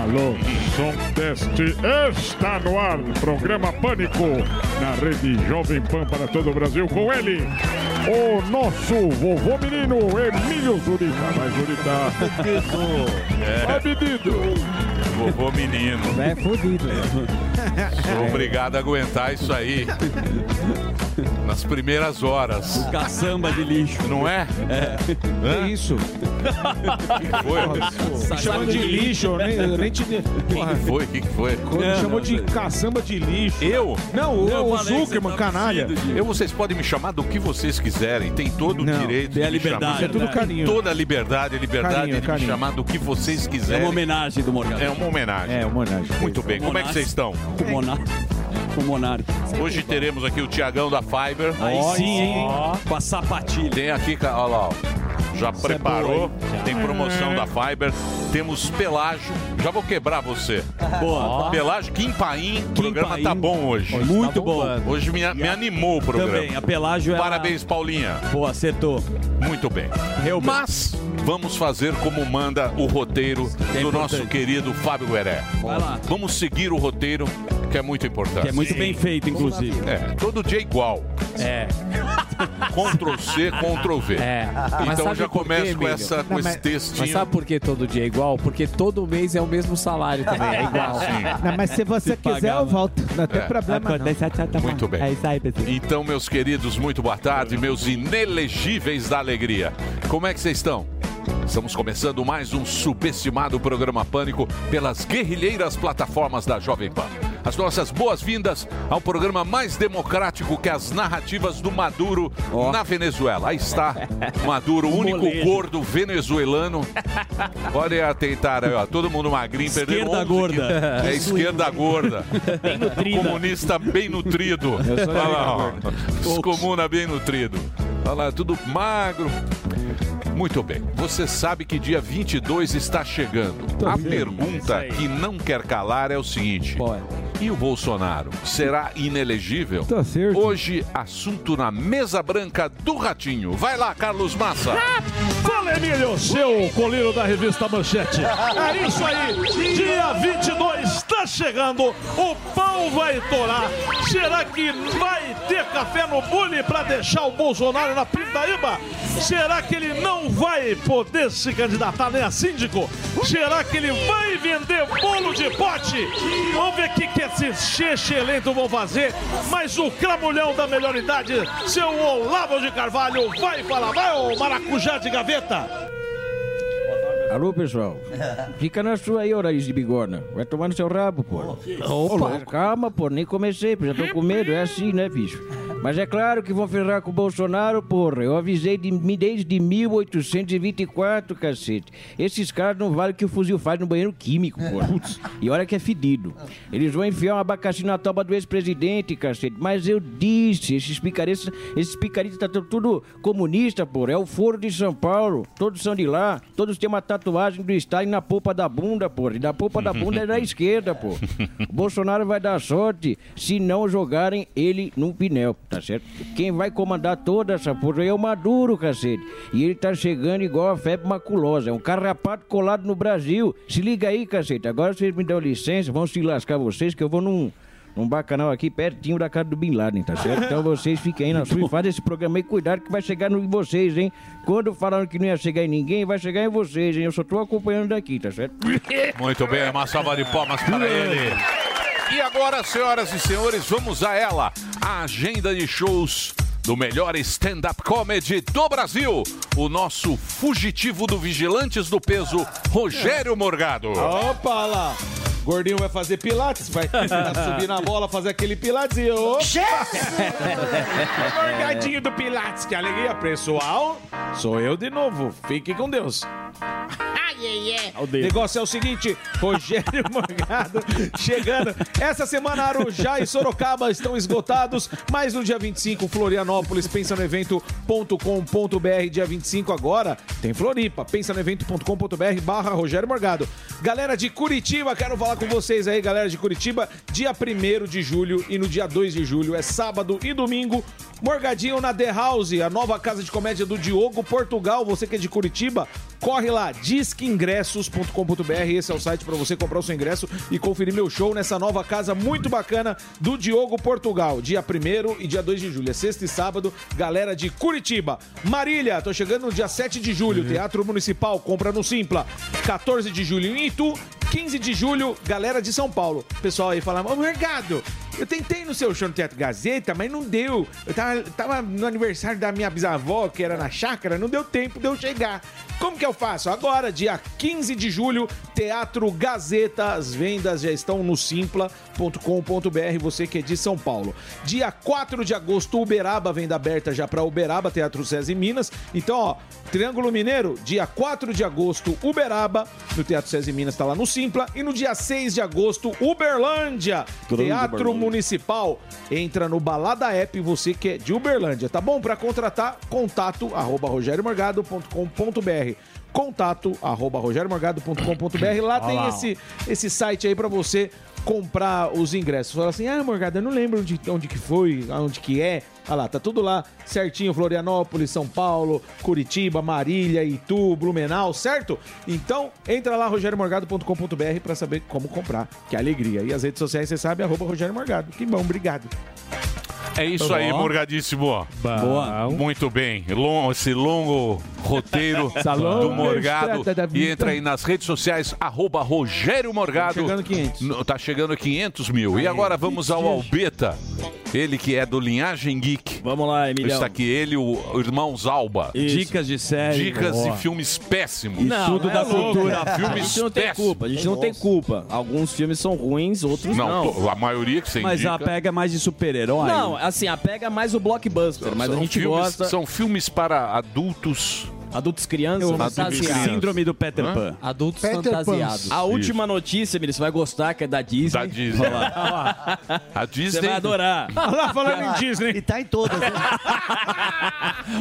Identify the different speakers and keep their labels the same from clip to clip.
Speaker 1: Alô, som teste está no ar. Programa Pânico na rede Jovem Pan para todo o Brasil. Com ele, o nosso vovô menino Emílio Zurita. Vai, Zurita.
Speaker 2: É.
Speaker 1: Vai, pedido.
Speaker 2: Vovô menino.
Speaker 3: É fodido.
Speaker 2: Sou obrigado a aguentar isso aí. Nas primeiras horas.
Speaker 3: Caçamba de lixo.
Speaker 2: Não é?
Speaker 4: É. Que isso?
Speaker 2: Foi.
Speaker 4: Me chamou de lixo, eu nem, eu nem te. Porra,
Speaker 2: Que foi? O que que foi?
Speaker 4: me chamou de caçamba de lixo.
Speaker 2: Eu?
Speaker 4: Não, o,
Speaker 2: Eu
Speaker 4: o
Speaker 2: falei que
Speaker 4: Zuckerman,
Speaker 2: você tá
Speaker 4: canalha.
Speaker 2: Eu, vocês podem me chamar do que vocês quiserem, tem todo o
Speaker 4: Não,
Speaker 2: direito
Speaker 3: tem a
Speaker 2: de me
Speaker 3: liberdade,
Speaker 2: chamar.
Speaker 3: é tudo
Speaker 4: carinho.
Speaker 2: Toda a liberdade, a liberdade
Speaker 4: né? Carinho,
Speaker 2: de
Speaker 4: carinho.
Speaker 2: me chamar do que vocês
Speaker 3: É
Speaker 2: quiserem.
Speaker 3: uma homenagem do Morgado.
Speaker 2: É uma homenagem.
Speaker 4: É, o Monarca.
Speaker 2: Muito bem, como é que
Speaker 3: Monarca.
Speaker 2: vocês estão?
Speaker 3: O Monarca. O Monarca.
Speaker 2: Hoje teremos aqui o Tiagão da Fiber.
Speaker 3: Aí sim, hein? Com a sapatilha.
Speaker 2: Tem aqui, ca- olha lá, ó. já preparou, tem promoção da Fiber. Temos Pelágio, já vou quebrar você.
Speaker 3: Boa.
Speaker 2: Pelágio, Kim Paim, o programa tá
Speaker 3: Paim.
Speaker 2: bom hoje.
Speaker 3: Muito bom.
Speaker 2: Hoje me, me animou o programa.
Speaker 3: Também, a Pelágio é.
Speaker 2: Parabéns, Paulinha.
Speaker 3: Boa, acertou.
Speaker 2: Muito bem.
Speaker 3: Helber.
Speaker 2: Mas vamos fazer como manda o roteiro
Speaker 3: é
Speaker 2: do nosso
Speaker 3: importante.
Speaker 2: querido Fábio Gueré.
Speaker 3: Vai lá.
Speaker 2: Vamos seguir o roteiro, que é muito importante.
Speaker 3: Que é muito bem feito, inclusive.
Speaker 2: É, todo dia igual.
Speaker 5: É,
Speaker 2: Ctrl C, Ctrl V.
Speaker 5: é. Mas
Speaker 2: Então
Speaker 5: sabe
Speaker 2: já
Speaker 5: por
Speaker 2: começo
Speaker 5: quê,
Speaker 2: com,
Speaker 5: Emílio?
Speaker 2: essa, com
Speaker 5: Não,
Speaker 2: esse
Speaker 5: mas- Mas
Speaker 2: textinho.
Speaker 5: sabe por que todo dia é igual? Porque todo mês é o mesmo salário também, é igual.
Speaker 6: Não, mas se você
Speaker 3: pagar,
Speaker 6: quiser, eu
Speaker 3: mano.
Speaker 6: volto. Não tem
Speaker 2: É.
Speaker 6: problema, não.
Speaker 7: Tá,
Speaker 2: Muito bem.
Speaker 6: É isso aí, pessoal.
Speaker 2: Então, meus queridos, muito boa tarde, meus inelegíveis da alegria. Como é que vocês estão? Estamos começando mais um subestimado programa Pânico pelas guerrilheiras plataformas da Jovem Pan. As nossas boas-vindas ao programa mais democrático que as narrativas do Maduro na Venezuela. Aí está Maduro, o único
Speaker 3: molejo.
Speaker 2: gordo venezuelano. Olha a tentar, aí, ó, todo mundo magrinho, perdeu
Speaker 3: Esquerda
Speaker 2: 11
Speaker 3: gorda.
Speaker 2: quilos. É esquerda gorda.
Speaker 5: Bem nutrida.
Speaker 2: Comunista bem nutrido. Olha lá, ó. Os comuna bem nutrido. Olha lá, tudo magro. Muito bem. Você sabe que dia 22 está chegando. A pergunta que não quer calar é o seguinte. E o Bolsonaro será inelegível?
Speaker 4: Tá certo.
Speaker 2: Hoje, assunto na mesa branca do Ratinho. Vai lá, Carlos Massa.
Speaker 8: Fala, Ah, é, Emílio, seu colírio da revista Manchete. É isso aí, dia 22 está chegando, o pau vai torar. Será que vai ter café no bule para deixar o Bolsonaro na pindaíba? Será que ele não vai poder se candidatar nem a síndico? Será que ele vai vender bolo de pote? Vamos ver o que, que esses xixi eleitos vão fazer, mas o cramulhão da melhor idade, seu Olavo de Carvalho, vai falar, vai, ô maracujá de gaveta!
Speaker 4: Alô, pessoal. Fica na sua aí, ô raiz de bigorna. Vai tomar no seu rabo, pô. Opa. Calma, pô, nem comecei, pô. Já tô com medo. É assim, né, bicho? Mas é claro que vão ferrar com o Bolsonaro, porra. Eu avisei de, mim desde 1824, cacete. Esses caras não valem o que o fuzil faz no banheiro químico, porra. E olha que é fedido. Eles vão enfiar um abacaxi na toba do ex-presidente, cacete. Mas eu disse, esses picaretas, esses picaretas tá tu- tudo comunista, porra. É o foro de São Paulo. Todos são de lá. Todos têm uma tatuagem do Stalin na polpa da bunda, porra. E na polpa da bunda é da esquerda, porra. O Bolsonaro vai dar sorte se não jogarem ele num pneu, tá certo? Quem vai comandar toda essa porra é o Maduro, cacete. E ele tá chegando igual a febre maculosa. É um carrapato colado no Brasil. Se liga aí, cacete. Agora vocês me dão licença, vão se lascar vocês, que eu vou num num bacanal aqui pertinho da casa do Bin Laden, tá certo? Então vocês fiquem aí na sua e fazem esse programa aí, cuidado que vai chegar no- em vocês, hein? Quando falaram que não ia chegar em ninguém, vai chegar em vocês, hein? Eu só tô acompanhando daqui, tá certo?
Speaker 2: Muito bem, uma salva de palmas para ele. E agora, senhoras e senhores, vamos a ela, a agenda de shows do melhor stand-up comedy do Brasil, o nosso fugitivo do Vigilantes do Peso, Rogério Morgado.
Speaker 4: Opa lá! Gordinho vai fazer pilates, vai subir na Tá bola, fazer aquele pilates e... Morgadinho do pilates, que alegria, pessoal! Sou eu de novo, fique com Deus! O negócio é o seguinte, Rogério Morgado chegando. Essa semana Arujá e Sorocaba estão esgotados, mas no dia 25 Florianópolis, pensa no evento.com.br, dia 25 agora tem Floripa, pensa no evento.com.br barra Rogério Morgado. Galera de Curitiba, quero falar com vocês aí, galera de Curitiba, dia 1 de julho e no dia 2 de julho, é sábado e domingo, Morgadinho na The House, a nova casa de comédia do Diogo Portugal, você que é de Curitiba, corre lá, diz que
Speaker 6: ingressos.com.br. Esse é o site para você comprar o seu ingresso e conferir meu show nessa nova casa muito bacana do Diogo Portugal. Dia 1 e dia 2 de julho. É sexta e sábado, galera de Curitiba. Marília, tô chegando no dia 7 de julho, Teatro Municipal, compra no Simpla. 14 de julho em Itu, 15 de julho, galera de São Paulo. O Pessoal aí fala, ô Mercado, eu tentei no seu show no Teatro Gazeta, mas não deu. Eu tava, tava no aniversário da minha bisavó, que era na chácara, não deu tempo de eu chegar. Como que eu faço? Agora, dia 15 de julho, Teatro Gazeta. As vendas já estão no simpla.com.br, você que é de São Paulo. Dia 4 de agosto, Uberaba, venda aberta já para Uberaba, Teatro SESI Minas. Então, ó, Triângulo Mineiro, dia 4 de agosto, Uberaba, no Teatro SESI Minas, tá lá no Simpla. E no dia 6 de agosto, Uberlândia, Teatro Municipal. Entra no Balada App, você que é de Uberlândia, tá bom? Para contratar, contato arroba rogeriomorgado.com.br contato arroba rogeriomorgado.com.br lá tem esse, esse site aí para você comprar os ingressos. Fala assim, ah, Morgado, eu não lembro onde, onde que foi, onde que é. Olha lá, tá tudo lá certinho, Florianópolis, São Paulo, Curitiba, Marília, Itu, Blumenau, certo? Então, entra lá, rogeriomorgado.com.br para saber como comprar. Que alegria. E as redes sociais, você sabe, arroba Rogério Morgado. Que bom, obrigado.
Speaker 4: Tá
Speaker 2: É isso aí, Morgadíssimo.
Speaker 3: Boa.
Speaker 2: Muito bem. Lon- esse longo roteiro do Morgado.
Speaker 4: estrada da
Speaker 2: E
Speaker 4: vida.
Speaker 2: entra aí nas redes sociais, arroba Rogério Morgado.
Speaker 4: Chegando 500.
Speaker 2: No- Tá chegando a 500 mil. E agora vamos ao Albeta. Ele que é do Linhagem Geek.
Speaker 3: Vamos lá, Emilhão.
Speaker 2: Está aqui ele, o, o irmão Zalba.
Speaker 3: Isso. Dicas de série.
Speaker 2: Dicas
Speaker 3: Boa.
Speaker 2: de filmes péssimos.
Speaker 3: Isso tudo da cultura.
Speaker 2: é né? Filme
Speaker 3: a gente não tem
Speaker 2: espécie.
Speaker 3: culpa. A gente não tem culpa. Alguns filmes são ruins, outros não. é,
Speaker 2: Não, to- a maioria que você
Speaker 3: Mas
Speaker 2: indica.
Speaker 3: a pega é mais de super-herói.
Speaker 5: Não, assim, apega mais o blockbuster, mas a gente
Speaker 2: filmes,
Speaker 5: gosta.
Speaker 2: São filmes para adultos.
Speaker 3: Adultos crianças,
Speaker 5: Adultos
Speaker 3: fantasiados.
Speaker 5: crianças.
Speaker 3: síndrome do Peter Pan.
Speaker 5: Adultos
Speaker 9: Peter
Speaker 5: fantasiados.
Speaker 3: A última notícia, Emílio, você vai gostar, que é da Disney.
Speaker 2: Da Disney. a
Speaker 3: Você
Speaker 2: Disney.
Speaker 3: vai adorar.
Speaker 8: Tá Lá falando em Disney.
Speaker 9: E tá em todas. né?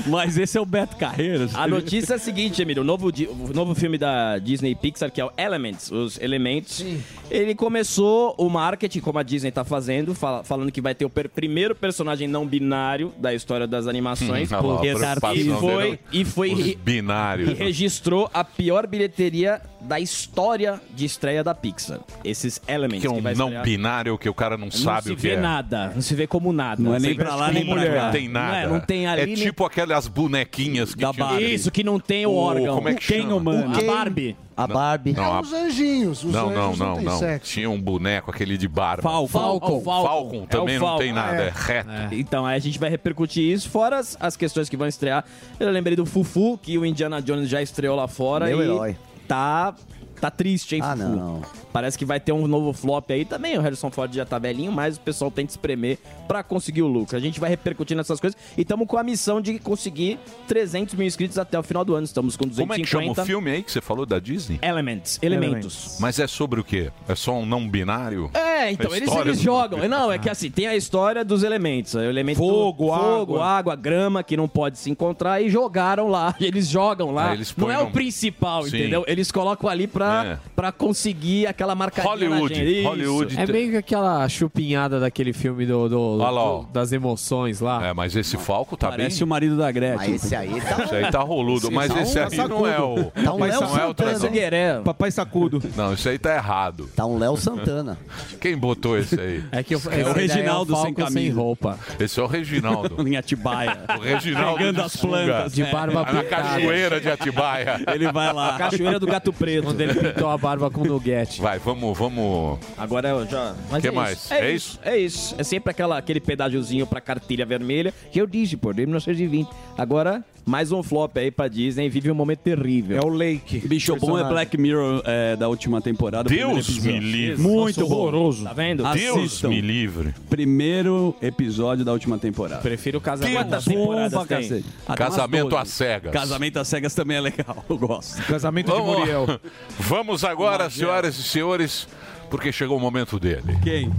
Speaker 3: Mas esse é o Beto Carreiras.
Speaker 5: A notícia é a seguinte, Emílio. O novo, di- o novo filme da Disney Pixar, que é o Elements, os elementos, ele começou o marketing, como a Disney tá fazendo, fala- falando que vai ter o per- primeiro personagem não binário da história das animações.
Speaker 2: Hum, olha lá, a
Speaker 5: Porque-
Speaker 2: preocupação
Speaker 5: e foi,
Speaker 2: dele. Uhum.
Speaker 5: e foi
Speaker 2: Os binários.
Speaker 5: registrou a pior bilheteria da história de estreia da Pixar. Esses Elements
Speaker 2: que é um
Speaker 5: vai
Speaker 2: não
Speaker 5: estrear.
Speaker 2: binário que o cara não,
Speaker 5: não
Speaker 2: sabe
Speaker 5: se
Speaker 2: o que
Speaker 5: vê
Speaker 2: é.
Speaker 5: nada, não se vê como nada.
Speaker 3: Não é
Speaker 5: Você
Speaker 3: nem pra lá,
Speaker 5: vê
Speaker 3: nem
Speaker 5: como
Speaker 3: pra cá.
Speaker 2: tipo Não tem nada.
Speaker 5: Não, é, não tem
Speaker 2: É
Speaker 5: ali. nem-
Speaker 2: tipo aquelas bonequinhas que
Speaker 3: Da
Speaker 2: tinha.
Speaker 3: Barbie.
Speaker 5: Isso, que não tem o
Speaker 2: O-
Speaker 5: órgão.
Speaker 2: como é que
Speaker 3: Quem
Speaker 2: chama?
Speaker 3: humano?
Speaker 5: A Barbie.
Speaker 9: A Barbie.
Speaker 2: Não,
Speaker 9: é
Speaker 2: a-
Speaker 9: os anjinhos. Os
Speaker 2: Não, não,
Speaker 9: anjos não,
Speaker 2: não,
Speaker 9: tem
Speaker 2: não.
Speaker 9: sexo.
Speaker 2: Tinha um boneco aquele de barba.
Speaker 3: Falcon.
Speaker 5: Falcon.
Speaker 2: Falcon também
Speaker 5: É o
Speaker 2: não
Speaker 5: Falcon.
Speaker 2: tem nada,
Speaker 9: Ah,
Speaker 2: é,
Speaker 9: é.
Speaker 2: reto.
Speaker 5: Então, aí a gente vai repercutir isso, fora as, as questões que vão estrear. Eu lembrei do Fufu, que o Indiana Jones já estreou lá fora.
Speaker 9: Meu
Speaker 5: e
Speaker 9: herói.
Speaker 5: Tá, tá triste, hein,
Speaker 9: Ah,
Speaker 5: Fufu?
Speaker 9: não.
Speaker 5: Parece que vai ter um novo flop aí também. O Harrison Ford já tá velhinho, mas o pessoal tenta espremer pra conseguir o lucro. A gente vai repercutindo essas coisas e estamos com a missão de conseguir 300 mil inscritos até o final do ano. Estamos com 250.
Speaker 2: Como é que chama o filme aí que você falou da Disney?
Speaker 5: Elements. Elementos.
Speaker 2: Mas é sobre o quê? É só um não binário?
Speaker 5: É, então,
Speaker 2: A
Speaker 5: eles,
Speaker 2: história
Speaker 5: eles
Speaker 2: do-
Speaker 5: jogam. Não, é que assim, tem a história dos elementos. é O elemento
Speaker 8: Fogo,
Speaker 5: fogo,
Speaker 8: água.
Speaker 5: água, grama, que não pode se encontrar, e jogaram lá. Eles jogam lá.
Speaker 2: Ah, eles
Speaker 5: não é
Speaker 2: põem
Speaker 5: o
Speaker 2: no-
Speaker 5: principal,
Speaker 2: Sim.
Speaker 5: entendeu? Eles colocam ali pra,
Speaker 2: É.
Speaker 5: pra conseguir aquela marcadinha
Speaker 2: Hollywood.
Speaker 5: na gente.
Speaker 2: Hollywood.
Speaker 5: Isso.
Speaker 2: É
Speaker 5: É
Speaker 2: bem
Speaker 5: bem
Speaker 2: que
Speaker 5: aquela chupinhada daquele filme do,
Speaker 2: Olha lá, ó.
Speaker 5: das emoções lá.
Speaker 2: É, mas esse Falco tá
Speaker 3: Parece
Speaker 2: bem.
Speaker 3: o marido da
Speaker 8: tipo,
Speaker 9: Ah,
Speaker 3: Gretchen.
Speaker 9: esse aí tá
Speaker 2: Isso aí tá roludo. mas esse aí não é o.
Speaker 9: Tá um Léo
Speaker 2: não é o
Speaker 9: Santana.
Speaker 2: tradicional.
Speaker 8: Papai Sacudo.
Speaker 2: Não, isso aí tá errado.
Speaker 9: Tá um Léo Santana.
Speaker 2: Quem botou esse aí?
Speaker 5: É que eu,
Speaker 3: É o Reginaldo sem
Speaker 5: Falcon sem
Speaker 3: camisa.
Speaker 5: roupa.
Speaker 2: Esse é o Reginaldo.
Speaker 3: Em Atibaia.
Speaker 2: O Reginaldo.
Speaker 3: Pegando
Speaker 2: de
Speaker 3: as
Speaker 2: sunga,
Speaker 3: plantas.
Speaker 5: De barba
Speaker 2: Na
Speaker 5: pintada.
Speaker 2: cachoeira de Atibaia.
Speaker 3: Ele vai lá.
Speaker 5: Cachoeira do Gato Preto. Onde ele pintou a barba com nuguete.
Speaker 2: Vai, vamos, vamos.
Speaker 5: Agora eu já.
Speaker 2: Que mais? É
Speaker 5: É, isso? É isso. É sempre aquela, aquele pedágiozinho pra cartilha vermelha que eu disse, pô, de 1920. Agora, mais um flop aí pra Disney. Vive um momento terrível.
Speaker 8: É o Lake.
Speaker 3: Bicho bom é Black Mirror é, da última temporada. primeiro
Speaker 2: Deus me
Speaker 3: episódio.
Speaker 2: livre.
Speaker 3: Muito bom.
Speaker 8: Horroroso.
Speaker 5: Tá vendo?
Speaker 3: Ah,
Speaker 2: Deus
Speaker 3: Assistam.
Speaker 2: me livre.
Speaker 3: Primeiro episódio da última temporada.
Speaker 5: Prefiro o casamento.
Speaker 3: Quantas
Speaker 5: temporadas
Speaker 3: pra
Speaker 5: tem?
Speaker 3: cacete? Ah, tem umas
Speaker 2: Casamento
Speaker 3: doze.
Speaker 2: às cegas.
Speaker 3: Casamento às cegas também é legal, eu gosto.
Speaker 8: Casamento de
Speaker 2: Vamos,
Speaker 8: Muriel.
Speaker 2: vamos agora, senhoras e senhores, porque chegou o momento dele. Ah,
Speaker 3: Quem?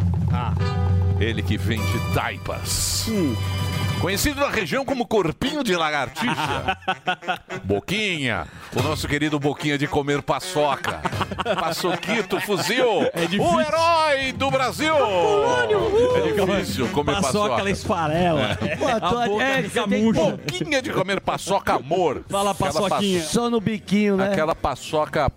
Speaker 2: Ele que vende taipas.
Speaker 3: Hum.
Speaker 2: Conhecido na região como corpinho de lagartixa. Boquinha. O nosso querido Boquinha de comer paçoca. Paçoquito, fuzil. o herói do Brasil. É difícil comer
Speaker 3: Uh, Paçoca, ela
Speaker 2: paçoca.
Speaker 3: esfarela.
Speaker 9: Pô, tô-
Speaker 3: A boca
Speaker 9: é,
Speaker 3: fica
Speaker 9: você tem-
Speaker 3: murcha.
Speaker 2: Boquinha de comer paçoca, amor.
Speaker 3: Fala,
Speaker 2: Aquela
Speaker 3: paçoquinha.
Speaker 9: Só no biquinho, né?
Speaker 2: Aquela paçoca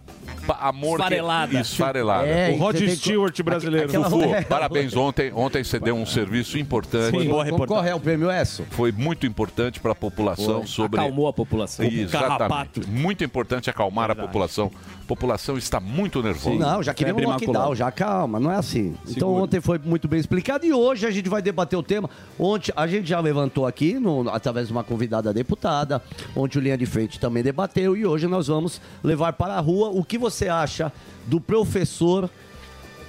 Speaker 2: pa- amor. que-
Speaker 10: Esfarelada.
Speaker 2: Esfarelada.
Speaker 11: É,
Speaker 5: O Rod
Speaker 11: você tem que-
Speaker 5: Stewart brasileiro.
Speaker 11: aquela-
Speaker 2: Fufu, parabéns ontem. Ontem você deu um serviço importante.
Speaker 3: Foi boa a reportagem.
Speaker 11: Concorre ao prêmio é ESSO.
Speaker 2: Foi muito importante para a população sobre.
Speaker 10: Acalmou a população.
Speaker 2: Exatamente.
Speaker 3: carrapato.
Speaker 2: Muito importante acalmar a população. A população está muito nervosa.
Speaker 11: Não, já queremos
Speaker 3: Febre
Speaker 11: lockdown,
Speaker 3: macular.
Speaker 11: já calma, não é assim. Então ontem foi muito bem explicado e hoje a gente vai debater o tema. Ontem a gente já levantou aqui, no- através de uma convidada deputada, onde o Linha de Frente também debateu e hoje nós vamos levar para a rua o que você acha do professor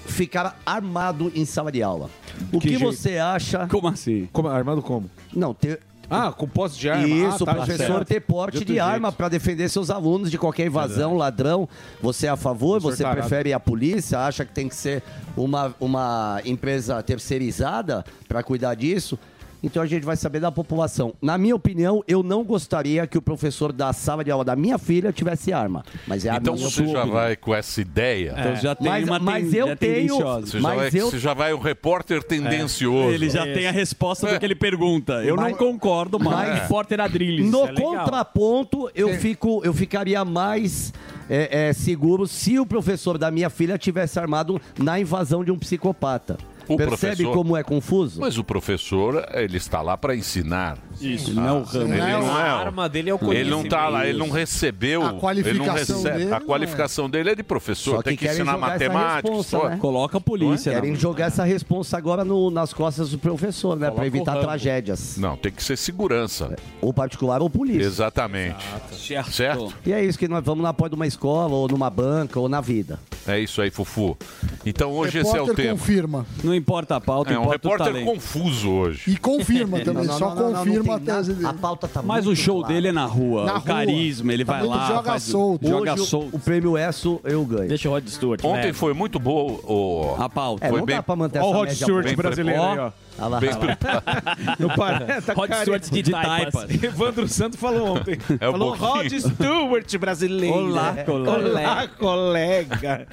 Speaker 11: ficar armado em sala de aula. O que,
Speaker 6: Que jeito?
Speaker 11: você acha...
Speaker 3: Como assim?
Speaker 6: Como, armado como?
Speaker 11: Não, ter...
Speaker 6: Ah, com posse de arma.
Speaker 11: Isso,
Speaker 6: ah, tá,
Speaker 11: professor
Speaker 6: certo.
Speaker 11: ter porte
Speaker 6: De
Speaker 11: de,
Speaker 6: outro
Speaker 11: arma
Speaker 6: jeito.
Speaker 11: para defender seus alunos de qualquer invasão, ladrão. Você é a favor?
Speaker 6: Professor
Speaker 11: Você
Speaker 6: tarado.
Speaker 11: prefere a polícia? Acha que tem que ser uma, uma empresa terceirizada para cuidar disso? Então a gente vai saber da população. Na minha opinião, eu não gostaria que o professor da sala de aula da minha filha tivesse arma. Mas é a
Speaker 2: Então
Speaker 11: minha
Speaker 2: você já
Speaker 11: opinião.
Speaker 2: vai com essa ideia.
Speaker 3: Então já tem
Speaker 11: Mas-
Speaker 3: uma
Speaker 11: mas
Speaker 3: ten-
Speaker 11: eu
Speaker 3: já
Speaker 11: tenho-
Speaker 3: tendenciosa. É.
Speaker 2: Você, já
Speaker 11: Mas
Speaker 2: vai,
Speaker 11: eu-
Speaker 2: você já vai um repórter tendencioso. É.
Speaker 3: Ele já tem a resposta do que ele pergunta. Eu não
Speaker 11: Mas-
Speaker 3: concordo, mas... É.
Speaker 11: mas-
Speaker 10: Porter Adrilles.
Speaker 11: No
Speaker 10: é legal.
Speaker 11: contraponto, eu, fico, eu ficaria mais é, é, seguro se o professor da minha filha tivesse armado na invasão de um psicopata.
Speaker 2: O
Speaker 11: Percebe
Speaker 2: professor-
Speaker 11: como é confuso?
Speaker 2: Mas o professor, ele está lá para ensinar.
Speaker 3: Isso. Não, Ramos.
Speaker 2: Ele não é.
Speaker 12: A arma dele é o
Speaker 2: Ele não tá lá, ele não recebeu.
Speaker 12: A qualificação
Speaker 2: ele não recebe-
Speaker 12: dele
Speaker 2: a qualificação dele é de professor,
Speaker 11: Só
Speaker 2: tem
Speaker 11: que
Speaker 2: que
Speaker 11: querem
Speaker 2: ensinar
Speaker 11: jogar essa
Speaker 2: matemática.
Speaker 11: responsa,
Speaker 2: só.
Speaker 11: né?
Speaker 3: Coloca a polícia. né?
Speaker 11: Querem
Speaker 3: na-
Speaker 11: jogar essa responsa agora no- nas costas do professor, né? Para evitar tragédias.
Speaker 2: Não, tem que ser segurança.
Speaker 11: Ou particular ou polícia.
Speaker 2: Exatamente.
Speaker 3: Certo.
Speaker 2: Certo?
Speaker 11: E é isso que nós vamos na porta de uma escola, ou numa banca, ou na vida.
Speaker 2: É isso aí, Fufu. Então hoje esse é o
Speaker 12: repórter
Speaker 2: tema.
Speaker 12: confirma.
Speaker 3: Não importa a pauta,
Speaker 2: É um
Speaker 3: importa o
Speaker 2: repórter
Speaker 3: talento.
Speaker 2: confuso hoje.
Speaker 12: E confirma também, só confirma
Speaker 11: não
Speaker 12: a
Speaker 11: tem
Speaker 12: tese
Speaker 11: nada. A
Speaker 12: dele.
Speaker 11: pauta tá
Speaker 3: Mas
Speaker 11: muito
Speaker 3: o show
Speaker 11: clara.
Speaker 3: dele é na rua.
Speaker 12: Na
Speaker 3: o
Speaker 12: rua.
Speaker 3: carisma,
Speaker 11: Tá
Speaker 3: ele vai
Speaker 12: Também
Speaker 3: lá.
Speaker 12: joga
Speaker 3: faz o-
Speaker 12: solto.
Speaker 3: Joga
Speaker 11: Hoje o-
Speaker 3: solto.
Speaker 11: O prêmio ESSO eu ganho.
Speaker 10: Deixa o Rod Stewart.
Speaker 2: Ontem
Speaker 10: né?
Speaker 2: foi muito boa o.
Speaker 3: A pauta.
Speaker 11: É,
Speaker 2: Foi
Speaker 11: não
Speaker 2: bem-
Speaker 11: dá pra manter
Speaker 5: Olha o
Speaker 11: essa
Speaker 5: Rod
Speaker 11: média
Speaker 5: Stewart
Speaker 2: bem
Speaker 5: brasileiro aí, ó.
Speaker 11: Ah lá,
Speaker 2: bem-
Speaker 11: ah lá.
Speaker 6: Não para. Tá
Speaker 10: Rod
Speaker 6: careca.
Speaker 10: Stewart de,
Speaker 3: de
Speaker 10: taipas.
Speaker 3: taipas.
Speaker 6: Evandro Santos falou ontem.
Speaker 2: É o
Speaker 6: falou
Speaker 2: Boquinha.
Speaker 6: Rod Stewart brasileiro. É.
Speaker 3: Olá, colega.
Speaker 6: Olá, colega.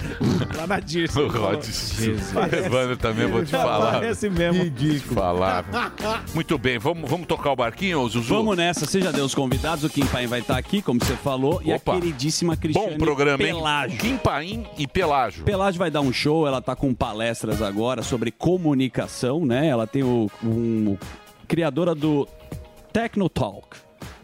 Speaker 6: Lá na Disney.
Speaker 2: O Rod Evandro também, vou te falar.
Speaker 6: Parece mesmo.
Speaker 2: Te falar. Muito bem, vamos, vamos tocar o barquinho, ô, Zuzu?
Speaker 3: Vamos nessa, você já deu os convidados, o Kim Paim vai estar aqui, como você falou, e a
Speaker 2: Opa.
Speaker 3: queridíssima Cristiane
Speaker 2: Bom programa, hein?
Speaker 3: Pelágio.
Speaker 2: Kim Paim e Pelágio.
Speaker 3: Pelágio vai dar um show, ela tá com palestras agora sobre comunicação, né? Ela tem o um, criadora do Tecnotalk.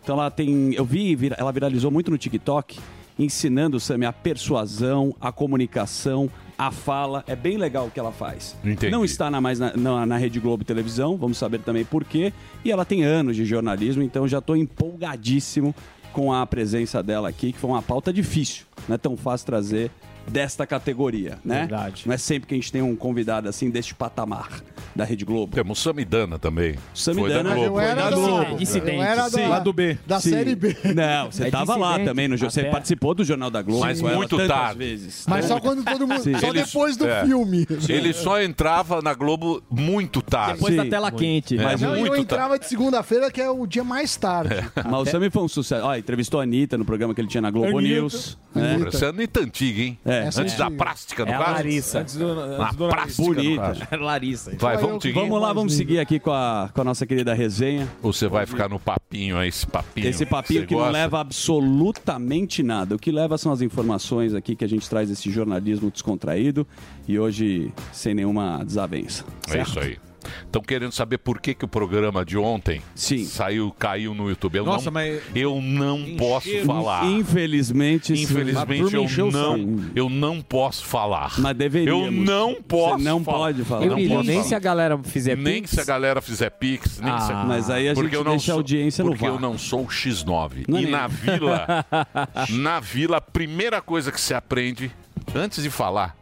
Speaker 3: Então ela tem, eu vi, vira- ela viralizou muito no TikTok, ensinando Sam a persuasão, a comunicação, a fala. É bem legal o que ela faz.
Speaker 2: Entendi.
Speaker 3: Não está na mais na, na- na Rede Globo Televisão, vamos saber também por quê. E ela tem anos de jornalismo, então já tô empolgadíssimo com a presença dela aqui, que foi uma pauta difícil. Não é tão fácil trazer desta categoria, né?
Speaker 5: Verdade.
Speaker 3: Não é sempre que a gente tem um convidado assim deste patamar da Rede Globo.
Speaker 2: Temos Samidana também. Foi da
Speaker 3: Samidana-
Speaker 2: Globo.
Speaker 12: Eu era
Speaker 3: Foi
Speaker 12: da,
Speaker 3: da Globo.
Speaker 12: eu
Speaker 10: Dissidente.
Speaker 12: era da,
Speaker 5: Sim. Lá do B.
Speaker 12: da
Speaker 3: Sim.
Speaker 12: Série B.
Speaker 3: Não, você
Speaker 10: É
Speaker 3: estava lá
Speaker 10: dissidente.
Speaker 3: também no jornal. Você
Speaker 10: Até-
Speaker 3: participou do Jornal da Globo,
Speaker 2: Mas
Speaker 3: com ela
Speaker 2: muito
Speaker 3: tantas
Speaker 2: tarde.
Speaker 3: vezes.
Speaker 12: Mas só quando todo mundo.
Speaker 3: Sim.
Speaker 12: Só
Speaker 2: Ele-
Speaker 12: depois do
Speaker 2: é.
Speaker 12: filme.
Speaker 2: Ele só entrava na Globo muito tarde.
Speaker 10: Depois da
Speaker 3: Sim,
Speaker 10: tela quente.
Speaker 2: É,
Speaker 3: Mas
Speaker 12: Não,
Speaker 2: muito É.
Speaker 12: eu
Speaker 2: tarde.
Speaker 12: entrava de segunda-feira, que é o dia mais tarde.
Speaker 3: Mas o Sammy foi um sucesso. Ó, entrevistou a Anitta no programa que ele tinha na Globo
Speaker 5: Anitta.
Speaker 3: News. né?
Speaker 12: Anitta.
Speaker 2: Essa é Anitta antiga, hein?
Speaker 3: É.
Speaker 12: Essa
Speaker 2: Antes da
Speaker 12: antiga.
Speaker 2: plástica, no
Speaker 10: É a
Speaker 2: caso.
Speaker 10: Larissa.
Speaker 5: Antes do- antes
Speaker 2: Na
Speaker 5: do nariz.
Speaker 2: plástica, no
Speaker 3: Bonita.
Speaker 2: caso.
Speaker 10: Larissa.
Speaker 3: Então
Speaker 2: Vai,
Speaker 12: Só eu
Speaker 2: vamos seguir.
Speaker 3: Vamos lá, vamos seguir aqui com a, com a nossa querida resenha.
Speaker 2: Ou você vai ficar no papinho aí, esse papinho?
Speaker 3: Esse papinho
Speaker 2: você
Speaker 3: que não
Speaker 2: gosta?
Speaker 3: leva absolutamente nada. O que leva são as informações aqui que a gente traz esse jornalismo descontraído e hoje sem nenhuma desavença.
Speaker 2: É isso aí. Estão querendo saber por que, que o programa de ontem
Speaker 3: Sim.
Speaker 2: saiu, caiu no YouTube. Eu
Speaker 6: Nossa,
Speaker 2: não,
Speaker 6: mas-
Speaker 2: eu não posso falar.
Speaker 3: Infelizmente, sim.
Speaker 2: Infelizmente,
Speaker 3: A turma encheu
Speaker 2: eu
Speaker 3: o
Speaker 2: não,
Speaker 3: saco.
Speaker 2: eu não posso falar.
Speaker 3: Mas deveríamos.
Speaker 2: Eu não posso
Speaker 3: Você não
Speaker 2: falar.
Speaker 3: pode falar.
Speaker 2: Eu
Speaker 3: Não
Speaker 2: não posso
Speaker 3: Nem
Speaker 2: falar.
Speaker 10: se a galera fizer
Speaker 2: Nem se a galera fizer pix, nem
Speaker 10: Ah.
Speaker 2: se a...
Speaker 3: Mas aí a gente deixa a audiência no
Speaker 2: Porque
Speaker 3: vácuo.
Speaker 2: eu não sou o X9.
Speaker 3: Não é
Speaker 2: e
Speaker 3: nem-
Speaker 2: na vila, na vila, a primeira coisa que se aprende, antes de falar,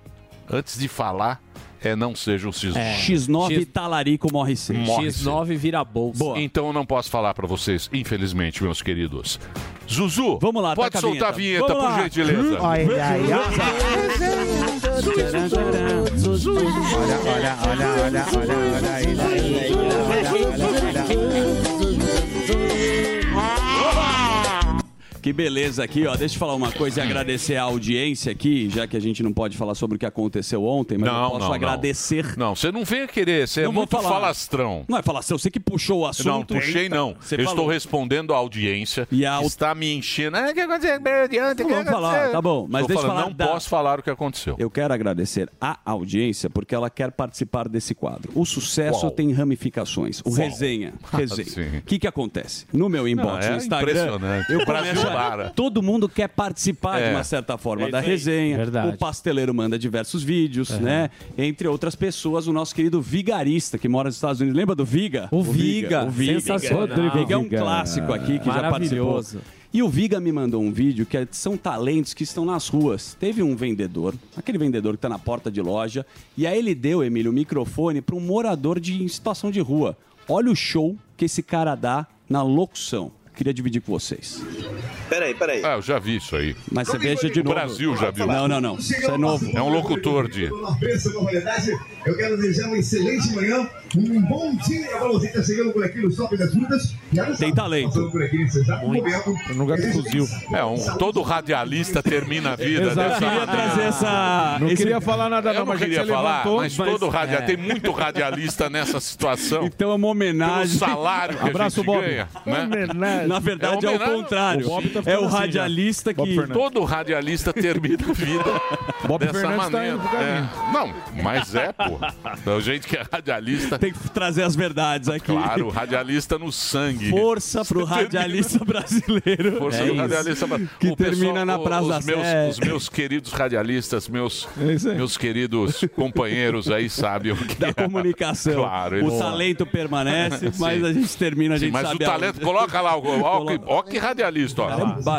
Speaker 2: antes de falar, é não seja o X9.
Speaker 3: X9
Speaker 10: X-
Speaker 3: talarico morre cedo.
Speaker 2: Morre
Speaker 10: X9 vira bolsa.
Speaker 3: Boa.
Speaker 2: Então eu não posso falar pra vocês, infelizmente, meus queridos. Zuzu,
Speaker 3: Vamos lá,
Speaker 2: pode
Speaker 3: taca a
Speaker 2: soltar a
Speaker 3: vinheta.
Speaker 2: vinheta,
Speaker 3: Vamos
Speaker 2: por
Speaker 3: lá. Hum?
Speaker 2: gentileza.
Speaker 12: Olha aí, ó.
Speaker 9: Olha, olha, olha, olha, olha, olha aí.
Speaker 3: O que, Que beleza aqui, ó. Deixa eu falar uma coisa e agradecer a audiência aqui, já que a gente não pode falar sobre o que aconteceu ontem, mas eu posso agradecer.
Speaker 2: Não, você não vem querer, você é
Speaker 3: Não vou
Speaker 2: muito
Speaker 3: falar.
Speaker 2: falastrão.
Speaker 3: Não é falastrão, você que puxou o assunto.
Speaker 2: Não, puxei não.
Speaker 3: Você
Speaker 2: eu
Speaker 3: falou.
Speaker 2: estou respondendo à audiência e a... está me enchendo. Ah, o que aconteceu?
Speaker 3: Não vamos falar, tá bom. Mas
Speaker 2: Estou
Speaker 3: deixa eu
Speaker 2: falando,
Speaker 3: falar.
Speaker 2: não posso falar o que aconteceu.
Speaker 3: Eu quero agradecer à audiência porque ela quer participar desse quadro. O sucesso
Speaker 2: Qual?
Speaker 3: tem ramificações. O
Speaker 2: Qual?
Speaker 3: resenha.
Speaker 2: Sim.
Speaker 3: Resenha. O que, que acontece? No meu inbox,
Speaker 2: Não, é
Speaker 3: no Instagram,
Speaker 2: impressionante.
Speaker 3: eu
Speaker 2: O Brasil
Speaker 3: começo a-
Speaker 2: para.
Speaker 3: Todo mundo quer participar
Speaker 2: É.
Speaker 3: de uma certa forma
Speaker 2: É
Speaker 3: da
Speaker 2: isso aí.
Speaker 3: resenha.
Speaker 2: Verdade.
Speaker 3: O pasteleiro manda diversos vídeos,
Speaker 2: Aham.
Speaker 3: né? Entre outras pessoas, o nosso querido vigarista que mora nos Estados Unidos. Lembra do Viga? O,
Speaker 7: Viga,
Speaker 3: O Viga.
Speaker 7: sensacional.
Speaker 3: Rodrigo Viga é um
Speaker 7: Viga.
Speaker 3: clássico aqui que já participou.
Speaker 7: Maravilhoso.
Speaker 3: E o Viga me mandou um vídeo que é- são talentos que estão nas ruas. Teve um vendedor, aquele vendedor que está na porta de loja, e aí ele deu, Emílio, o microfone para um morador de, em situação de rua. Olha o show que esse cara dá na locução. Queria dividir com vocês.
Speaker 2: Peraí, peraí. Ah, eu já vi isso aí.
Speaker 3: Mas você veja de
Speaker 2: O
Speaker 3: novo.
Speaker 2: Brasil já viu.
Speaker 3: Não, não, não. Isso é novo.
Speaker 2: É um locutor de...
Speaker 13: Pensa com variedade. Eu quero desejar uma excelente manhã, um bom dia para você que está chegando por aqui no Shopping das Frutas. E olha só,
Speaker 2: Tem talento.
Speaker 13: passando Por aqui, você é. já
Speaker 2: Muito.
Speaker 13: comendo.
Speaker 2: No lugar do fuzil. É, um, todo radialista termina a vida
Speaker 6: Exato,
Speaker 2: dessa
Speaker 6: queria
Speaker 2: maneira.
Speaker 6: trazer essa- Não esse- queria falar nada,
Speaker 2: Eu
Speaker 6: não,
Speaker 2: não,
Speaker 6: mas já que
Speaker 2: queria
Speaker 6: você
Speaker 2: falar,
Speaker 6: levantou,
Speaker 2: mas,
Speaker 6: mas-
Speaker 2: todo radialista,
Speaker 6: é.
Speaker 2: tem muito radialista nessa situação.
Speaker 3: Então é uma homenagem.
Speaker 2: Pelo salário que
Speaker 3: Abraço,
Speaker 2: a gente
Speaker 3: Bob.
Speaker 2: ganha. né?
Speaker 3: Homenagem. Na verdade, é o
Speaker 2: homenagem.
Speaker 3: contrário. O Bob tá ficando É o assim já. radialista Bob que- Fernandes.
Speaker 2: Todo radialista termina a vida
Speaker 3: Bob
Speaker 2: dessa
Speaker 3: Fernandes tá
Speaker 2: maneira.
Speaker 3: indo pro caminho.
Speaker 2: É. Não, mas é, pô. Da gente que é radialista...
Speaker 3: Tem que trazer as verdades aqui.
Speaker 2: Claro, radialista no sangue.
Speaker 3: Força pro
Speaker 2: Você termina-
Speaker 3: radialista brasileiro.
Speaker 2: Força
Speaker 3: É
Speaker 2: do
Speaker 3: isso.
Speaker 2: radialista. mas-
Speaker 3: Que
Speaker 2: o
Speaker 3: termina na
Speaker 2: o-
Speaker 3: Praça
Speaker 2: os meus,
Speaker 3: Sé. É
Speaker 2: os meus queridos radialistas, meus, meus queridos companheiros aí sabem o que da
Speaker 3: comunicação.
Speaker 2: Claro,
Speaker 3: O
Speaker 2: eles-
Speaker 3: talento permanece, mas
Speaker 2: Sim.
Speaker 3: a gente termina, a
Speaker 2: Sim,
Speaker 3: gente
Speaker 2: mas
Speaker 3: sabe
Speaker 2: o talento,
Speaker 3: aonde.
Speaker 2: coloca lá, o- ó, que- ó que radialista, ó.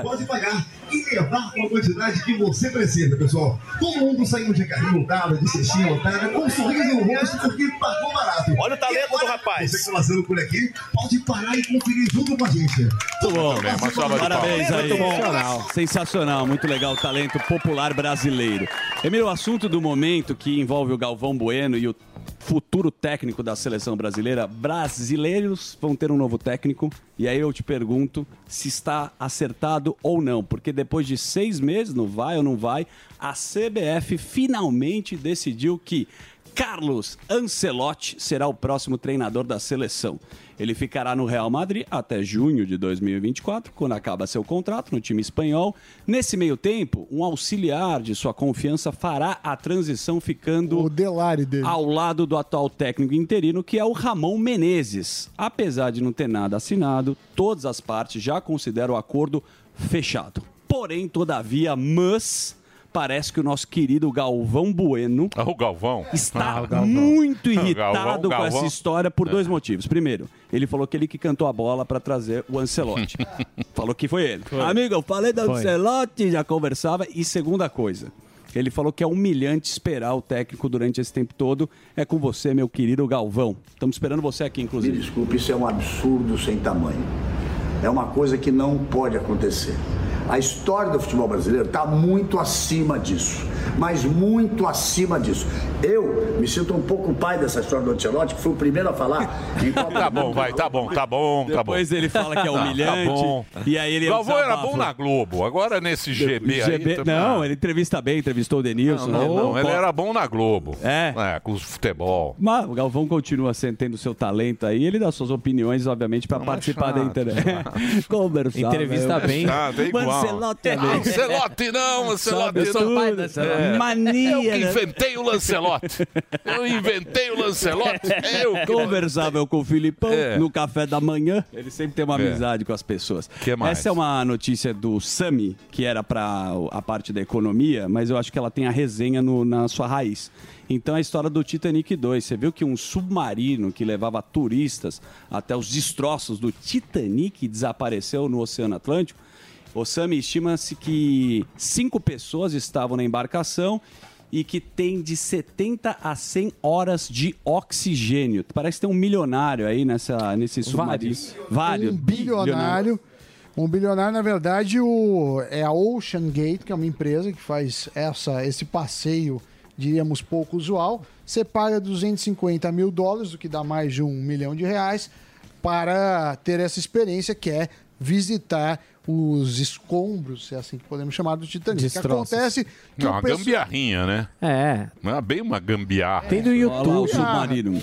Speaker 13: Pode pagar e levar uma quantidade que você precisa, pessoal. Todo mundo saiu de carrinho lotado, de cestinha lotada, com um sorriso no rosto, porque pagou barato. Olha o talento do rapaz. Você que está passando por aqui, pode parar e conferir junto com a gente.
Speaker 3: Muito bom.
Speaker 13: uma salva de
Speaker 3: Parabéns
Speaker 13: palmas.
Speaker 3: aí.
Speaker 13: Muito bom.
Speaker 3: Sensacional. Sensacional, muito legal o talento popular brasileiro. Emílio, o assunto do momento que envolve o Galvão Bueno e o futuro técnico da seleção brasileira, brasileiros vão ter um novo técnico. E aí eu te pergunto se está acertado ou não, porque depois de seis meses, não vai ou não vai, a CBF finalmente decidiu que Carlos Ancelotti será o próximo treinador da seleção. Ele ficará no Real Madrid até junho de 2024, quando acaba seu contrato no time espanhol. Nesse meio tempo, um auxiliar de sua confiança fará a transição ficando ao lado do atual técnico interino, que é o Ramon Menezes. Apesar de não ter nada assinado, todas as partes já consideram o acordo fechado. Porém, todavia, mas parece que o nosso querido Galvão Bueno
Speaker 2: Ah, o Galvão
Speaker 3: está
Speaker 2: Ah, o Galvão.
Speaker 3: Tá muito
Speaker 2: O Galvão,
Speaker 3: irritado com
Speaker 2: o Galvão. É.
Speaker 3: essa história por dois motivos. Primeiro, ele falou que ele que cantou a bola para trazer o Ancelotti. falou que foi ele. Amigo, eu falei do
Speaker 7: Foi.
Speaker 3: Ancelotti, já conversava. E segunda coisa, ele falou que é humilhante esperar o técnico durante esse tempo todo. É com você, meu querido Galvão. Estamos esperando você aqui,
Speaker 14: Me
Speaker 3: inclusive.
Speaker 14: desculpe, isso é um absurdo sem tamanho. É uma coisa que não pode acontecer. A história do futebol brasileiro está muito acima disso, mas muito acima disso. Eu me sinto um pouco pai dessa história do Ancelotti, que foi o primeiro a falar. em Copa
Speaker 2: Tá
Speaker 14: do Mundo.
Speaker 2: bom, vai, tá bom, tá bom, tá bom.
Speaker 14: Depois ele fala que
Speaker 2: Tá,
Speaker 14: é humilhante,
Speaker 2: Tá bom.
Speaker 3: e aí ele
Speaker 2: Galvão era
Speaker 3: desabafa.
Speaker 2: bom na Globo, agora nesse GB, aí... também-
Speaker 3: não, ele entrevista bem, entrevistou o
Speaker 2: Não,
Speaker 3: Denilson.
Speaker 2: não,
Speaker 3: né?
Speaker 2: não, ele
Speaker 3: Pô,
Speaker 2: era bom na Globo. É? com os futebol.
Speaker 3: Mas o Galvão continua sendo- tendo seu talento aí, ele dá suas opiniões, obviamente, para participar da
Speaker 2: é chato,
Speaker 3: internet. Conversar.
Speaker 2: Entrevista
Speaker 3: né?
Speaker 2: bem. Chato, é igual.
Speaker 3: O Ancelotti é bem.
Speaker 2: Lancelotti não, Lancelotti
Speaker 3: Sobe
Speaker 2: não.
Speaker 3: tudo.
Speaker 2: É.
Speaker 3: Mania.
Speaker 2: Eu que
Speaker 3: né?
Speaker 2: inventei o Lancelotti. Eu inventei o Lancelotti. Eu que...
Speaker 3: Conversável com o Filipão
Speaker 2: É.
Speaker 3: no café da manhã. Ele sempre tem uma
Speaker 2: É.
Speaker 3: amizade com as pessoas.
Speaker 2: mais?
Speaker 3: Essa é uma notícia do Sami, que era para a parte da economia, mas eu acho que ela tem a resenha no- na sua raiz. Então, a história do Titanic 2. Você viu que um submarino que levava turistas até os destroços do Titanic desapareceu no Oceano Atlântico? Osami, estima-se que cinco pessoas estavam na embarcação e que tem de 70 a 100 horas de oxigênio. Parece que tem um milionário aí nessa, nesse submarino.
Speaker 12: Vários.
Speaker 3: Vários.
Speaker 12: Um bilionário. Um bilionário, na verdade, o, é a Ocean Gate, que é uma empresa que faz essa, esse passeio, diríamos, pouco usual. Você paga 250 mil dólares, o que dá mais de um milhão de reais, para ter essa experiência que é visitar os escombros, se é assim que podemos chamar, do Titanic. O que
Speaker 2: Destroços.
Speaker 12: acontece que
Speaker 2: Não,
Speaker 12: o
Speaker 2: uma
Speaker 12: pessoal-
Speaker 2: gambiarrinha, né?
Speaker 12: É.
Speaker 2: Não, bem uma gambiarra.
Speaker 12: Tem no YouTube. Olha lá o submarino.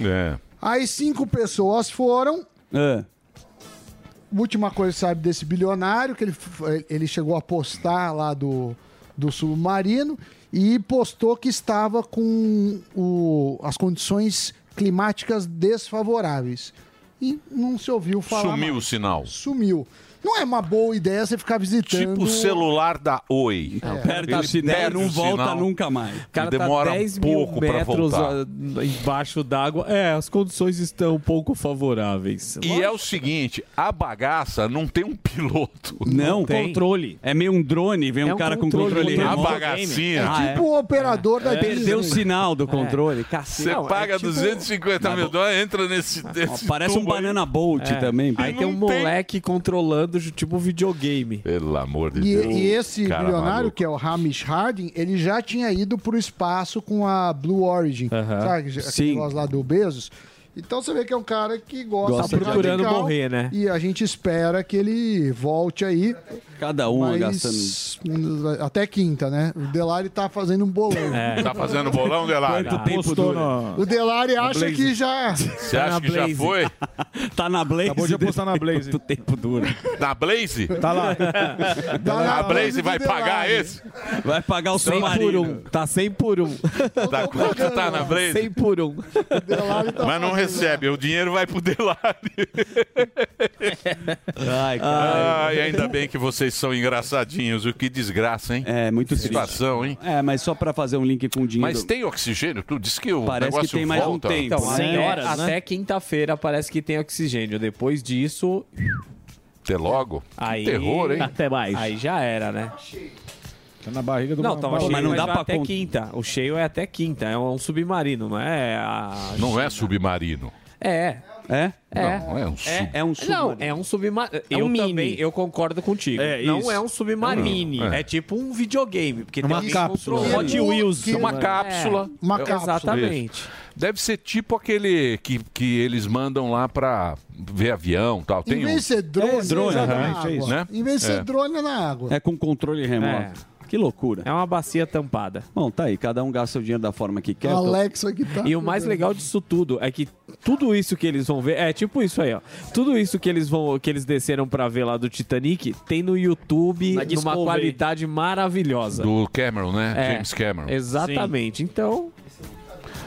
Speaker 2: É.
Speaker 12: Aí cinco pessoas foram.
Speaker 3: É.
Speaker 12: Última coisa que sabe desse bilionário, que ele, f- ele chegou a postar lá do, do submarino e postou que estava com o- as condições climáticas desfavoráveis. E não se ouviu falar.
Speaker 2: Sumiu
Speaker 12: mais.
Speaker 2: o sinal.
Speaker 12: Sumiu. Não é uma boa ideia você ficar visitando.
Speaker 2: Tipo o celular da Oi.
Speaker 12: Não,
Speaker 3: perde o sinal e tá não volta nunca mais. O cara
Speaker 2: e demora
Speaker 7: tá 10
Speaker 2: um
Speaker 7: mil
Speaker 2: pouco pra
Speaker 7: metros
Speaker 2: voltar.
Speaker 7: ah, embaixo d'água. É, as condições estão um pouco favoráveis.
Speaker 2: E é o seguinte, a bagaça não tem um piloto.
Speaker 3: Não, controle. É meio um drone, vem um,
Speaker 2: É
Speaker 3: cara com controle
Speaker 2: A
Speaker 3: remoto.
Speaker 2: bagacinha.
Speaker 3: Ah, é.
Speaker 12: Tipo o operador da né? Disney.
Speaker 3: Perdeu o sinal
Speaker 2: É.
Speaker 3: do
Speaker 7: É.
Speaker 3: controle,
Speaker 2: Você
Speaker 3: cacete. é tipo
Speaker 2: paga 250 mil dólares, entra nesse. nesse
Speaker 3: Parece um
Speaker 2: tubo É. aí.
Speaker 3: banana bolt também.
Speaker 7: Aí tem um moleque controlando tipo um videogame.
Speaker 2: Pelo amor de
Speaker 12: E,
Speaker 2: Deus.
Speaker 12: e esse
Speaker 2: cara
Speaker 12: bilionário,
Speaker 2: maluco.
Speaker 12: que é o Hamish Harding, ele já tinha ido pro espaço com a Blue Origin. Sabe? aquele
Speaker 7: Sim.
Speaker 12: negócio lá do Bezos. Então você vê que é um cara que gosta,
Speaker 7: Gosta
Speaker 12: de
Speaker 7: Tá procurando
Speaker 12: radical,
Speaker 7: morrer, né?
Speaker 12: E a gente espera que ele volte aí.
Speaker 3: Cada um gastando-
Speaker 12: Até quinta, né? O Delari tá fazendo um bolão.
Speaker 2: É. Tá fazendo bolão, Delari? Quanto tempo
Speaker 12: postou
Speaker 2: dura?
Speaker 12: O Delari
Speaker 2: Na
Speaker 12: acha
Speaker 2: Blaze.
Speaker 12: que já.
Speaker 2: Você acha que já foi?
Speaker 3: tá na Blaze.
Speaker 2: Acabou de apostar na Blaze.
Speaker 3: Quanto tempo dura.
Speaker 2: Na Blaze?
Speaker 3: Tá lá. Tá lá.
Speaker 2: A Então, Blaze vai pagar esse?
Speaker 3: Vai pagar o
Speaker 7: Cem por
Speaker 3: submarino.
Speaker 7: um. Tá 100 por 1.
Speaker 2: Tá quanto tá na Blaze?
Speaker 7: 100 por 1.
Speaker 2: Mas não recebe, o dinheiro vai pro Delari.
Speaker 3: Ai,
Speaker 7: cara.
Speaker 2: Ai, ainda bem que vocês são engraçadinhos. O que desgraça, hein?
Speaker 3: É, muito triste.
Speaker 2: Situação, hein?
Speaker 3: É, mas só pra fazer um link com o dinheiro.
Speaker 2: Mas tem oxigênio? Tu disse que o
Speaker 3: Parece que
Speaker 2: negócio
Speaker 3: tem mais um
Speaker 2: volta.
Speaker 3: tempo.
Speaker 7: Então, até,
Speaker 2: horas, né?
Speaker 7: até quinta-feira parece que tem oxigênio. Depois disso.
Speaker 2: Até logo.
Speaker 7: Aí,
Speaker 2: terror, hein?
Speaker 7: Até mais. Aí já era, né?
Speaker 6: Tá na barriga do
Speaker 7: Não, toma
Speaker 6: Mas
Speaker 7: cheio,
Speaker 6: não dá
Speaker 7: vai
Speaker 6: pra
Speaker 7: até
Speaker 6: contar.
Speaker 7: quinta. O cheio é até quinta. É um submarino, não é? A...
Speaker 2: Não é submarino.
Speaker 7: É.
Speaker 3: É?
Speaker 7: É.
Speaker 2: Não, é um sub-
Speaker 3: é um
Speaker 7: submarino. Não, é um submarino. eu também, eu concordo contigo.
Speaker 5: É,
Speaker 7: não
Speaker 5: isso.
Speaker 7: é um submarino.
Speaker 5: Não,
Speaker 7: É.
Speaker 5: é.
Speaker 7: tipo um videogame. Porque
Speaker 5: Uma
Speaker 7: tem um
Speaker 5: cápsula.
Speaker 7: controle. Hot Wheels.
Speaker 2: É uma cápsula.
Speaker 7: É, uma cápsula. Exatamente.
Speaker 2: Deve ser tipo aquele que, que eles mandam lá pra ver avião e tal. Tem
Speaker 12: Em vez de
Speaker 2: um...
Speaker 12: ser drone,
Speaker 2: É, drone,
Speaker 12: é na
Speaker 2: aham, é
Speaker 12: água.
Speaker 2: isso. Né?
Speaker 12: Em vez de ser
Speaker 2: É.
Speaker 12: drone, é na água.
Speaker 3: É com controle remoto. Que loucura.
Speaker 7: É uma bacia tampada.
Speaker 3: Bom, tá aí. Cada um gasta o dinheiro da forma que quer.
Speaker 12: Alexa que tá.
Speaker 7: E o mais legal disso tudo é que tudo isso que eles vão ver, é tipo isso aí, ó. Tudo isso que eles vão que eles desceram pra ver lá do Titanic, tem no YouTube
Speaker 5: Na
Speaker 7: numa
Speaker 5: Discovery.
Speaker 7: qualidade maravilhosa.
Speaker 2: Do Cameron, né?
Speaker 7: É,
Speaker 2: James Cameron.
Speaker 7: Exatamente. Então,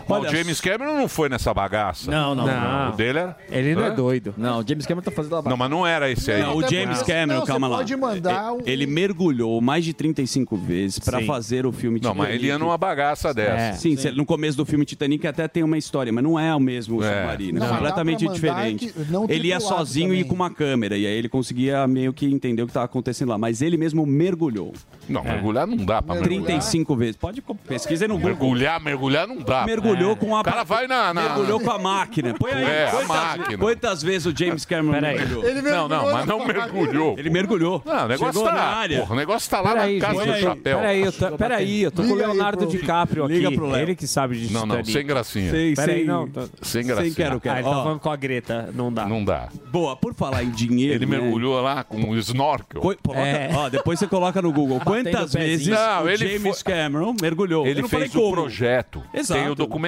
Speaker 2: Bom,
Speaker 7: Olha
Speaker 2: o James Cameron não foi nessa bagaça.
Speaker 5: Não, não, não.
Speaker 2: O dele era...
Speaker 7: Ele não é
Speaker 2: Hã?
Speaker 7: doido.
Speaker 5: Não, o James Cameron tá fazendo a
Speaker 2: Não, mas não era esse aí.
Speaker 3: Não, o James Cameron, calma lá.
Speaker 2: um-
Speaker 3: E- Ele mergulhou mais de 35 vezes pra
Speaker 2: Sim.
Speaker 3: fazer o filme É.
Speaker 2: Não, mas ele ia numa bagaça dessa.
Speaker 3: sim, cê- no começo do filme Titanic até tem uma história, mas não é o mesmo submarino.
Speaker 2: Não,
Speaker 3: é
Speaker 2: mas dá
Speaker 3: completamente
Speaker 2: pra mandar
Speaker 3: diferente.
Speaker 2: que- não
Speaker 3: ele ia
Speaker 2: tripulado
Speaker 3: sozinho e
Speaker 2: também.
Speaker 3: com uma câmera, e aí ele conseguia meio que entender o que estava acontecendo lá. Mas ele mesmo mergulhou.
Speaker 2: Não, mergulhar não dá pra mergulhar.
Speaker 3: 35 vezes. Pode co- pesquisa aí no Google.
Speaker 2: Mergulhar, mergulhar Ah, não dá.
Speaker 3: Mergulhou
Speaker 2: É.
Speaker 3: com a
Speaker 2: O cara vai na... na-
Speaker 3: Mergulhou com a máquina. Põe aí.
Speaker 2: É, a
Speaker 3: quantas,
Speaker 2: máquina.
Speaker 3: Quantas vezes o James Cameron
Speaker 2: Peraí.
Speaker 3: mergulhou?
Speaker 2: Ele mergulhou Não, não, mas não na máquina. mergulhou.
Speaker 3: Ele mergulhou.
Speaker 2: Não, o negócio
Speaker 3: Chegou
Speaker 2: tá-
Speaker 3: na área.
Speaker 2: porra, o negócio tá lá na casa do chapéu.
Speaker 7: Peraí, eu tô, peraí, eu tô com o
Speaker 2: Liga aí
Speaker 7: Leonardo
Speaker 2: pro-
Speaker 7: DiCaprio
Speaker 2: Liga
Speaker 7: aqui.
Speaker 2: pro Léo.
Speaker 7: Ele que sabe de
Speaker 2: Não, não,
Speaker 7: Titanic.
Speaker 2: sem gracinha.
Speaker 7: Sei,
Speaker 2: Sem-
Speaker 7: peraí,
Speaker 2: sem-
Speaker 7: não. tô-
Speaker 2: sem gracinha.
Speaker 7: Ah, ele
Speaker 2: Ó.
Speaker 7: tá falando com a Greta. Não dá.
Speaker 2: Não dá.
Speaker 3: Boa, por falar em dinheiro. É.
Speaker 2: Ele mergulhou lá com um snorkel.
Speaker 3: Co- coloca-
Speaker 7: É.
Speaker 3: ó, depois você coloca no Google quantas vezes o James Cameron mergulhou. Eu
Speaker 2: Ele
Speaker 3: não falei
Speaker 2: fez o
Speaker 3: como.
Speaker 2: projeto.
Speaker 3: Exato.
Speaker 2: Tem o documentário.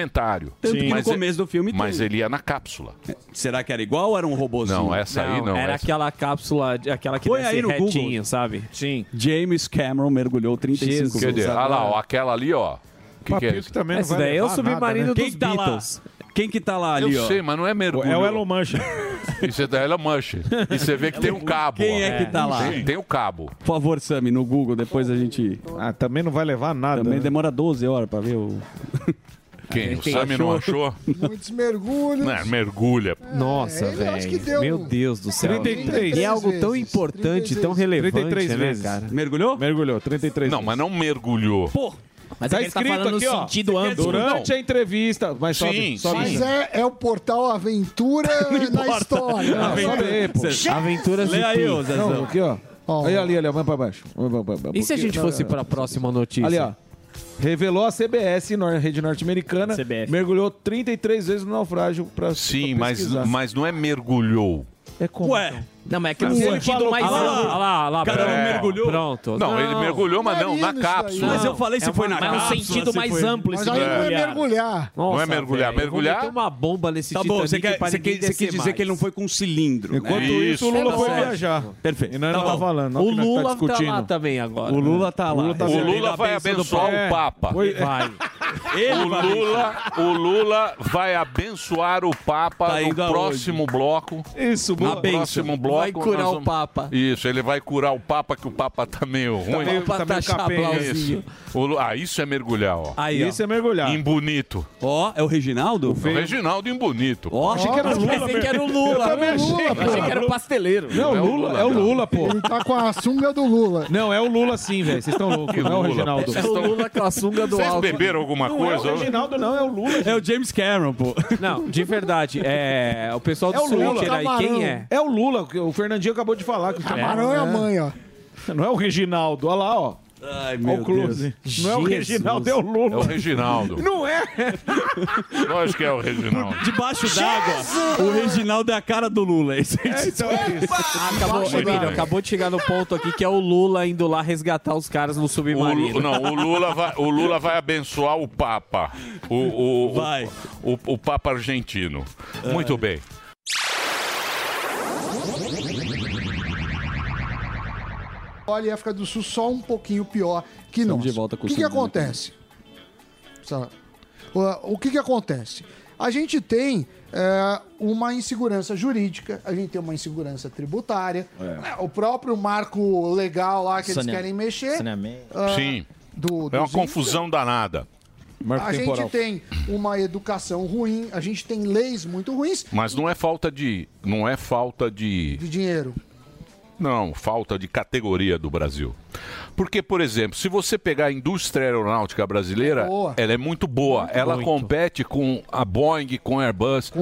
Speaker 3: Tanto que no começo do filme
Speaker 2: Mas é
Speaker 3: tem.
Speaker 2: ele ia na cápsula.
Speaker 3: Será que era igual ou era um robôzinho?
Speaker 2: Não, essa aí não,
Speaker 7: Era
Speaker 2: essa-
Speaker 7: aquela cápsula, aquela que
Speaker 3: Põe
Speaker 7: desce
Speaker 3: aí no
Speaker 7: retinho,
Speaker 3: Google.
Speaker 7: sabe? Sim.
Speaker 3: James Cameron mergulhou 35
Speaker 7: Jesus.
Speaker 2: Quer
Speaker 3: vezes.
Speaker 2: dizer, olha lá, ó, aquela ali, ó. O que, que é isso?
Speaker 7: Esse daí é o submarino
Speaker 3: Quem
Speaker 7: dos
Speaker 3: que tá lá?
Speaker 7: Beatles.
Speaker 3: Quem que tá lá
Speaker 2: Eu
Speaker 3: ali, ó?
Speaker 2: sei, mas não é mergulho.
Speaker 3: É o
Speaker 2: Elon
Speaker 8: Musk.
Speaker 2: Isso é da Elon Musk. E você vê que tem um cabo.
Speaker 3: Quem
Speaker 2: ó.
Speaker 3: é que tá lá?
Speaker 2: Tem, tem o cabo.
Speaker 3: Por favor, Sami, no Google, depois a gente.
Speaker 6: Ah, também não vai levar nada.
Speaker 3: Também
Speaker 6: né?
Speaker 3: demora 12 horas pra ver o.
Speaker 2: Quem? O
Speaker 3: Quem
Speaker 2: Sammy não
Speaker 3: achou?
Speaker 2: achou?
Speaker 12: Muitos mergulhos.
Speaker 2: Não, é, mergulha.
Speaker 7: Nossa,
Speaker 12: ele eu acho que
Speaker 7: velho.
Speaker 12: deu um
Speaker 7: Meu Deus do céu.
Speaker 2: 33
Speaker 7: E é algo tão importante, tão relevante,
Speaker 2: 33
Speaker 7: né,
Speaker 2: vezes.
Speaker 7: cara?
Speaker 3: Mergulhou?
Speaker 6: Mergulhou, 33
Speaker 2: Não, mas não mergulhou.
Speaker 3: Pô,
Speaker 7: Mas
Speaker 6: tá
Speaker 7: é que ele tá
Speaker 6: escrito
Speaker 7: falando
Speaker 6: aqui,
Speaker 7: no
Speaker 6: ó.
Speaker 7: sentido
Speaker 6: Você quer
Speaker 7: amplo.
Speaker 6: Durante a entrevista. Mas
Speaker 7: Sim,
Speaker 6: sobe, sobe.
Speaker 12: Mas é, é o portal Aventura na história.
Speaker 6: Não,
Speaker 12: Só-
Speaker 6: sobe aí, pô.
Speaker 7: Aventuras de
Speaker 6: Lê aí,
Speaker 7: Pi.
Speaker 6: ô, Zezão. Não, aqui, ó. Aí, ali, ali, ó, vai pra baixo. Vai pra- pra- pra-
Speaker 7: E se a
Speaker 6: porque-
Speaker 7: gente
Speaker 6: não,
Speaker 7: fosse
Speaker 6: não,
Speaker 7: pra próxima notícia?
Speaker 6: Ali, ó. Revelou a CBS, nor- rede norte-americana, mergulhou 33 vezes no naufrágio pra
Speaker 2: Sim, mas,
Speaker 6: pesquisar.
Speaker 2: mas não é mergulhou.
Speaker 6: É como?
Speaker 3: Ué,
Speaker 5: Não, mas é que
Speaker 7: Ah,
Speaker 5: no
Speaker 7: se ele
Speaker 5: sentido
Speaker 7: falou-
Speaker 5: mais
Speaker 7: Olha lá,
Speaker 5: amplo.
Speaker 7: olha lá, olha lá, Cada um é. mergulhou. Pronto.
Speaker 2: Não, ele mergulhou, mas
Speaker 6: Tá
Speaker 2: não, na cápsula.
Speaker 7: Mas eu falei se
Speaker 2: É
Speaker 7: foi na
Speaker 2: uma- mas no
Speaker 7: cápsula.
Speaker 2: sentido
Speaker 7: Ah, se
Speaker 2: mais
Speaker 7: foi-
Speaker 2: amplo
Speaker 12: Mas
Speaker 2: esse
Speaker 12: aí não é
Speaker 2: mergulhar.
Speaker 12: mergulhar.
Speaker 2: Não é mergulhar,
Speaker 7: velho,
Speaker 2: mergulhar-
Speaker 7: vou meter uma bomba nesse
Speaker 3: Tá bom,
Speaker 7: Titanic
Speaker 3: você quer,
Speaker 7: pra
Speaker 3: você quer,
Speaker 7: ninguém Tá
Speaker 3: você quer
Speaker 7: descer
Speaker 3: dizer
Speaker 7: mais.
Speaker 3: que ele não foi com um cilindro.
Speaker 6: Enquanto isso, o Lula foi viajar.
Speaker 3: Perfeito.
Speaker 6: E nós não tava falando, não
Speaker 7: O
Speaker 6: que nós tá
Speaker 7: Lula tá
Speaker 6: discutindo.
Speaker 7: lá também agora.
Speaker 6: O Lula tá lá.
Speaker 7: tá
Speaker 6: O
Speaker 7: recebendo
Speaker 2: Lula
Speaker 7: a
Speaker 2: vai
Speaker 7: benção do
Speaker 2: abençoar
Speaker 6: É.
Speaker 2: o Papa.
Speaker 7: Foi- Vai.
Speaker 2: O Lula, o Lula vai abençoar o Papa
Speaker 7: Tá
Speaker 2: no
Speaker 7: indo aonde?
Speaker 2: próximo bloco.
Speaker 6: Isso,
Speaker 2: no
Speaker 7: boa. Abençoa.
Speaker 2: próximo bloco.
Speaker 7: Vai curar
Speaker 2: nós
Speaker 7: o Papa.
Speaker 2: Isso, ele vai curar o Papa, que o Papa tá meio ruim.
Speaker 7: meio- tá meio
Speaker 2: isso.
Speaker 7: capengazinho.
Speaker 2: O Lu- ah, isso é mergulhar, ó.
Speaker 7: Aí, ó. Isso
Speaker 6: é mergulhar.
Speaker 2: Em bonito.
Speaker 3: Ó, é o Reginaldo?
Speaker 2: O Reginaldo em bonito.
Speaker 3: Ó,
Speaker 7: achei que era o Lula, pensei que era o Lula. né?
Speaker 6: Eu também
Speaker 7: Eu
Speaker 6: achei.
Speaker 7: achei que era o pasteleiro.
Speaker 6: Não, é o Lula, é o Lula, pô.
Speaker 12: Ele tá com a sunga do Lula.
Speaker 6: Não, é o Lula sim, velho. Vocês estão loucos, não é o Reginaldo.
Speaker 7: com é a sunga do
Speaker 2: Vocês
Speaker 7: álcool.
Speaker 2: beberam alguma
Speaker 6: Não
Speaker 2: coisa?
Speaker 6: é o Reginaldo, não, é o Lula.
Speaker 3: É o James Cameron, pô.
Speaker 7: Não, de verdade, é o pessoal do Twitter aí, quem é?
Speaker 6: É o Lula, que o Fernandinho acabou de falar. Que o
Speaker 12: Camarão é a mãe, ó.
Speaker 6: Não é o Reginaldo, olha lá, ó.
Speaker 3: Ai,
Speaker 6: Olha o close. Não é o Reginaldo, é o Lula.
Speaker 2: É o Reginaldo.
Speaker 6: Não é?
Speaker 2: Lógico que é o Reginaldo.
Speaker 3: Debaixo d'água, o Reginaldo é a cara do Lula. É, isso aí.
Speaker 6: então
Speaker 7: Ah, acabou,
Speaker 2: Embaixo
Speaker 7: Emílio,
Speaker 2: da-
Speaker 7: acabou de chegar no ponto aqui que é o Lula indo lá resgatar os caras no
Speaker 2: O
Speaker 7: submarino.
Speaker 2: Lu- não, o Lula, vai, o Lula vai abençoar o Papa. O, o, o- o- o Papa argentino. Muito bem.
Speaker 12: Olha, e África do Sul só um pouquinho pior que nós.
Speaker 3: de volta com
Speaker 12: o que,
Speaker 3: o
Speaker 12: que
Speaker 3: Sandro
Speaker 12: acontece? Sabe? O, o que, que acontece? A gente tem é, uma insegurança jurídica, a gente tem uma insegurança tributária,
Speaker 3: É.
Speaker 12: né? o próprio marco legal lá Ah, que
Speaker 5: Sane-
Speaker 12: eles querem mexer.
Speaker 5: saneamento.
Speaker 12: ah,
Speaker 2: Sim.
Speaker 12: do-
Speaker 2: é uma
Speaker 12: dos
Speaker 2: confusão danada.
Speaker 12: a gente tem uma educação ruim, a gente tem leis muito ruins
Speaker 2: Mas não é falta de. Não é falta de.
Speaker 12: de dinheiro.
Speaker 2: Não, falta de categoria do Brasil. Porque, por exemplo, se você pegar a indústria aeronáutica brasileira,
Speaker 12: Boa.
Speaker 2: ela é muito boa. ela compete com a Boeing, com a Airbus.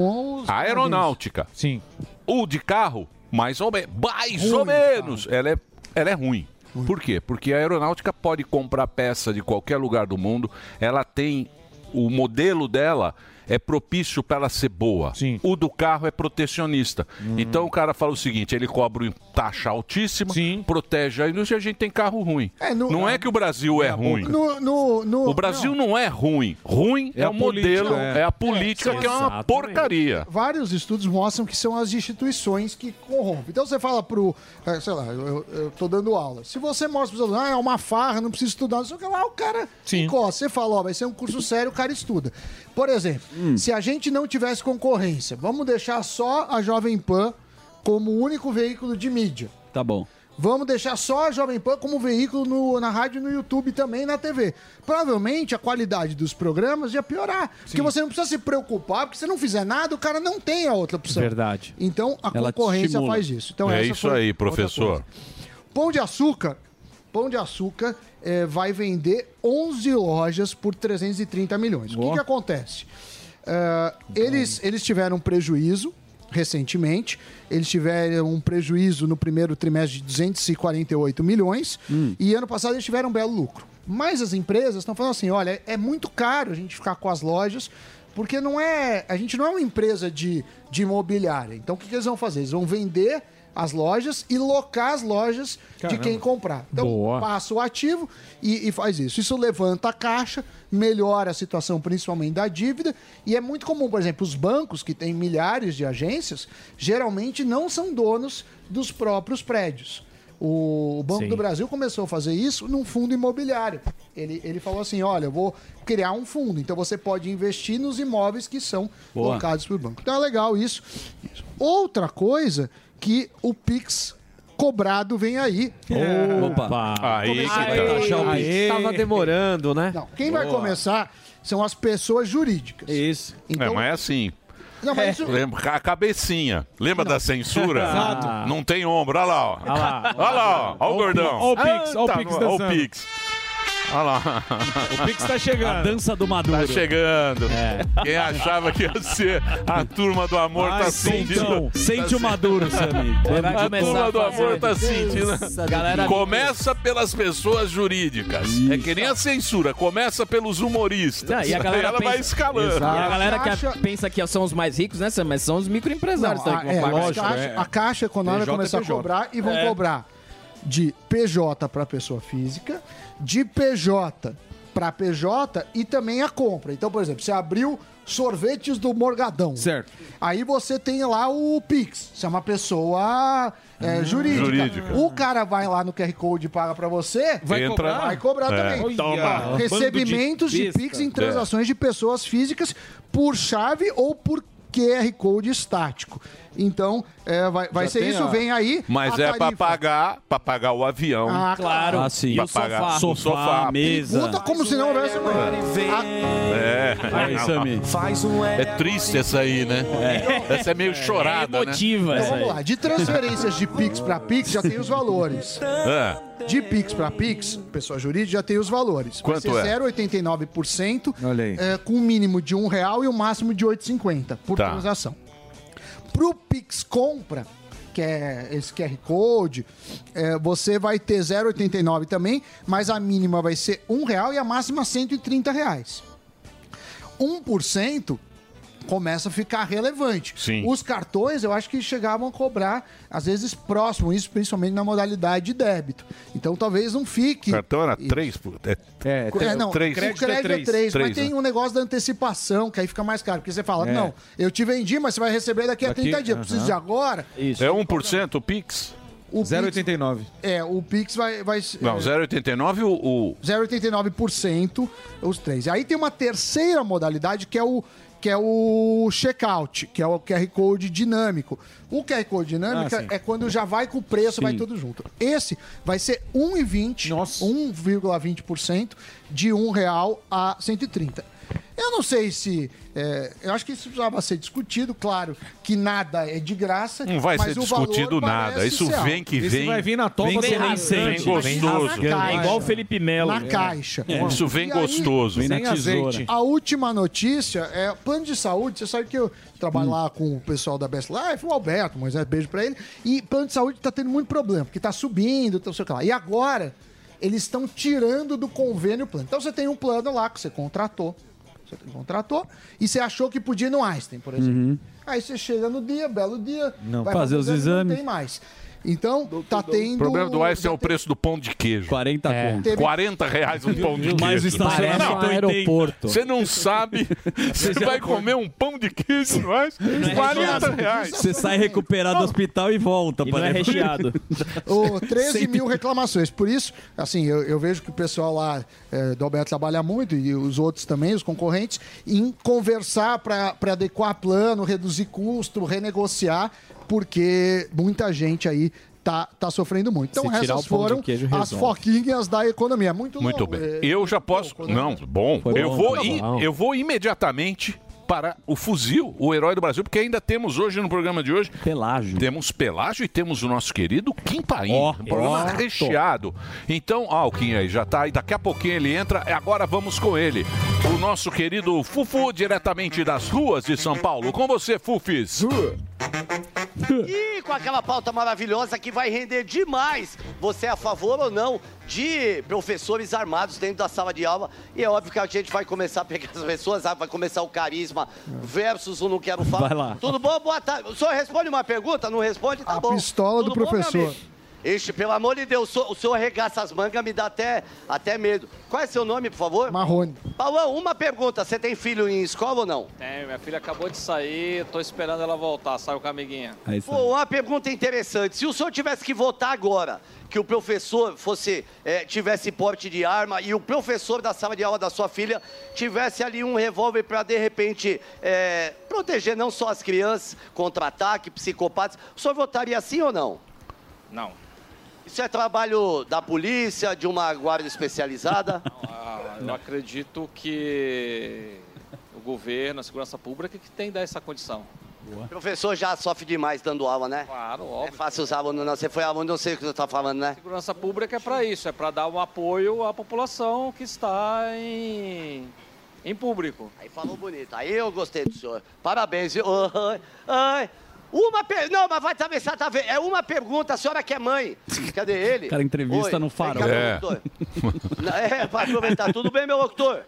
Speaker 2: a aeronáutica.
Speaker 6: Sim.
Speaker 2: O de carro, mais ou menos. Mais ou
Speaker 6: Ruim,
Speaker 2: menos. Ela é, ela é ruim. Por quê? Porque a aeronáutica pode comprar peça de qualquer lugar do mundo. Ela tem. O modelo dela é propício para ela ser boa. O do carro é protecionista. Então o cara fala o seguinte: ele cobra uma taxa altíssima, protege a indústria e a gente tem carro ruim.
Speaker 12: É, no-
Speaker 2: não é que o Brasil é ruim.
Speaker 12: No, no, no,
Speaker 2: O Brasil não. é ruim. Ruim é,
Speaker 12: É a
Speaker 2: o modelo,
Speaker 12: política,
Speaker 2: é,
Speaker 12: é.
Speaker 2: a política que é uma
Speaker 12: Exatamente.
Speaker 2: porcaria.
Speaker 12: Vários estudos mostram que são as instituições que corrompem. Então você fala pro, eh, sei lá, eu, eu tô dando aula. Se você mostra para os ah, é uma farra, não precisa estudar, não sei o que lá, o cara encosta. Você fala, ó, vai ser um curso sério, o cara estuda. Por exemplo, se a gente não tivesse concorrência, vamos deixar só a Jovem Pan como o único veículo de mídia.
Speaker 3: Tá bom.
Speaker 12: Vamos deixar só a Jovem Pan como veículo no- na rádio, no YouTube e também na TV. Provavelmente a qualidade dos programas ia piorar. Porque você não precisa se preocupar, porque se não fizer nada, o cara não tem a outra opção.
Speaker 7: Verdade.
Speaker 12: Então a
Speaker 7: Ela te
Speaker 12: concorrência
Speaker 7: estimula.
Speaker 12: faz isso. Então,
Speaker 2: é
Speaker 12: essa
Speaker 2: isso
Speaker 12: foi
Speaker 2: aí,
Speaker 12: outra
Speaker 2: professor.
Speaker 12: Pão de açúcar. Pão de açúcar eh, vai vender 11 lojas por 330 milhões. O que, que acontece? Ah, eles, eles tiveram um prejuízo recentemente. Eles tiveram um prejuízo no primeiro trimestre de 248 milhões. E ano passado eles tiveram um belo lucro. Mas as empresas estão falando assim: olha, é muito caro a gente ficar com as lojas. Porque não é. A gente não é uma empresa de, de imobiliária. Então o que, que eles vão fazer? Eles vão vender as lojas e locar as lojas
Speaker 6: Caramba.
Speaker 12: de quem comprar. Então,
Speaker 6: Boa.
Speaker 12: passa o ativo e, e faz isso. Isso levanta a caixa, melhora a situação principalmente da dívida. E é muito comum, por exemplo, os bancos que têm milhares de agências, geralmente não são donos dos próprios prédios. O Banco
Speaker 15: Sim.
Speaker 12: do Brasil começou a fazer isso num fundo imobiliário. Ele, ele falou assim: olha, eu vou criar um fundo. Então você pode investir nos imóveis que são
Speaker 3: Boa.
Speaker 12: locados pelo banco. Então é legal isso. Outra coisa que o Pix cobrado vem aí.
Speaker 7: Opa.
Speaker 2: Aí,
Speaker 12: que tá. Aê.
Speaker 7: Tava demorando, né?
Speaker 12: Quem vai
Speaker 7: Boa.
Speaker 12: começar são as pessoas jurídicas.
Speaker 7: Isso.
Speaker 2: É, mas é assim.
Speaker 12: Então, Não, mas isso-
Speaker 2: Lembra, a cabecinha. Lembra da censura?
Speaker 12: Exato.
Speaker 2: Não tem ombro. Olha lá, ó. Olha lá, ó. Olha o gordão.
Speaker 6: Ó o Pix, ó o
Speaker 2: Ah, tá
Speaker 6: Pix
Speaker 2: no- ó o
Speaker 6: dançando.
Speaker 2: Pix. Olha lá.
Speaker 7: O Pix tá chegando. A dança do Maduro. É.
Speaker 2: Tá chegando. Quem achava que ia ser a turma do amor
Speaker 7: Ai,
Speaker 2: tá
Speaker 7: sente
Speaker 2: sentindo.
Speaker 7: o- sente o Maduro, Sammy. Vai
Speaker 2: A
Speaker 7: começar
Speaker 2: turma
Speaker 7: a
Speaker 2: do
Speaker 7: fazer.
Speaker 2: amor tá sentindo.
Speaker 7: Dança do Galera-
Speaker 2: começa pelas pessoas jurídicas. É que nem a censura, começa pelos humoristas.
Speaker 5: Não, Tá, e a galera
Speaker 2: Aí ela
Speaker 5: pensa-
Speaker 2: vai escalando.
Speaker 5: Exato. né? E a galera que a- pensa que são os mais ricos, né, Sam? Mas são os microempresários
Speaker 12: Não,
Speaker 5: também que
Speaker 12: a,
Speaker 5: vão
Speaker 12: é,
Speaker 5: pagar.
Speaker 12: a caixa, a Caixa Econômica
Speaker 5: PJ
Speaker 12: vai começar
Speaker 5: é PJ.
Speaker 12: a cobrar e vão
Speaker 5: É.
Speaker 12: cobrar de PJ para pessoa física, de PJ para PJ e também a compra. Então, por exemplo, você abriu sorvetes do Morgadão. Certo. Aí você tem lá o Pix. Você é uma pessoa é, jurídica.
Speaker 2: Hum. jurídica.
Speaker 12: O cara vai lá no QR Code e paga para você.
Speaker 2: Vai Entra- cobrar?
Speaker 12: Vai cobrar
Speaker 2: É.
Speaker 12: também.
Speaker 2: Olha, Toma. bando de
Speaker 12: Recebimentos de,
Speaker 2: besta.
Speaker 12: Pix em
Speaker 2: É.
Speaker 12: transações transações de pessoas físicas por chave ou por QR Code estático. Então, é, vai, vai
Speaker 2: Já
Speaker 12: ser
Speaker 2: tem
Speaker 12: isso,
Speaker 2: a-
Speaker 12: vem aí.
Speaker 2: Mas
Speaker 12: a
Speaker 2: é pra
Speaker 12: tarifa.
Speaker 2: pagar, pra pagar o avião.
Speaker 12: Ah, claro.
Speaker 2: Pra
Speaker 12: Ah, sim. E o
Speaker 2: pagar
Speaker 12: sofá.
Speaker 2: o
Speaker 12: Sofá,
Speaker 2: sofá.
Speaker 12: mesa. Puta, como se não houvesse uma- né?
Speaker 2: É.
Speaker 7: Vai, Sammy.
Speaker 2: Faz um é triste essa aí, né? Essa é meio chorada, né?
Speaker 12: Então, vamos lá. De transferências de Pix para Pix já tem os valores.
Speaker 2: Ah,
Speaker 12: De Pix para Pix, pessoa jurídica já tem os valores.
Speaker 2: Quanto é?
Speaker 12: Vai ser 0,89%,
Speaker 2: Olha aí.
Speaker 12: é, com o mínimo de R$ real e o máximo de 8,50 por
Speaker 2: Tá.
Speaker 12: transação. Pro Pix compra, que é esse QR Code, é, você vai ter 0,89 também, mas a mínima vai ser R$ real e a máxima R$ 130 reais. 1% começa a ficar relevante.
Speaker 2: Sim.
Speaker 12: Os cartões, eu acho que chegavam a cobrar, às vezes, próximo, isso principalmente na modalidade de débito. Então, talvez não fique...
Speaker 2: o cartão era 3, É,
Speaker 12: É, não, o crédito é 3, mas
Speaker 2: né?
Speaker 12: tem um negócio da antecipação, que aí fica mais caro, porque você fala,
Speaker 2: É.
Speaker 12: não, eu te vendi, mas você vai receber daqui a
Speaker 2: Daqui,
Speaker 12: 30 dias, eu preciso de
Speaker 2: aham.
Speaker 12: agora.
Speaker 2: Isso. É 1% o Pix?
Speaker 12: O Pix-
Speaker 2: 0,89.
Speaker 12: É, o Pix vai... vai
Speaker 2: Não,
Speaker 12: é,
Speaker 2: 0,89 o, o
Speaker 12: 0,89% os três. Aí tem uma terceira modalidade que é o que é o checkout, que é o QR Code dinâmico. O QR Code dinâmico
Speaker 15: Ah, sim.
Speaker 12: é quando já vai com o preço, vai tudo junto. Esse vai ser 1,20, 1,20% de R$ 1 a 130. Eu não sei se. é, eu acho que isso precisava ser discutido, claro, que nada é de graça.
Speaker 2: Não vai
Speaker 12: mas
Speaker 2: ser
Speaker 12: o valor
Speaker 2: discutido
Speaker 12: parece
Speaker 2: nada. Isso
Speaker 12: ser alto.
Speaker 2: vem que Esse vem. vai vir na toba Vem do bem rasgante. rasgante. Vem gostoso.
Speaker 12: Na
Speaker 2: É
Speaker 12: caixa.
Speaker 2: igual o Felipe Melo.
Speaker 12: Na
Speaker 2: É.
Speaker 12: caixa.
Speaker 2: É. Isso vem
Speaker 12: E
Speaker 2: gostoso. Vem na tesoura.
Speaker 12: A última notícia é plano de saúde. Você sabe que eu trabalho lá com o pessoal da Best Life, o Alberto, mas beijo pra ele. E plano de saúde tá tendo muito problema, porque tá subindo, tá, não sei o que lá. E agora, eles estão tirando do convênio o plano. Então você tem um plano lá que você contratou. Você contratou e você achou que podia ir no Einstein, por exemplo. Aí você chega no dia, belo dia,
Speaker 2: Uhum. Não.
Speaker 12: vai
Speaker 2: Fazer os
Speaker 12: Não
Speaker 2: exames.
Speaker 12: tem mais. Então, tá
Speaker 2: O
Speaker 12: tendo.
Speaker 2: problema do Einstein é o preço do pão de queijo.
Speaker 3: 40
Speaker 2: É.
Speaker 12: conto.
Speaker 2: 40 reais um pão de queijo.
Speaker 3: Mais o estacionamento
Speaker 2: Não,
Speaker 3: Parece um aeroporto.
Speaker 2: Você não sabe,
Speaker 3: Você
Speaker 2: você
Speaker 3: já
Speaker 2: vai
Speaker 3: come.
Speaker 2: comer um pão de queijo, não é?
Speaker 3: Não é
Speaker 2: 40
Speaker 3: recheado.
Speaker 2: reais.
Speaker 3: Você sai recuperado do hospital e volta.
Speaker 12: E não é
Speaker 3: depois.
Speaker 12: recheado. Ô, 13 mil reclamações. Por isso, assim, eu, eu vejo que o pessoal lá eh, do Alberto trabalha muito, e os outros também, os concorrentes, em conversar para adequar plano, reduzir custo, renegociar, porque muita gente aí. Tá, tá sofrendo muito. Então,
Speaker 2: Se tirar
Speaker 12: essas
Speaker 2: o pão de
Speaker 12: foram
Speaker 2: queijo,
Speaker 12: as
Speaker 2: resolve.
Speaker 12: foquinhas da economia. Muito,
Speaker 2: Muito
Speaker 12: bom,
Speaker 2: bem.
Speaker 12: eh,
Speaker 2: Eu já posso. Não, bom.
Speaker 12: Foi
Speaker 2: Eu
Speaker 12: bom,
Speaker 2: vou,
Speaker 12: foi
Speaker 2: i-
Speaker 12: bom.
Speaker 2: eu vou imediatamente para o fuzil, o herói do Brasil, porque ainda temos hoje no programa de hoje.
Speaker 3: Pelágio.
Speaker 2: Temos Pelágio e temos o nosso querido Kim Paim.
Speaker 3: Ó,
Speaker 2: um programa
Speaker 3: ó.
Speaker 2: recheado. Então, ó, o Kim aí já tá aí. Daqui a pouquinho ele entra. e Agora vamos com ele. O nosso querido Fufu, diretamente das ruas de São Paulo. Com você, Fufis.
Speaker 11: E Tá com aquela pauta maravilhosa que vai render demais. Você é a favor ou não de professores armados dentro da sala de aula? E é óbvio que a gente vai começar a pegar as pessoas, sabe? vai começar o carisma versus o não quero falar.
Speaker 12: Vai lá.
Speaker 11: Tudo bom? Boa tarde. O senhor responde uma pergunta? Não responde? Tá
Speaker 12: A
Speaker 11: bom.
Speaker 12: pistola do
Speaker 11: Tudo bom, meu
Speaker 12: professor.
Speaker 11: amigo? Ixi, pelo amor de Deus, o senhor- o senhor arregaça as mangas, me dá até, até medo. Qual é seu nome, por favor?
Speaker 12: Marrone.
Speaker 11: Paulão, uma pergunta. Você tem filho em escola ou não?
Speaker 16: Tem, É, minha filha acabou de sair, tô esperando ela voltar, saiu com a amiguinha.
Speaker 11: Pô, uma pergunta interessante. Se o senhor tivesse que votar agora, que o professor fosse eh, tivesse porte de arma e o professor da sala de aula da sua filha tivesse ali um revólver para de repente eh, proteger não só as crianças contra ataque, psicopatas, o senhor votaria sim ou não?
Speaker 16: Não.
Speaker 11: Isso é trabalho da polícia, de uma guarda especializada?
Speaker 16: Ah, eu acredito que o governo, a segurança pública, que tem que dar essa condição.
Speaker 11: O professor já sofre demais dando aula, né? Claro, óbvio. É fácil usar aluno, não. Você foi aluno, não sei o que você está falando, né?
Speaker 16: Segurança pública é para isso, é para dar um apoio à população que está em, em público.
Speaker 11: Aí falou bonito. Aí eu gostei do senhor. Parabéns. viu? Ai, ai. Uma per... Não, mas vai atravessar, tá vendo? É uma pergunta, a senhora que é mãe. Cadê ele?
Speaker 3: O cara entrevista
Speaker 11: Oi,
Speaker 3: no farol.
Speaker 11: vem cá, meu locutor. É, vai aproveitar. Tudo bem, meu locutor?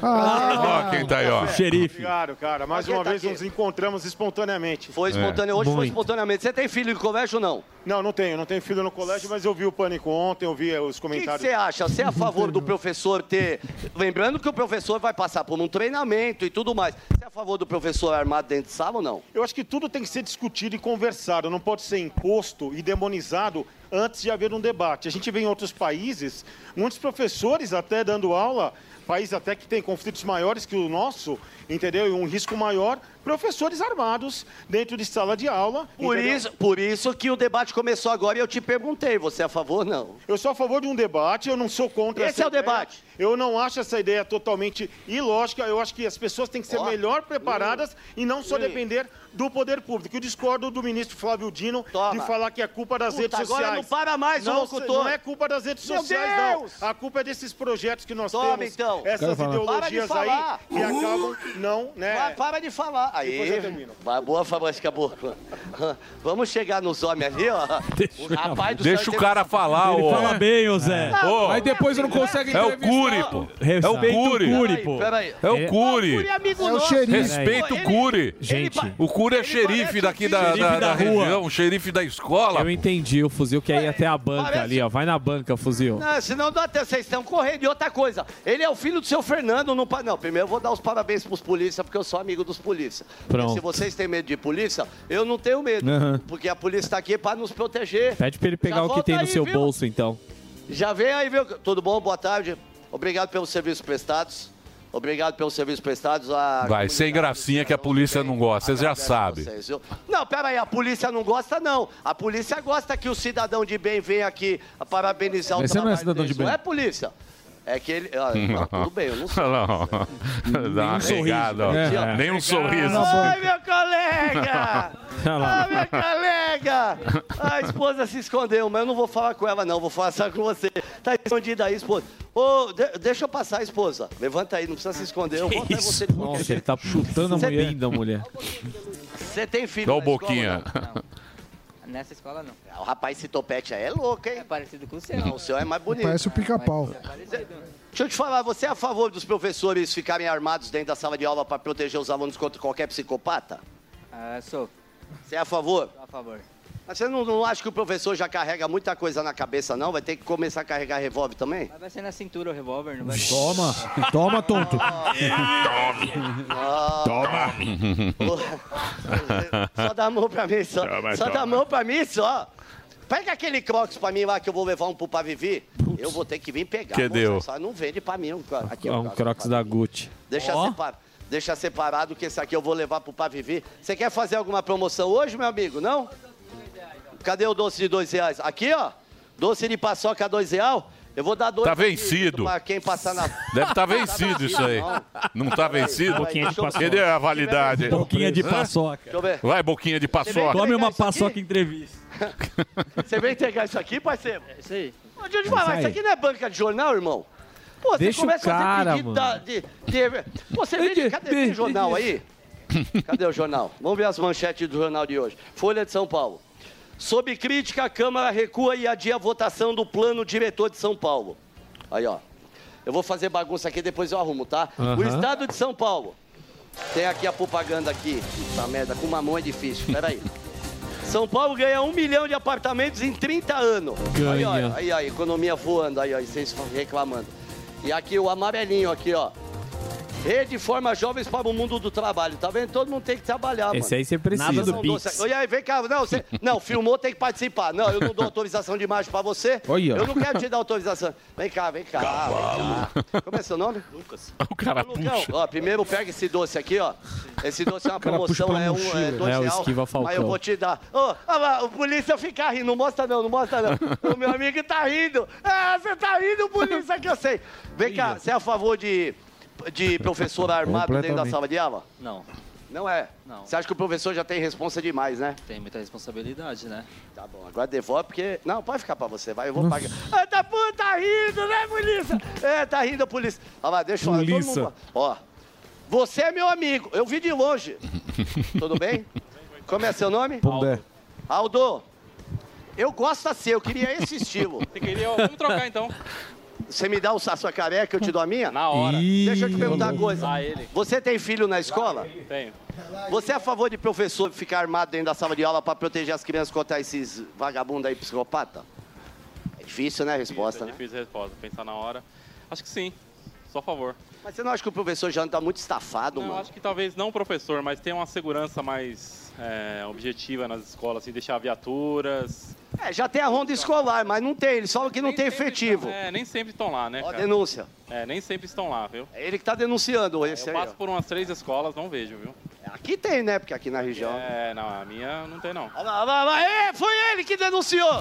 Speaker 2: Ó, quem tá aí, ó.
Speaker 15: Obrigado, cara. Mais
Speaker 11: Quem
Speaker 15: uma
Speaker 11: tá
Speaker 15: vez
Speaker 11: aqui?
Speaker 15: nos encontramos espontaneamente.
Speaker 11: Foi espontâneo, hoje foi espontaneamente. Você tem filho de colégio ou não?
Speaker 15: Não, não tenho. Não tenho filho no colégio, mas eu vi o pânico ontem, eu vi eh, os
Speaker 11: O que que
Speaker 15: comentários.
Speaker 11: você acha? Você é a favor do professor ter. Lembrando que o professor vai passar por um treinamento e tudo mais. Você é a favor do professor armado dentro de sala ou não?
Speaker 15: Eu acho que tudo tem que ser discutido e conversado, não pode ser imposto e demonizado antes de haver um debate. A gente vê em outros países, muitos professores até dando aula, país até que tem conflitos maiores que o nosso, entendeu? E um risco maior, professores armados dentro de sala de aula.
Speaker 11: Por
Speaker 15: entendeu?
Speaker 11: isso, por isso que o debate começou agora e eu te perguntei, você é a favor ou não?
Speaker 15: Eu sou a favor de um debate, eu não sou contra
Speaker 11: Esse
Speaker 15: essa
Speaker 11: é o
Speaker 15: ideia.
Speaker 11: debate.
Speaker 15: Eu não acho essa ideia totalmente ilógica. Eu acho que as pessoas têm que ser melhor preparadas e não só depender do poder público. Eu discordo do ministro Flávio Dino de falar que é culpa das
Speaker 11: Puta,
Speaker 15: redes
Speaker 11: agora
Speaker 15: sociais.
Speaker 11: não para mais, ô
Speaker 15: não,
Speaker 11: locutor.
Speaker 15: Não é culpa das redes
Speaker 11: Meu
Speaker 15: sociais,
Speaker 11: Deus!
Speaker 15: não. A culpa é desses projetos que nós
Speaker 11: Toma,
Speaker 15: temos.
Speaker 11: então. Quero
Speaker 15: Essas
Speaker 11: falar.
Speaker 15: ideologias
Speaker 11: Para de
Speaker 15: aí
Speaker 11: falar.
Speaker 15: que acabam não, né?
Speaker 11: Vai, para de falar.
Speaker 15: Depois eu
Speaker 11: Aí,
Speaker 15: termino.
Speaker 11: vai, boa Fabrício Caboclo. Vamos chegar nos homens ali, ó. O rapaz do
Speaker 2: Deixa
Speaker 11: céu
Speaker 2: o cara falar,
Speaker 3: Ele
Speaker 2: ô.
Speaker 3: fala bem, ô Zé.
Speaker 2: Ô,
Speaker 3: Aí
Speaker 6: depois eu não consegue
Speaker 2: É o
Speaker 6: entrevistar.
Speaker 2: Curi, pô. É o
Speaker 3: Respeita o
Speaker 2: Curi.
Speaker 3: Curi, pô.
Speaker 11: Peraí.
Speaker 2: É
Speaker 3: É-
Speaker 2: o Curi.
Speaker 3: O Curi é amigo
Speaker 11: nosso. xerife.
Speaker 2: Respeita o
Speaker 11: Ele-
Speaker 2: Curi.
Speaker 7: Gente. ele-
Speaker 2: o Curi é xerife daqui da,
Speaker 7: xerife
Speaker 2: da,
Speaker 7: da
Speaker 2: da
Speaker 7: rua.
Speaker 2: região, xerife da escola.
Speaker 7: Eu entendi, o fuzil quer ir até a banca ali, ó. Vai na banca, fuzil.
Speaker 11: Não, senão dá até vocês estão correndo. E outra coisa, ele é o filho do seu Fernando, não. pa- Não, primeiro eu vou dar os parabéns pros polícia, porque eu sou amigo dos polícia.
Speaker 7: Pronto.
Speaker 11: Se vocês têm medo de polícia, eu não tenho medo.
Speaker 7: Aham.
Speaker 11: Porque a polícia tá aqui pra nos proteger.
Speaker 7: Pede pra ele pegar
Speaker 11: Já
Speaker 7: o que
Speaker 11: volta
Speaker 7: tem no
Speaker 11: aí,
Speaker 7: seu
Speaker 11: viu?
Speaker 7: bolso, então.
Speaker 11: Já vem aí, viu? Tudo bom? Boa tarde. Obrigado pelos serviços prestados. Obrigado pelos serviços prestados. A...
Speaker 2: Vai, sem gracinha que a polícia não gosta, você já sabe.
Speaker 11: vocês, viu? Não, pera aí, a polícia não gosta, não. A polícia gosta que o cidadão de bem venha aqui parabenizar
Speaker 2: Mas
Speaker 11: o
Speaker 2: você não é
Speaker 11: trabalho
Speaker 2: cidadão de
Speaker 11: deles.
Speaker 2: bem.
Speaker 11: Não é polícia. É que ele... ah, não, tudo bem, eu não sei.
Speaker 2: Não.
Speaker 12: Um
Speaker 2: Dá uma
Speaker 11: sorriso.
Speaker 2: regada, ó.
Speaker 11: É.
Speaker 2: Nem um sorriso.
Speaker 11: Ai, meu colega!
Speaker 2: Olha lá.
Speaker 11: Ai, meu colega! A esposa se escondeu, mas eu não vou falar com ela, não. Vou falar só com você. Tá escondida aí, esposa. Ô, de- deixa eu passar, esposa. Levanta aí, não precisa se esconder. Eu vou até você de qualquer
Speaker 7: Nossa, ele
Speaker 11: jeito.
Speaker 7: tá chutando a
Speaker 11: Você
Speaker 7: mulher
Speaker 11: tem-
Speaker 7: ainda, a mulher.
Speaker 11: Você tem filho
Speaker 7: um
Speaker 2: Dá o
Speaker 11: na escola,
Speaker 2: boquinha.
Speaker 17: Nessa escola não.
Speaker 11: não? O rapaz, esse topete aí é louco, hein? É parecido com o seu. o seu é mais bonito.
Speaker 12: Parece o pica-pau.
Speaker 17: é
Speaker 11: Deixa eu te falar, você é a favor dos professores ficarem armados dentro da sala de aula para proteger os alunos contra qualquer psicopata?
Speaker 17: Ah, sou.
Speaker 11: Você é a favor?
Speaker 17: Tô a favor.
Speaker 11: Mas você não, não acha que o professor já carrega muita coisa na cabeça, não? Vai ter que começar a carregar revólver também?
Speaker 17: Mas vai ser na cintura o revólver, não vai ser.
Speaker 6: Toma, toma, tonto.
Speaker 11: Toma! Só dá a mão pra mim, só.
Speaker 18: Toma,
Speaker 11: só dá a
Speaker 18: toma.
Speaker 11: mão pra mim, só. Pega aquele crocs pra mim lá que eu vou levar um pro Pavivi. Eu vou ter que vir pegar.
Speaker 7: Que
Speaker 11: moça,
Speaker 7: deu?
Speaker 11: Só não vende pra mim. um cro- Aqui,
Speaker 7: É
Speaker 11: ó,
Speaker 7: um crocs da Gucci.
Speaker 11: Deixa, separa- deixa separado que esse aqui eu vou levar pro Pavivi. Você quer fazer alguma promoção hoje, meu amigo? Não? Cadê o doce de dois reais? Aqui, ó. Doce de paçoca dois real. Eu vou dar dois.
Speaker 2: Tá
Speaker 11: aqui
Speaker 2: vencido.
Speaker 11: Pra quem passar na.
Speaker 2: Deve estar vencido isso aí. Não tá vencido?
Speaker 11: Boquinha de paçoca.
Speaker 2: Cadê a validade?
Speaker 3: Boquinha de
Speaker 2: Hã?
Speaker 3: paçoca.
Speaker 11: Deixa eu ver.
Speaker 2: Vai, boquinha de paçoca.
Speaker 3: Tome uma paçoca entrevista.
Speaker 11: Você veio entregar isso aqui, parceiro? É isso aí. Deixa eu te
Speaker 3: Isso
Speaker 11: falar,
Speaker 3: aí.
Speaker 11: isso aqui não é banca de jornal, irmão? Pô,
Speaker 7: Deixa o
Speaker 11: você começa
Speaker 7: cara,
Speaker 11: a ser pedido
Speaker 7: mano.
Speaker 11: da- de, de- Pô, você vende, cadê tem jornal aí? Cadê o jornal? Vamos ver as manchetes do jornal de hoje. Folha de São Paulo. Sob crítica, a Câmara recua e adia a votação do plano diretor de São Paulo. Aí, ó. Eu vou fazer bagunça aqui, depois eu arrumo, tá? O
Speaker 18: Aham.
Speaker 11: Estado de São Paulo. Tem aqui a propaganda aqui. Puta merda, com mamão é difícil. Peraí. São Paulo ganha um milhão de apartamentos em 30 anos. Aí, ó,
Speaker 18: Ganha.
Speaker 11: aí, ó, economia voando, aí, ó, e vocês reclamando. E aqui o amarelinho aqui, ó. Rede forma jovens para o mundo do trabalho, tá vendo? Todo mundo tem que trabalhar,
Speaker 7: Esse
Speaker 11: mano.
Speaker 7: aí você precisa.
Speaker 11: Nada
Speaker 7: Do
Speaker 11: não
Speaker 7: Pix.
Speaker 11: dou certo. E aí, vem cá, não, você, não, filmou, tem que participar. Não, eu não dou autorização de imagem pra você.
Speaker 7: Olha.
Speaker 11: Eu não quero te dar autorização. Vem cá, vem cá. Vem cá. Como é seu nome? Lucas.
Speaker 2: O cara
Speaker 11: Lucão, ó, primeiro pega esse doce aqui, ó. Esse doce é uma
Speaker 7: cara puxa
Speaker 11: promoção,
Speaker 7: pela
Speaker 11: é um
Speaker 7: mochila.
Speaker 11: é dois
Speaker 7: É, o
Speaker 11: real,
Speaker 7: esquiva Falcão.
Speaker 11: Mas eu vou te dar. Ô, ó lá, o polícia fica rindo, não mostra não, não mostra não. o meu amigo tá rindo. Ah, você tá rindo, polícia, que eu sei. Vem cá, você é a favor de, de professor armado dentro da
Speaker 17: Completamente.
Speaker 11: sala de aula?
Speaker 17: Não.
Speaker 11: Não é?
Speaker 17: Não.
Speaker 11: Você acha que o professor já tem responsa demais, né?
Speaker 17: Tem muita responsabilidade, né?
Speaker 11: Tá bom, agora devolve porque... Não, pode ficar pra você, vai, eu vou pagar. Ah, tá puta, tá rindo, né, polícia? É, tá rindo a polícia. Olha lá, deixa eu... todo mundo-
Speaker 18: Polícia.
Speaker 11: Ó, você é meu amigo, eu vi de longe. Tudo bem? Como é seu nome?
Speaker 18: Pondé.
Speaker 11: Aldo, eu gosto assim, eu queria esse estilo. Você
Speaker 16: queria... Vamos trocar, então.
Speaker 11: Você me dá o- a sua careca, eu te dou a minha? Na
Speaker 16: hora.
Speaker 11: Deixa eu te perguntar uma coisa.
Speaker 16: Lá ele.
Speaker 11: Você tem filho na escola?
Speaker 16: Tenho.
Speaker 11: Você é a favor de professor ficar armado dentro da sala de aula para proteger as crianças contra esses vagabundos aí psicopata? É difícil, né, a resposta,
Speaker 16: Isso, é
Speaker 11: né?
Speaker 16: difícil a resposta. Pensar na hora. Acho que sim. Só a favor.
Speaker 11: Mas você não acha que o professor já anda muito estafado,
Speaker 16: Não,
Speaker 11: mano?
Speaker 16: acho que talvez não o professor, mas tem uma segurança mais é, objetiva nas escolas, assim, deixar viaturas.
Speaker 11: É, já tem a ronda escolar, mas não tem, eles falam que não tem efetivo.
Speaker 16: É, nem sempre estão lá, né?
Speaker 11: Ó, a
Speaker 16: cara?
Speaker 11: denúncia.
Speaker 16: É, nem sempre estão lá, viu? É,
Speaker 11: É ele que tá denunciando esse
Speaker 16: Eu
Speaker 11: aí.
Speaker 16: passo
Speaker 11: ó.
Speaker 16: por umas três escolas, não vejo, viu?
Speaker 11: Aqui tem, né? Porque aqui na região.
Speaker 16: É, não, a minha não tem, não.
Speaker 11: Ah, lá, lá, lá. É, foi ele que denunciou!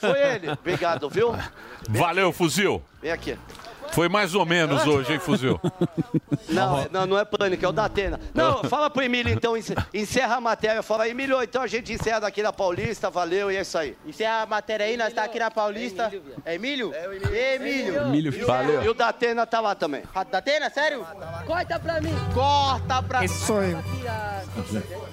Speaker 11: foi ele. Obrigado, viu?
Speaker 2: Valeu, fuzil.
Speaker 11: Vem aqui.
Speaker 2: Foi mais ou menos hoje, hein, fuzil?
Speaker 11: Não, é- não, não é pânico, é o da Atena. Não, fala pro Emílio, então, ence- encerra a matéria. Fala, Emílio, então a gente encerra daqui na Paulista, valeu, e é isso aí.
Speaker 19: Encerra a matéria aí, nós tá aqui na Paulista. É Emílio? É Emílio. Ei, Emílio.
Speaker 11: valeu. E o da Atena tá lá também.
Speaker 19: Rato da Atena, sério? Corta pra mim. Corta pra mim.
Speaker 11: Esse sou eu.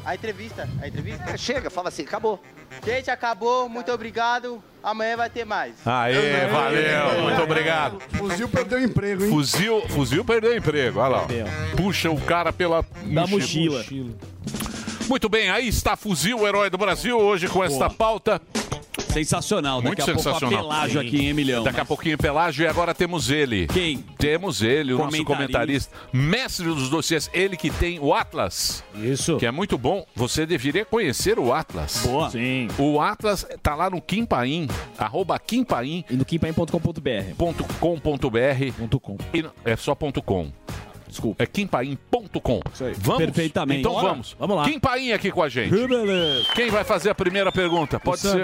Speaker 19: A entrevista, a entrevista.
Speaker 11: É, chega, fala assim, acabou.
Speaker 19: Gente, acabou, muito obrigado. Amanhã vai ter mais.
Speaker 2: Aê, valeu, muito obrigado.
Speaker 12: Fuzil perdeu o emprego, hein?
Speaker 2: Fuzil, fuzil perdeu o emprego, olha lá. Puxa o cara pela
Speaker 7: Da mochila.
Speaker 2: Muito bem, aí está Fuzil, o herói do Brasil, hoje com esta pauta.
Speaker 3: Sensacional, daqui
Speaker 2: Muito
Speaker 3: a pouco
Speaker 2: sensacional.
Speaker 3: a Pelágio aqui, hein, Emilhão?
Speaker 2: Daqui a pouquinho Pelágio e agora temos ele. Quem? Temos ele, o nosso
Speaker 3: Comentarista.
Speaker 2: comentarista, mestre dos dossiês, ele que tem o Atlas. Isso. Que é muito bom. Você deveria conhecer o Atlas. Boa. Sim. O Atlas tá lá no Quimpaim, arroba Quimpaim. E no quimpaim.com.br. .com.br. .com. E não- é só ponto .com. Desculpa. É quimpaim.com. Vamos?
Speaker 7: Perfeitamente.
Speaker 2: Então
Speaker 7: Bora.
Speaker 2: vamos.
Speaker 7: Vamos lá.
Speaker 2: Quimpaim aqui com a gente. Quem vai fazer a primeira pergunta? Pode
Speaker 7: Sami.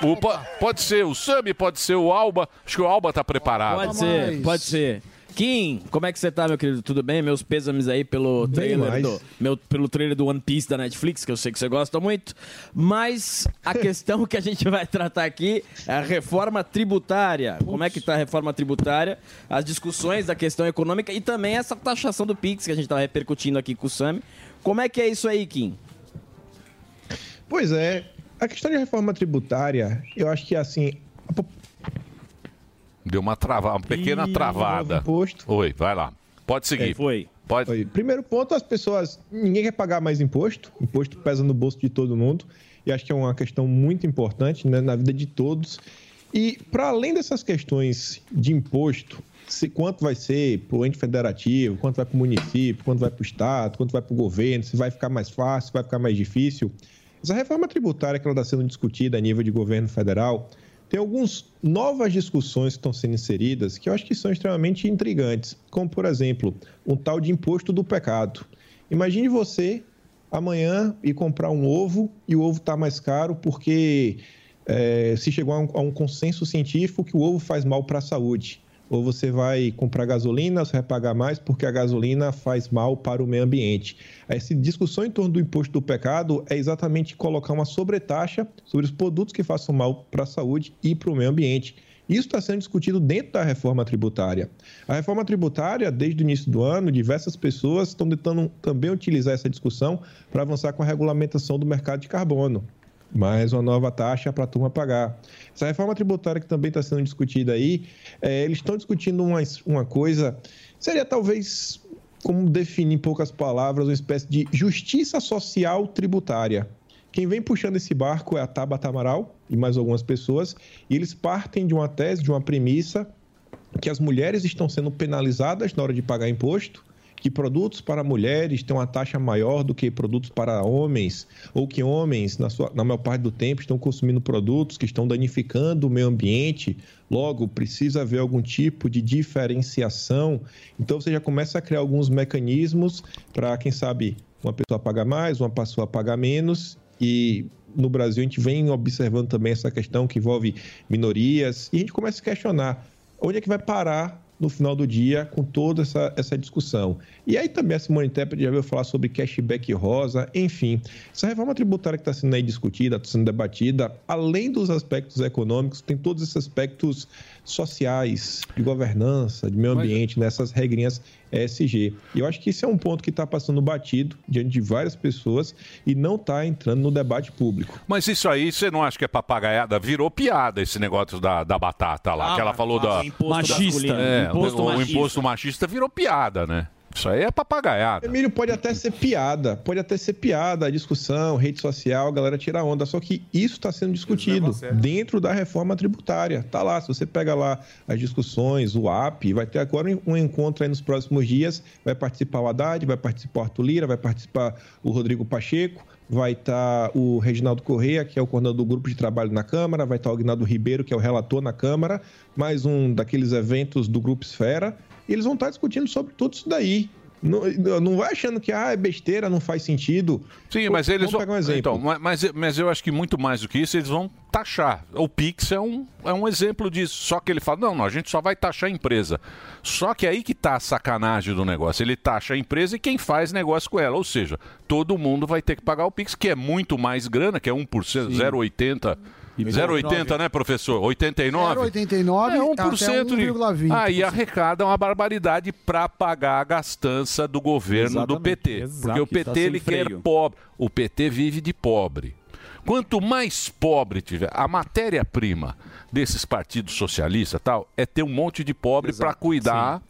Speaker 2: ser. O, po- pode ser o Sami, pode ser o Alba. Acho que o Alba tá preparado.
Speaker 5: Pode ser, pode ser. Kim, como é que você tá, meu querido? Tudo bem? Meus pêsames aí pelo trailer,
Speaker 20: mais.
Speaker 5: do, meu, pelo trailer do One Piece da Netflix, que eu sei que você gosta muito. Mas a questão que a gente vai tratar aqui é a reforma tributária. Como é que tá a reforma tributária, as discussões da questão econômica e também essa taxação do Pix que a gente tá repercutindo aqui com o Sami. Como é que é isso aí, Kim?
Speaker 20: Pois é, a questão de reforma tributária, eu acho que assim,
Speaker 2: Deu uma trava, uma pequena
Speaker 20: Ih,
Speaker 2: travada. Oi, vai lá. Pode
Speaker 20: É,
Speaker 2: seguir.
Speaker 5: foi.
Speaker 2: Pode.
Speaker 20: Primeiro ponto, as pessoas. Ninguém quer pagar mais imposto. Imposto pesa no bolso de todo mundo. E acho que é uma questão muito importante né, na vida de todos. E para além dessas questões de imposto, se quanto vai ser para o ente federativo, quanto vai para o município, quanto vai para o Estado, quanto vai para o governo, se vai ficar mais fácil, se vai ficar mais difícil. Essa reforma tributária que ela está sendo discutida a nível de governo federal tem algumas novas discussões que estão sendo inseridas que eu acho que são extremamente intrigantes, como, por exemplo, um tal de imposto do pecado. Imagine você amanhã ir comprar um ovo e o ovo está mais caro porque eh, se chegou a um, a um consenso científico que o ovo faz mal para a saúde. Ou você vai comprar gasolina, você vai pagar mais porque a gasolina faz mal para o meio ambiente. Essa discussão em torno do imposto do pecado é exatamente colocar uma sobretaxa sobre os produtos que façam mal para a saúde e para o meio ambiente. Isso está sendo discutido dentro da reforma tributária. A reforma tributária, desde o início do ano, diversas pessoas estão tentando também utilizar essa discussão para avançar com a regulamentação do mercado de carbono mais uma nova taxa para a turma pagar. Essa reforma tributária que também está sendo discutida aí, eh, eles estão discutindo uma, uma coisa, seria talvez, como definir em poucas palavras, uma espécie de justiça social tributária. Quem vem puxando esse barco é a Tabata Amaral e mais algumas pessoas, e eles partem de uma tese, de uma premissa que as mulheres estão sendo penalizadas na hora de pagar imposto, que produtos para mulheres têm uma taxa maior do que produtos para homens, ou que homens, na, sua- na maior parte do tempo, estão consumindo produtos que estão danificando o meio ambiente. Logo, precisa haver algum tipo de diferenciação. Então, você já começa a criar alguns mecanismos para, quem sabe, uma pessoa pagar mais, uma pessoa pagar menos. E no Brasil, a gente vem observando também essa questão que envolve minorias, e a gente começa a questionar onde é que vai parar no final do dia com toda essa, essa discussão. E aí também a Simone Tebet já veio falar sobre cashback rosa, enfim. Essa reforma tributária que está sendo aí discutida, está sendo debatida, além dos aspectos econômicos, tem todos esses aspectos sociais, de governança, de meio ambiente, nessas regrinhas ESG. E eu acho que isso é um ponto que está passando batido diante de várias pessoas e não está entrando no debate público.
Speaker 2: Mas isso aí, você não acha que é papagaiada? Virou piada esse negócio da, da batata lá,
Speaker 20: Ah,
Speaker 2: que ela
Speaker 20: mas
Speaker 2: falou da...
Speaker 20: o imposto masculino.
Speaker 2: É,
Speaker 20: Imposto
Speaker 2: o, o
Speaker 20: machista.
Speaker 2: imposto machista virou piada, né? Isso aí é papagaiada.
Speaker 20: Emílio, pode até ser piada, pode até ser piada, a discussão, rede social, a galera tira onda, só que isso está sendo discutido dentro da reforma tributária. Tá lá, se você pega lá as discussões, o AP, vai ter agora um encontro aí nos próximos dias, vai participar o Haddad, vai participar o Arthur Lira, vai participar o Rodrigo Pacheco, vai estar o Reginaldo Correia, que é o coordenador do grupo de trabalho na Câmara, vai estar o Agnaldo Ribeiro, que é o relator na Câmara, mais um daqueles eventos do Grupo Esfera, e eles vão estar discutindo sobre tudo isso daí. Não, não vai achando que ah, é besteira, não faz sentido.
Speaker 2: Sim, mas eles
Speaker 20: Vamos pegar um exemplo.
Speaker 2: Então, ma- mas, mas eu acho que muito mais do que isso, eles vão taxar. O Pix é um, é um exemplo disso. Só que ele fala, não, não, a gente só vai taxar a empresa. Só que é aí que está a sacanagem do negócio. Ele taxa a empresa e quem faz negócio com ela. Ou seja, todo mundo vai ter que pagar o Pix, que é muito mais grana, que é 1%, 0,80%. 0,80, né, professor? 89?
Speaker 12: 0,89 é
Speaker 2: 1% de- Aí Ah, arrecada uma barbaridade para pagar a gastança do governo do PT. Porque o
Speaker 7: Exato. Tá
Speaker 2: PT
Speaker 7: sem
Speaker 2: ele quer
Speaker 7: freio.
Speaker 2: pobre. O PT vive de pobre. Quanto mais pobre tiver, a matéria-prima desses partidos socialistas e tal é ter um monte de pobre para cuidar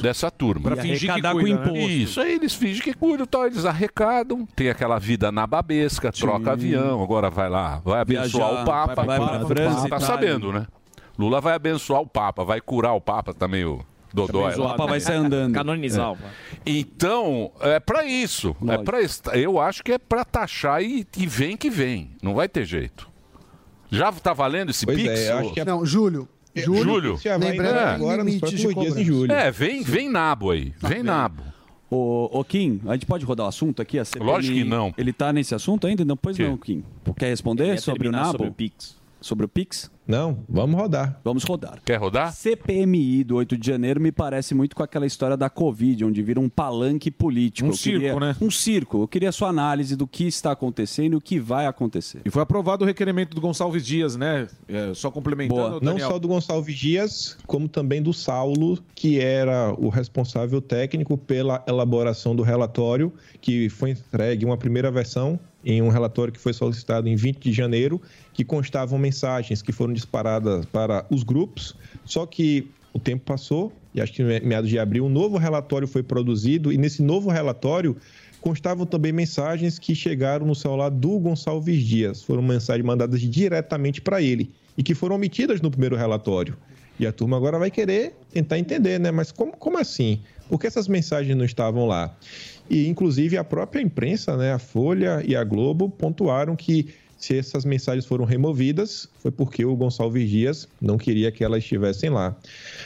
Speaker 2: dessa turma.
Speaker 3: E arrecadar com
Speaker 7: né?
Speaker 3: imposto.
Speaker 2: Isso, aí eles fingem que cuidam, tal, eles arrecadam, tem aquela vida na babesca, troca avião, agora vai lá, vai abençoar
Speaker 3: Viajar,
Speaker 2: o Papa,
Speaker 3: vai pra- vai pra França,
Speaker 2: tá
Speaker 3: Itália.
Speaker 2: sabendo, né? Lula vai abençoar o Papa, vai curar o Papa, tá meio dodói.
Speaker 3: Abençoar
Speaker 2: lá.
Speaker 3: o Papa, vai sair andando. Canonizar
Speaker 2: É.
Speaker 3: o Papa.
Speaker 2: Então, é pra isso. É pra isso. Eu acho que é pra taxar e, e vem que vem. Não vai ter jeito. Já tá valendo esse
Speaker 20: Pois
Speaker 2: Pix?
Speaker 20: é, eu acho que é-
Speaker 12: Não, Júlio. Júlio.
Speaker 2: Julho.
Speaker 12: Lembrando que
Speaker 20: agora, nos
Speaker 12: limite de
Speaker 20: próximos dias
Speaker 12: cobrança.
Speaker 20: em julho.
Speaker 2: É, vem, vem nabo aí. Vem nabo.
Speaker 3: Tá Ô, ô, Kim, a gente pode rodar o assunto aqui? A CPMI,
Speaker 2: Lógico que não.
Speaker 3: Ele tá nesse assunto ainda? Não, pois não, Kim. Quer responder sobre o
Speaker 7: terminar
Speaker 3: Nabo?
Speaker 7: sobre o
Speaker 3: Pix. Sobre o Pix?
Speaker 20: Não, vamos rodar.
Speaker 3: Vamos rodar.
Speaker 2: Quer rodar?
Speaker 3: CPMI do 8 de janeiro me parece muito com aquela história da Covid, onde vira um palanque político.
Speaker 6: Um
Speaker 3: Eu queria-
Speaker 6: circo, né?
Speaker 3: Um circo. Eu queria a sua análise do que está acontecendo e o que vai acontecer.
Speaker 6: E foi aprovado o requerimento do Gonçalves Dias, né? É, só complementando,
Speaker 20: Não
Speaker 6: Daniel.
Speaker 20: só do Gonçalves Dias, como também do Saulo, que era o responsável técnico pela elaboração do relatório, que foi entregue uma primeira versão em um relatório que foi solicitado em 20 de janeiro, que constavam mensagens que foram disparadas para os grupos, só que o tempo passou, e acho que em meados de abril, um novo relatório foi produzido, e nesse novo relatório constavam também mensagens que chegaram no celular do Gonçalves Dias. Foram mensagens mandadas diretamente para ele e que foram omitidas no primeiro relatório. E a turma agora vai querer tentar entender, né? Mas como, como assim? Por que essas mensagens não estavam lá? E, inclusive, a própria imprensa, né, a Folha e a Globo, pontuaram que se essas mensagens foram removidas, foi porque o Gonçalves Dias não queria que elas estivessem lá.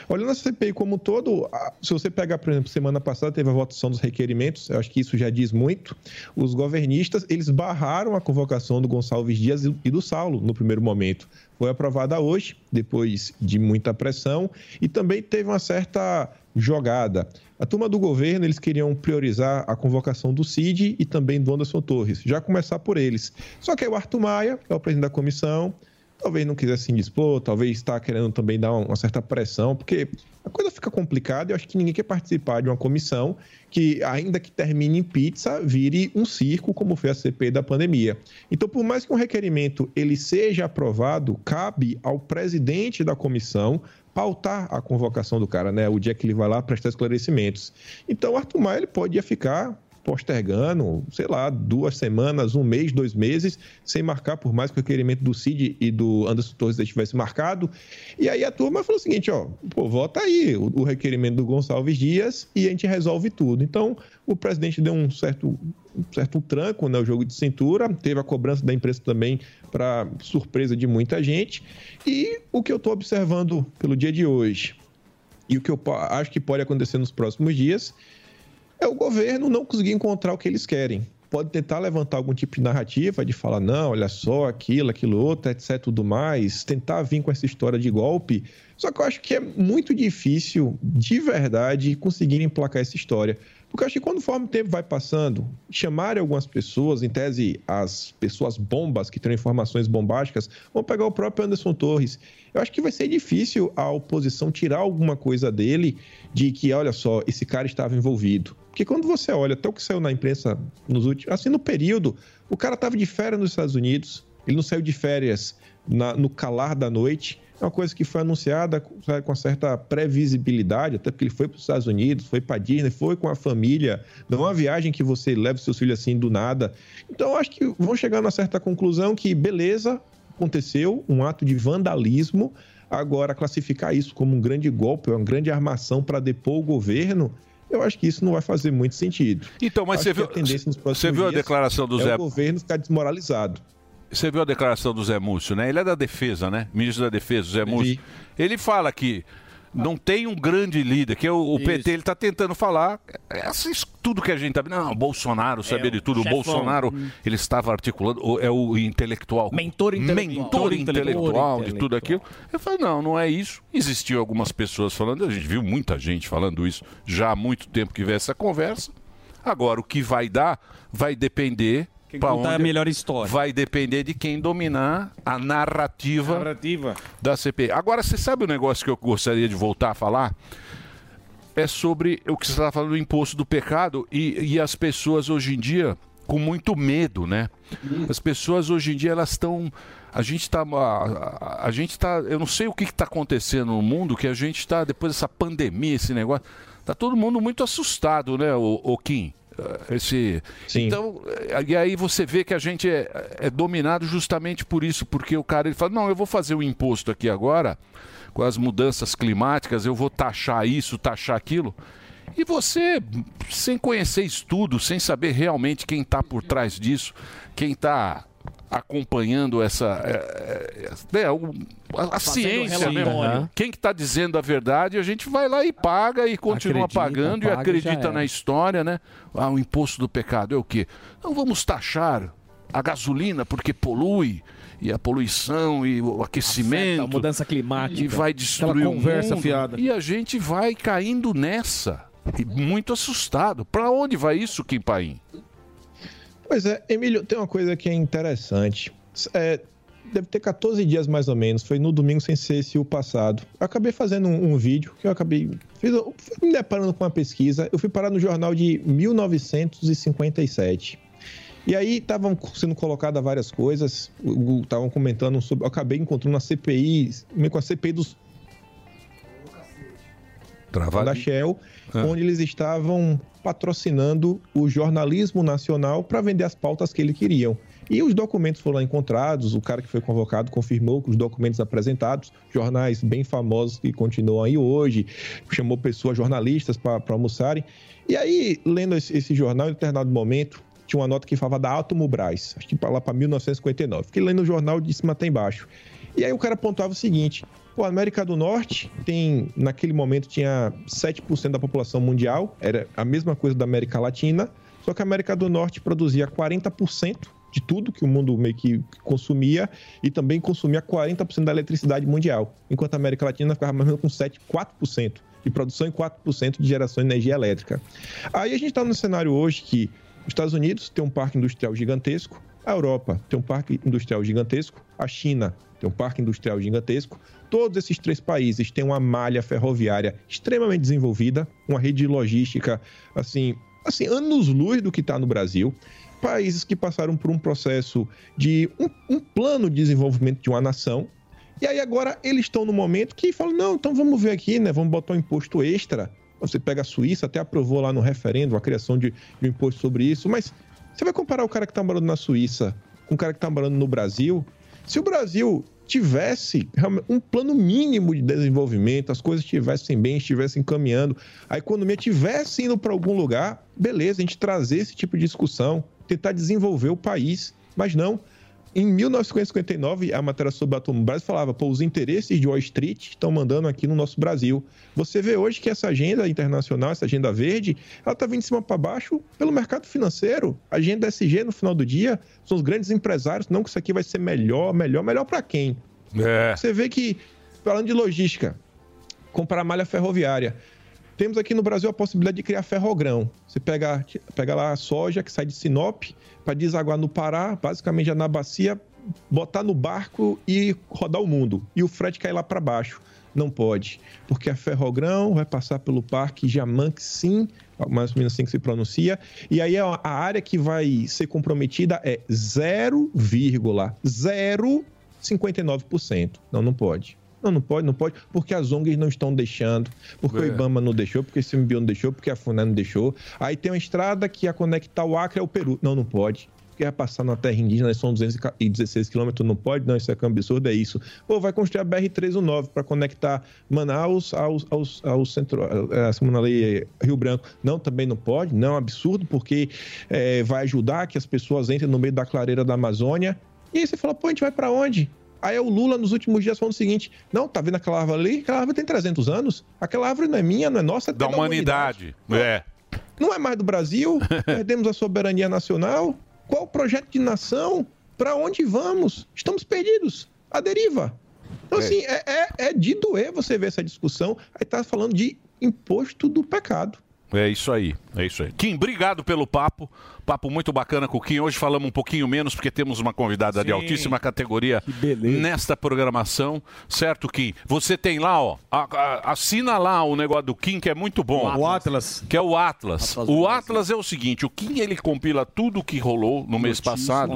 Speaker 20: Olhando a CPI como um todo, a- se você pegar, por exemplo, semana passada teve a votação dos requerimentos, eu acho que isso já diz muito. Os governistas, eles barraram a convocação do Gonçalves Dias e e do Saulo no primeiro momento. Foi aprovada hoje, depois de muita pressão, e também teve uma certa jogada. A turma do governo, eles queriam priorizar a convocação do Cid e também do Anderson Torres, já começar por eles. Só que aí o Arthur Maia, que é o presidente da comissão, talvez não quisesse se indispor, talvez está querendo também dar uma certa pressão, porque a coisa fica complicada e eu acho que ninguém quer participar de uma comissão que, ainda que termine em pizza, vire um circo, como foi a CPI da pandemia. Então, por mais que um requerimento ele seja aprovado, cabe ao presidente da comissão pautar a convocação do cara, né? O dia que ele vai lá prestar esclarecimentos. Então, o Arthur Maia ele podia ficar postergando, sei lá, duas semanas, um mês, dois meses, sem marcar, por mais que o requerimento do Cid e do Anderson Torres já tivesse marcado. E aí a turma falou o seguinte, ó, pô, vota aí o, o requerimento do Gonçalves Dias e a gente resolve tudo. Então, o presidente deu um certo, um certo tranco, né, o jogo de cintura, teve a cobrança da imprensa também para surpresa de muita gente. E o que eu estou observando pelo dia de hoje e o que eu po- acho que pode acontecer nos próximos dias é o governo não conseguir encontrar o que eles querem. pode tentar levantar algum tipo de narrativa, de falar, não, olha só, aquilo, aquilo outro, etc, tudo mais, tentar vir com essa história de golpe. Só que eu acho que é muito difícil, de verdade, conseguir emplacar essa história. Porque eu acho que conforme o tempo vai passando, chamarem algumas pessoas, em tese, as pessoas bombas que têm informações bombásticas, vão pegar o próprio Anderson Torres. Eu acho que vai ser difícil a oposição tirar alguma coisa dele de que, olha só, esse cara estava envolvido. Porque quando você olha até o que saiu na imprensa nos últimos, assim, no período, o cara estava de férias nos Estados Unidos, ele não saiu de férias na- no calar da noite. É uma coisa que foi anunciada com sabe, com certa previsibilidade, até porque ele foi para os Estados Unidos, foi para Disney, foi com a família. Não é uma viagem que você leva seus filhos assim do nada. Então, eu acho que vão chegar numa certa conclusão que, beleza, aconteceu um ato de vandalismo. Agora, classificar isso como um grande golpe, uma grande armação para depor o governo, eu acho que isso não vai fazer muito sentido.
Speaker 2: Então, mas
Speaker 20: Acho
Speaker 2: você
Speaker 20: que
Speaker 2: viu,
Speaker 20: a tendência nos próximos
Speaker 2: você viu a
Speaker 20: dias
Speaker 2: declaração do
Speaker 20: é
Speaker 2: Zé?
Speaker 20: O governo ficar desmoralizado.
Speaker 2: Você viu a declaração do Zé Múcio, né? Ele é da defesa, né? Ministro da Defesa, o Zé Múcio. Ele fala que não tem um grande líder, que é o, o PT ele está tentando falar é, assim, isso tudo que a gente tá não, Bolsonaro sabia de tudo, o
Speaker 21: chefão.
Speaker 2: Bolsonaro ele estava articulando, o- é o intelectual, mentor
Speaker 21: intelectual.
Speaker 2: mentor intelectual de
Speaker 21: Mentor
Speaker 2: tudo aquilo. Eu falei, não, não é isso. Existiu algumas pessoas falando, a gente viu muita gente falando isso já há muito tempo que vê essa conversa. Agora o que vai dar vai depender
Speaker 3: Quem
Speaker 2: pra
Speaker 3: contar a melhor história.
Speaker 2: Vai depender de quem dominar a narrativa, da CPI. Agora, você sabe o negócio que eu gostaria de voltar a falar? É sobre o que você estava falando do imposto do pecado e, e as pessoas hoje em dia com muito medo, né? As pessoas hoje em dia elas estão. A gente está. A, a- a gente tá. Eu não sei o que está acontecendo no mundo, que a gente está, depois dessa pandemia, esse negócio. Tá todo mundo muito assustado, né, o, o Kim? Eh, Esse... Então, eh, e aí você vê que a gente é, é dominado justamente por isso, porque o cara ele fala, não, eu vou fazer o imposto aqui agora, com as mudanças climáticas, eu vou taxar isso, taxar aquilo. E você, sem conhecer estudo, sem saber realmente quem está por trás disso, quem está acompanhando essa é, é, é, o- a, a
Speaker 21: Fazendo
Speaker 2: ciência
Speaker 21: relatório.
Speaker 2: mesmo.
Speaker 21: Aham.
Speaker 2: quem que está dizendo a verdade a gente vai lá e paga e continua
Speaker 21: Acredita,
Speaker 2: pagando e
Speaker 21: paga e já
Speaker 2: acredita
Speaker 21: era.
Speaker 2: na história né ah, o imposto do pecado é o quê não vamos taxar a gasolina porque polui e a poluição e o aquecimento
Speaker 6: a mudança climática.
Speaker 2: e vai destruir
Speaker 6: Aquela conversa
Speaker 2: o mundo.
Speaker 6: fiada.
Speaker 2: E a gente vai caindo nessa. E muito assustado. Pra onde vai isso, Kim Paim?
Speaker 20: Pois é, Emílio, tem uma coisa que é interessante. É, deve ter 14 dias mais ou menos, foi no domingo sem ser esse o passado. Eu acabei fazendo um, um vídeo que eu acabei fiz, eu fui me deparando com uma pesquisa, eu fui parar no jornal de 1957. E aí estavam sendo colocadas várias coisas, estavam comentando sobre. Eu acabei encontrando uma CPI, com a CPI dos da Shell, onde eles estavam patrocinando o jornalismo nacional para vender as pautas que eles queriam. E os documentos foram encontrados, o cara que foi convocado confirmou que os documentos apresentados, jornais bem famosos que continuam aí hoje, chamou pessoas, jornalistas, para almoçarem. E aí, lendo esse, esse jornal, em determinado momento, tinha uma nota que falava da Átomo Brás, acho que pra lá para 1959. Fiquei lendo o jornal de cima até embaixo. E aí o cara pontuava o seguinte: pô, a América do Norte tem, naquele momento, tinha 7% da população mundial, era a mesma coisa da América Latina, só que a América do Norte produzia 40% de tudo que o mundo meio que consumia e também consumia 40% da eletricidade mundial, enquanto a América Latina ficava mais ou menos com 7, 4% de produção e 4% de geração de energia elétrica. Aí a gente está num cenário hoje que os Estados Unidos tem um parque industrial gigantesco, a Europa tem um parque industrial gigantesco, a China tem um parque industrial gigantesco. Todos esses três países têm uma malha ferroviária extremamente desenvolvida, uma rede de logística assim, assim anos-luz do que está no Brasil. Países que passaram por um processo de um- um plano de desenvolvimento de uma nação, e aí agora eles estão no momento que falam, não, então vamos ver aqui, né? Vamos botar um imposto extra. Você pega a Suíça, até aprovou lá no referendo a criação de, de um imposto sobre isso, mas você vai comparar o cara que está morando na Suíça com o cara que está morando no Brasil? Se o Brasil tivesse realmente um plano mínimo de desenvolvimento, as coisas estivessem bem, estivessem caminhando, a economia estivesse indo para algum lugar, beleza, a gente trazer esse tipo de discussão, tentar desenvolver o país, mas não, Em 1959, a matéria sobre a Petrobras falava, pô, os interesses de Wall Street estão mandando aqui no nosso Brasil. Você vê hoje que essa agenda internacional, essa agenda verde, ela está vindo de cima para baixo pelo mercado financeiro. A agenda SG, no final do dia, são os grandes empresários, não que isso aqui vai ser melhor, melhor, melhor para quem?
Speaker 2: É.
Speaker 20: Você vê que, falando de logística, comprar malha ferroviária, temos aqui no Brasil a possibilidade de criar ferrogrão. Você pega, pega lá a soja que sai de Sinop para desaguar no Pará, basicamente já na bacia, botar no barco e rodar o mundo. E o frete cai lá para baixo. Não pode, porque a ferrogrão vai passar pelo parque Jamanxim, mais ou menos assim que se pronuncia, e aí é a a área que vai ser comprometida é 0,059%. Não, não pode. Não, não pode, não pode, porque as ONGs não estão deixando, porque o
Speaker 2: É.
Speaker 20: Ibama não deixou, porque o CMBio não deixou, porque a FUNAI não deixou. Aí tem uma estrada que ia conectar o Acre ao Peru. Não, não pode. Porque ia passar na terra indígena, são 216 quilômetros, não pode, não, isso é um absurdo, é isso. Ou vai construir a BR-319 para um conectar Manaus aos, aos, ao centro, eh, como na lei, eh, Rio Branco. Não, também não pode, não, é um absurdo, porque eh, vai ajudar que as pessoas entrem no meio da clareira da Amazônia. E aí você fala, pô, a gente vai para onde? Aí é o Lula, nos últimos dias, falando o seguinte: não, tá vendo aquela árvore ali? Aquela árvore tem 300 anos. Aquela árvore não é minha, não é nossa. é
Speaker 2: Da humanidade. É.
Speaker 20: Não é mais do Brasil? Perdemos a soberania nacional? Qual o projeto de nação? Para onde vamos? Estamos perdidos. A deriva. Então, assim, é, é- é de doer você ver essa discussão. Aí tá falando de imposto do pecado.
Speaker 2: É isso aí, é isso aí. Kim, obrigado pelo papo. Papo muito bacana com o Kim. Hoje falamos um pouquinho menos porque temos uma convidada de
Speaker 21: Sim.
Speaker 2: altíssima categoria nesta programação, certo, Kim? Você tem lá, ó, a- a- assina lá o negócio do Kim que é muito bom.
Speaker 21: O
Speaker 2: Atlas. Que é o Atlas. o Atlas é o seguinte, o Kim ele compila tudo que rolou no mês passado,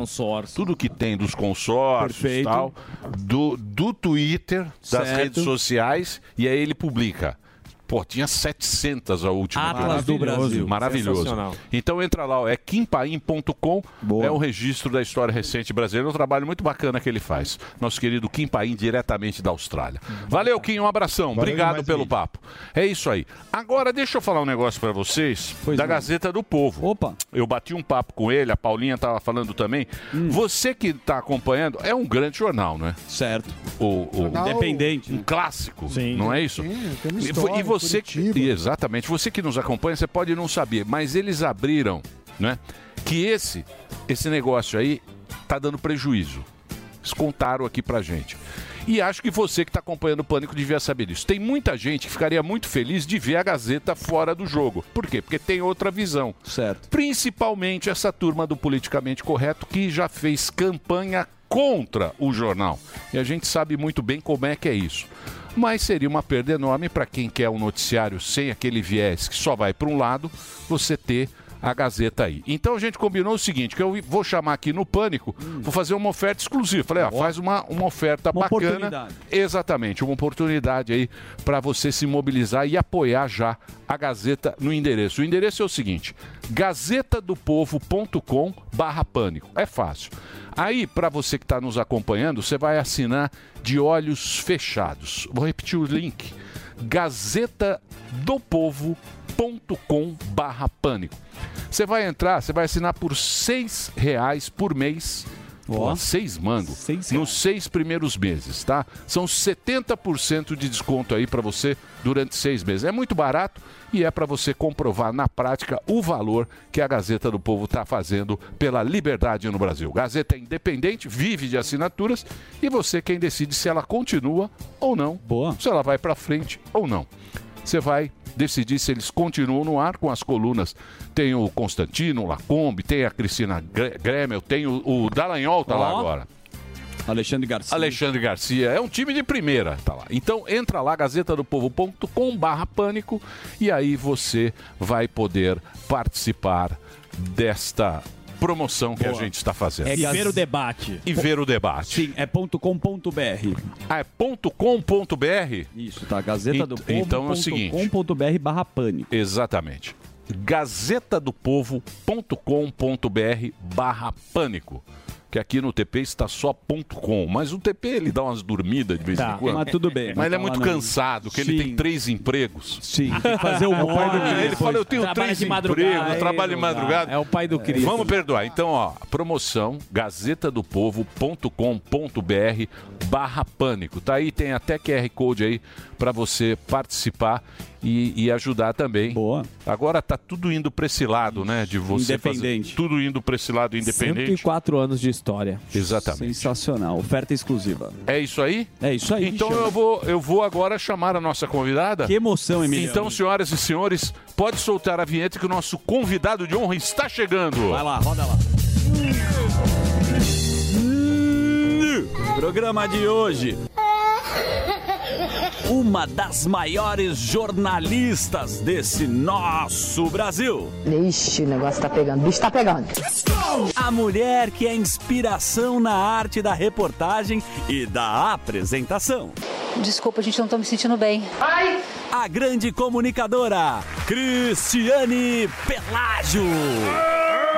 Speaker 2: tudo que tem dos consórcios e
Speaker 21: Perfeito.
Speaker 2: tal, do, do Twitter, das
Speaker 21: Certo.
Speaker 2: redes sociais e aí ele publica. Pô, tinha 700 a última.
Speaker 21: Atlas do
Speaker 2: Maravilhoso,
Speaker 21: Brasil.
Speaker 2: Maravilhoso.
Speaker 21: Sensacional.
Speaker 2: Então entra lá, ó, é quimpaim.com. É um registro da história recente brasileira. É um trabalho muito bacana que ele faz. Nosso querido Kim Paim, diretamente da Austrália.
Speaker 21: Uhum.
Speaker 2: Valeu, Kim. Um abração. Obrigado
Speaker 21: demais,
Speaker 2: pelo papo. É isso aí. Agora, deixa eu falar um negócio pra vocês
Speaker 21: é.
Speaker 2: da Gazeta do Povo. Opa. Eu bati um papo com ele, a Paulinha tava falando também.
Speaker 21: Hum.
Speaker 2: Você que tá acompanhando, é um grande jornal, né? Certo. O, o-
Speaker 21: Jornal- Independente, né?
Speaker 2: Um clássico. Não é isso?
Speaker 21: tem uma
Speaker 2: E
Speaker 21: história
Speaker 2: vo- e
Speaker 21: em
Speaker 2: você que- e exatamente. Você que nos acompanha, você pode não saber, mas eles abriram, né? Que esse esse negócio aí tá dando prejuízo. Eles contaram aqui pra gente. E acho que você que está acompanhando o Pânico devia saber disso. Tem muita gente que ficaria muito feliz de ver a Gazeta fora do jogo. Por quê? Porque tem outra visão. Certo. Principalmente essa turma do politicamente correto que já fez campanha contra o jornal. E a gente sabe muito bem como é que é isso mas seria uma perda enorme para quem quer um noticiário sem aquele viés que só vai para um lado, você ter a Gazeta aí. Então a gente combinou o seguinte, que eu vou chamar aqui no Pânico, vou fazer uma oferta exclusiva. Falei, ah, faz uma, uma oferta
Speaker 21: Hum. Tá Uma
Speaker 2: bacana.
Speaker 21: oportunidade.
Speaker 2: Exatamente, uma oportunidade aí para você se mobilizar e apoiar já a Gazeta no endereço. O endereço é o seguinte: gazetadopovo.com barra pânico. É fácil. Aí, para você que está nos acompanhando, você vai assinar de olhos fechados. Vou repetir o link: gazetadopovo.com barra pânico. Você vai entrar, você vai assinar por R$ 6 reais por mês. Pô, seis mango nos seis primeiros meses, tá? São 70% de desconto aí pra você durante seis meses. É muito barato e é pra você comprovar na prática o valor que a Gazeta do Povo tá fazendo pela liberdade no Brasil. Gazeta é independente, vive de assinaturas e você quem decide se ela continua ou não. Boa. Se ela vai pra frente ou não você vai decidir se eles continuam no ar com as colunas. Tem o Constantino, o Lacombe, tem a Cristina Gre- Gremel, tem o, o Dallagnol, tá lá
Speaker 3: Ó.
Speaker 2: agora. Alexandre Garcia. Alexandre Garcia. É um time de primeira, tá lá. Então entra lá, gazetadopovo.com barra pânico e aí você vai poder participar desta promoção que a gente está fazendo.
Speaker 7: É E ver o debate.
Speaker 2: E ver o debate. Sim, é .com.br. Ah, é .com.br? Isso, tá. Gazeta
Speaker 3: do Povo
Speaker 2: Então é o
Speaker 3: ponto
Speaker 2: seguinte.
Speaker 3: .com.br barra pânico.
Speaker 2: Exatamente. Gazetadopovo.com.br barra pânico. que aqui no TP está só.com. Mas o TP ele dá umas dormidas de vez
Speaker 3: Tá,
Speaker 2: em quando.
Speaker 3: mas tudo bem.
Speaker 2: Mas ele é
Speaker 3: Tá
Speaker 2: muito
Speaker 3: lá no-
Speaker 2: cansado, que ele tem três empregos.
Speaker 3: Sim,
Speaker 2: tem
Speaker 3: que fazer o
Speaker 2: pai do
Speaker 3: morning
Speaker 2: Cris. Ele
Speaker 3: depois.
Speaker 2: fala, eu tenho
Speaker 3: Trabalha
Speaker 2: três
Speaker 3: de madrugada.
Speaker 2: empregos,
Speaker 3: Aí
Speaker 2: trabalho
Speaker 3: não
Speaker 2: de
Speaker 3: dá.
Speaker 2: madrugada.
Speaker 3: É o pai do Cris.
Speaker 2: Vamos perdoar. Então, ó, promoção gazetadopovo.com.br barra pânico. Tá aí, tem até QR Code aí para você participar e, e ajudar também. Boa. Agora tá tudo indo para esse lado, né? De você
Speaker 3: Independente.
Speaker 2: Fazer tudo indo para esse lado independente.
Speaker 3: 104 anos de história.
Speaker 2: Exatamente.
Speaker 3: Sensacional. Oferta exclusiva.
Speaker 2: É isso aí?
Speaker 3: É isso aí.
Speaker 2: Então
Speaker 3: chama.
Speaker 2: eu vou, eu vou agora chamar a nossa convidada.
Speaker 3: Que emoção, Emiliano.
Speaker 2: Então, senhoras e senhores, pode soltar a vinheta que o nosso convidado de honra está chegando.
Speaker 3: Vai lá, roda lá. Programa de hoje. Uma das maiores jornalistas desse nosso Brasil.
Speaker 21: Ixi, o negócio tá pegando. O bicho tá pegando.
Speaker 3: A mulher que é inspiração na arte da reportagem e da apresentação.
Speaker 21: Desculpa, gente, eu não tô me sentindo bem. Ai!
Speaker 3: A grande comunicadora, Cristiane Pelágio.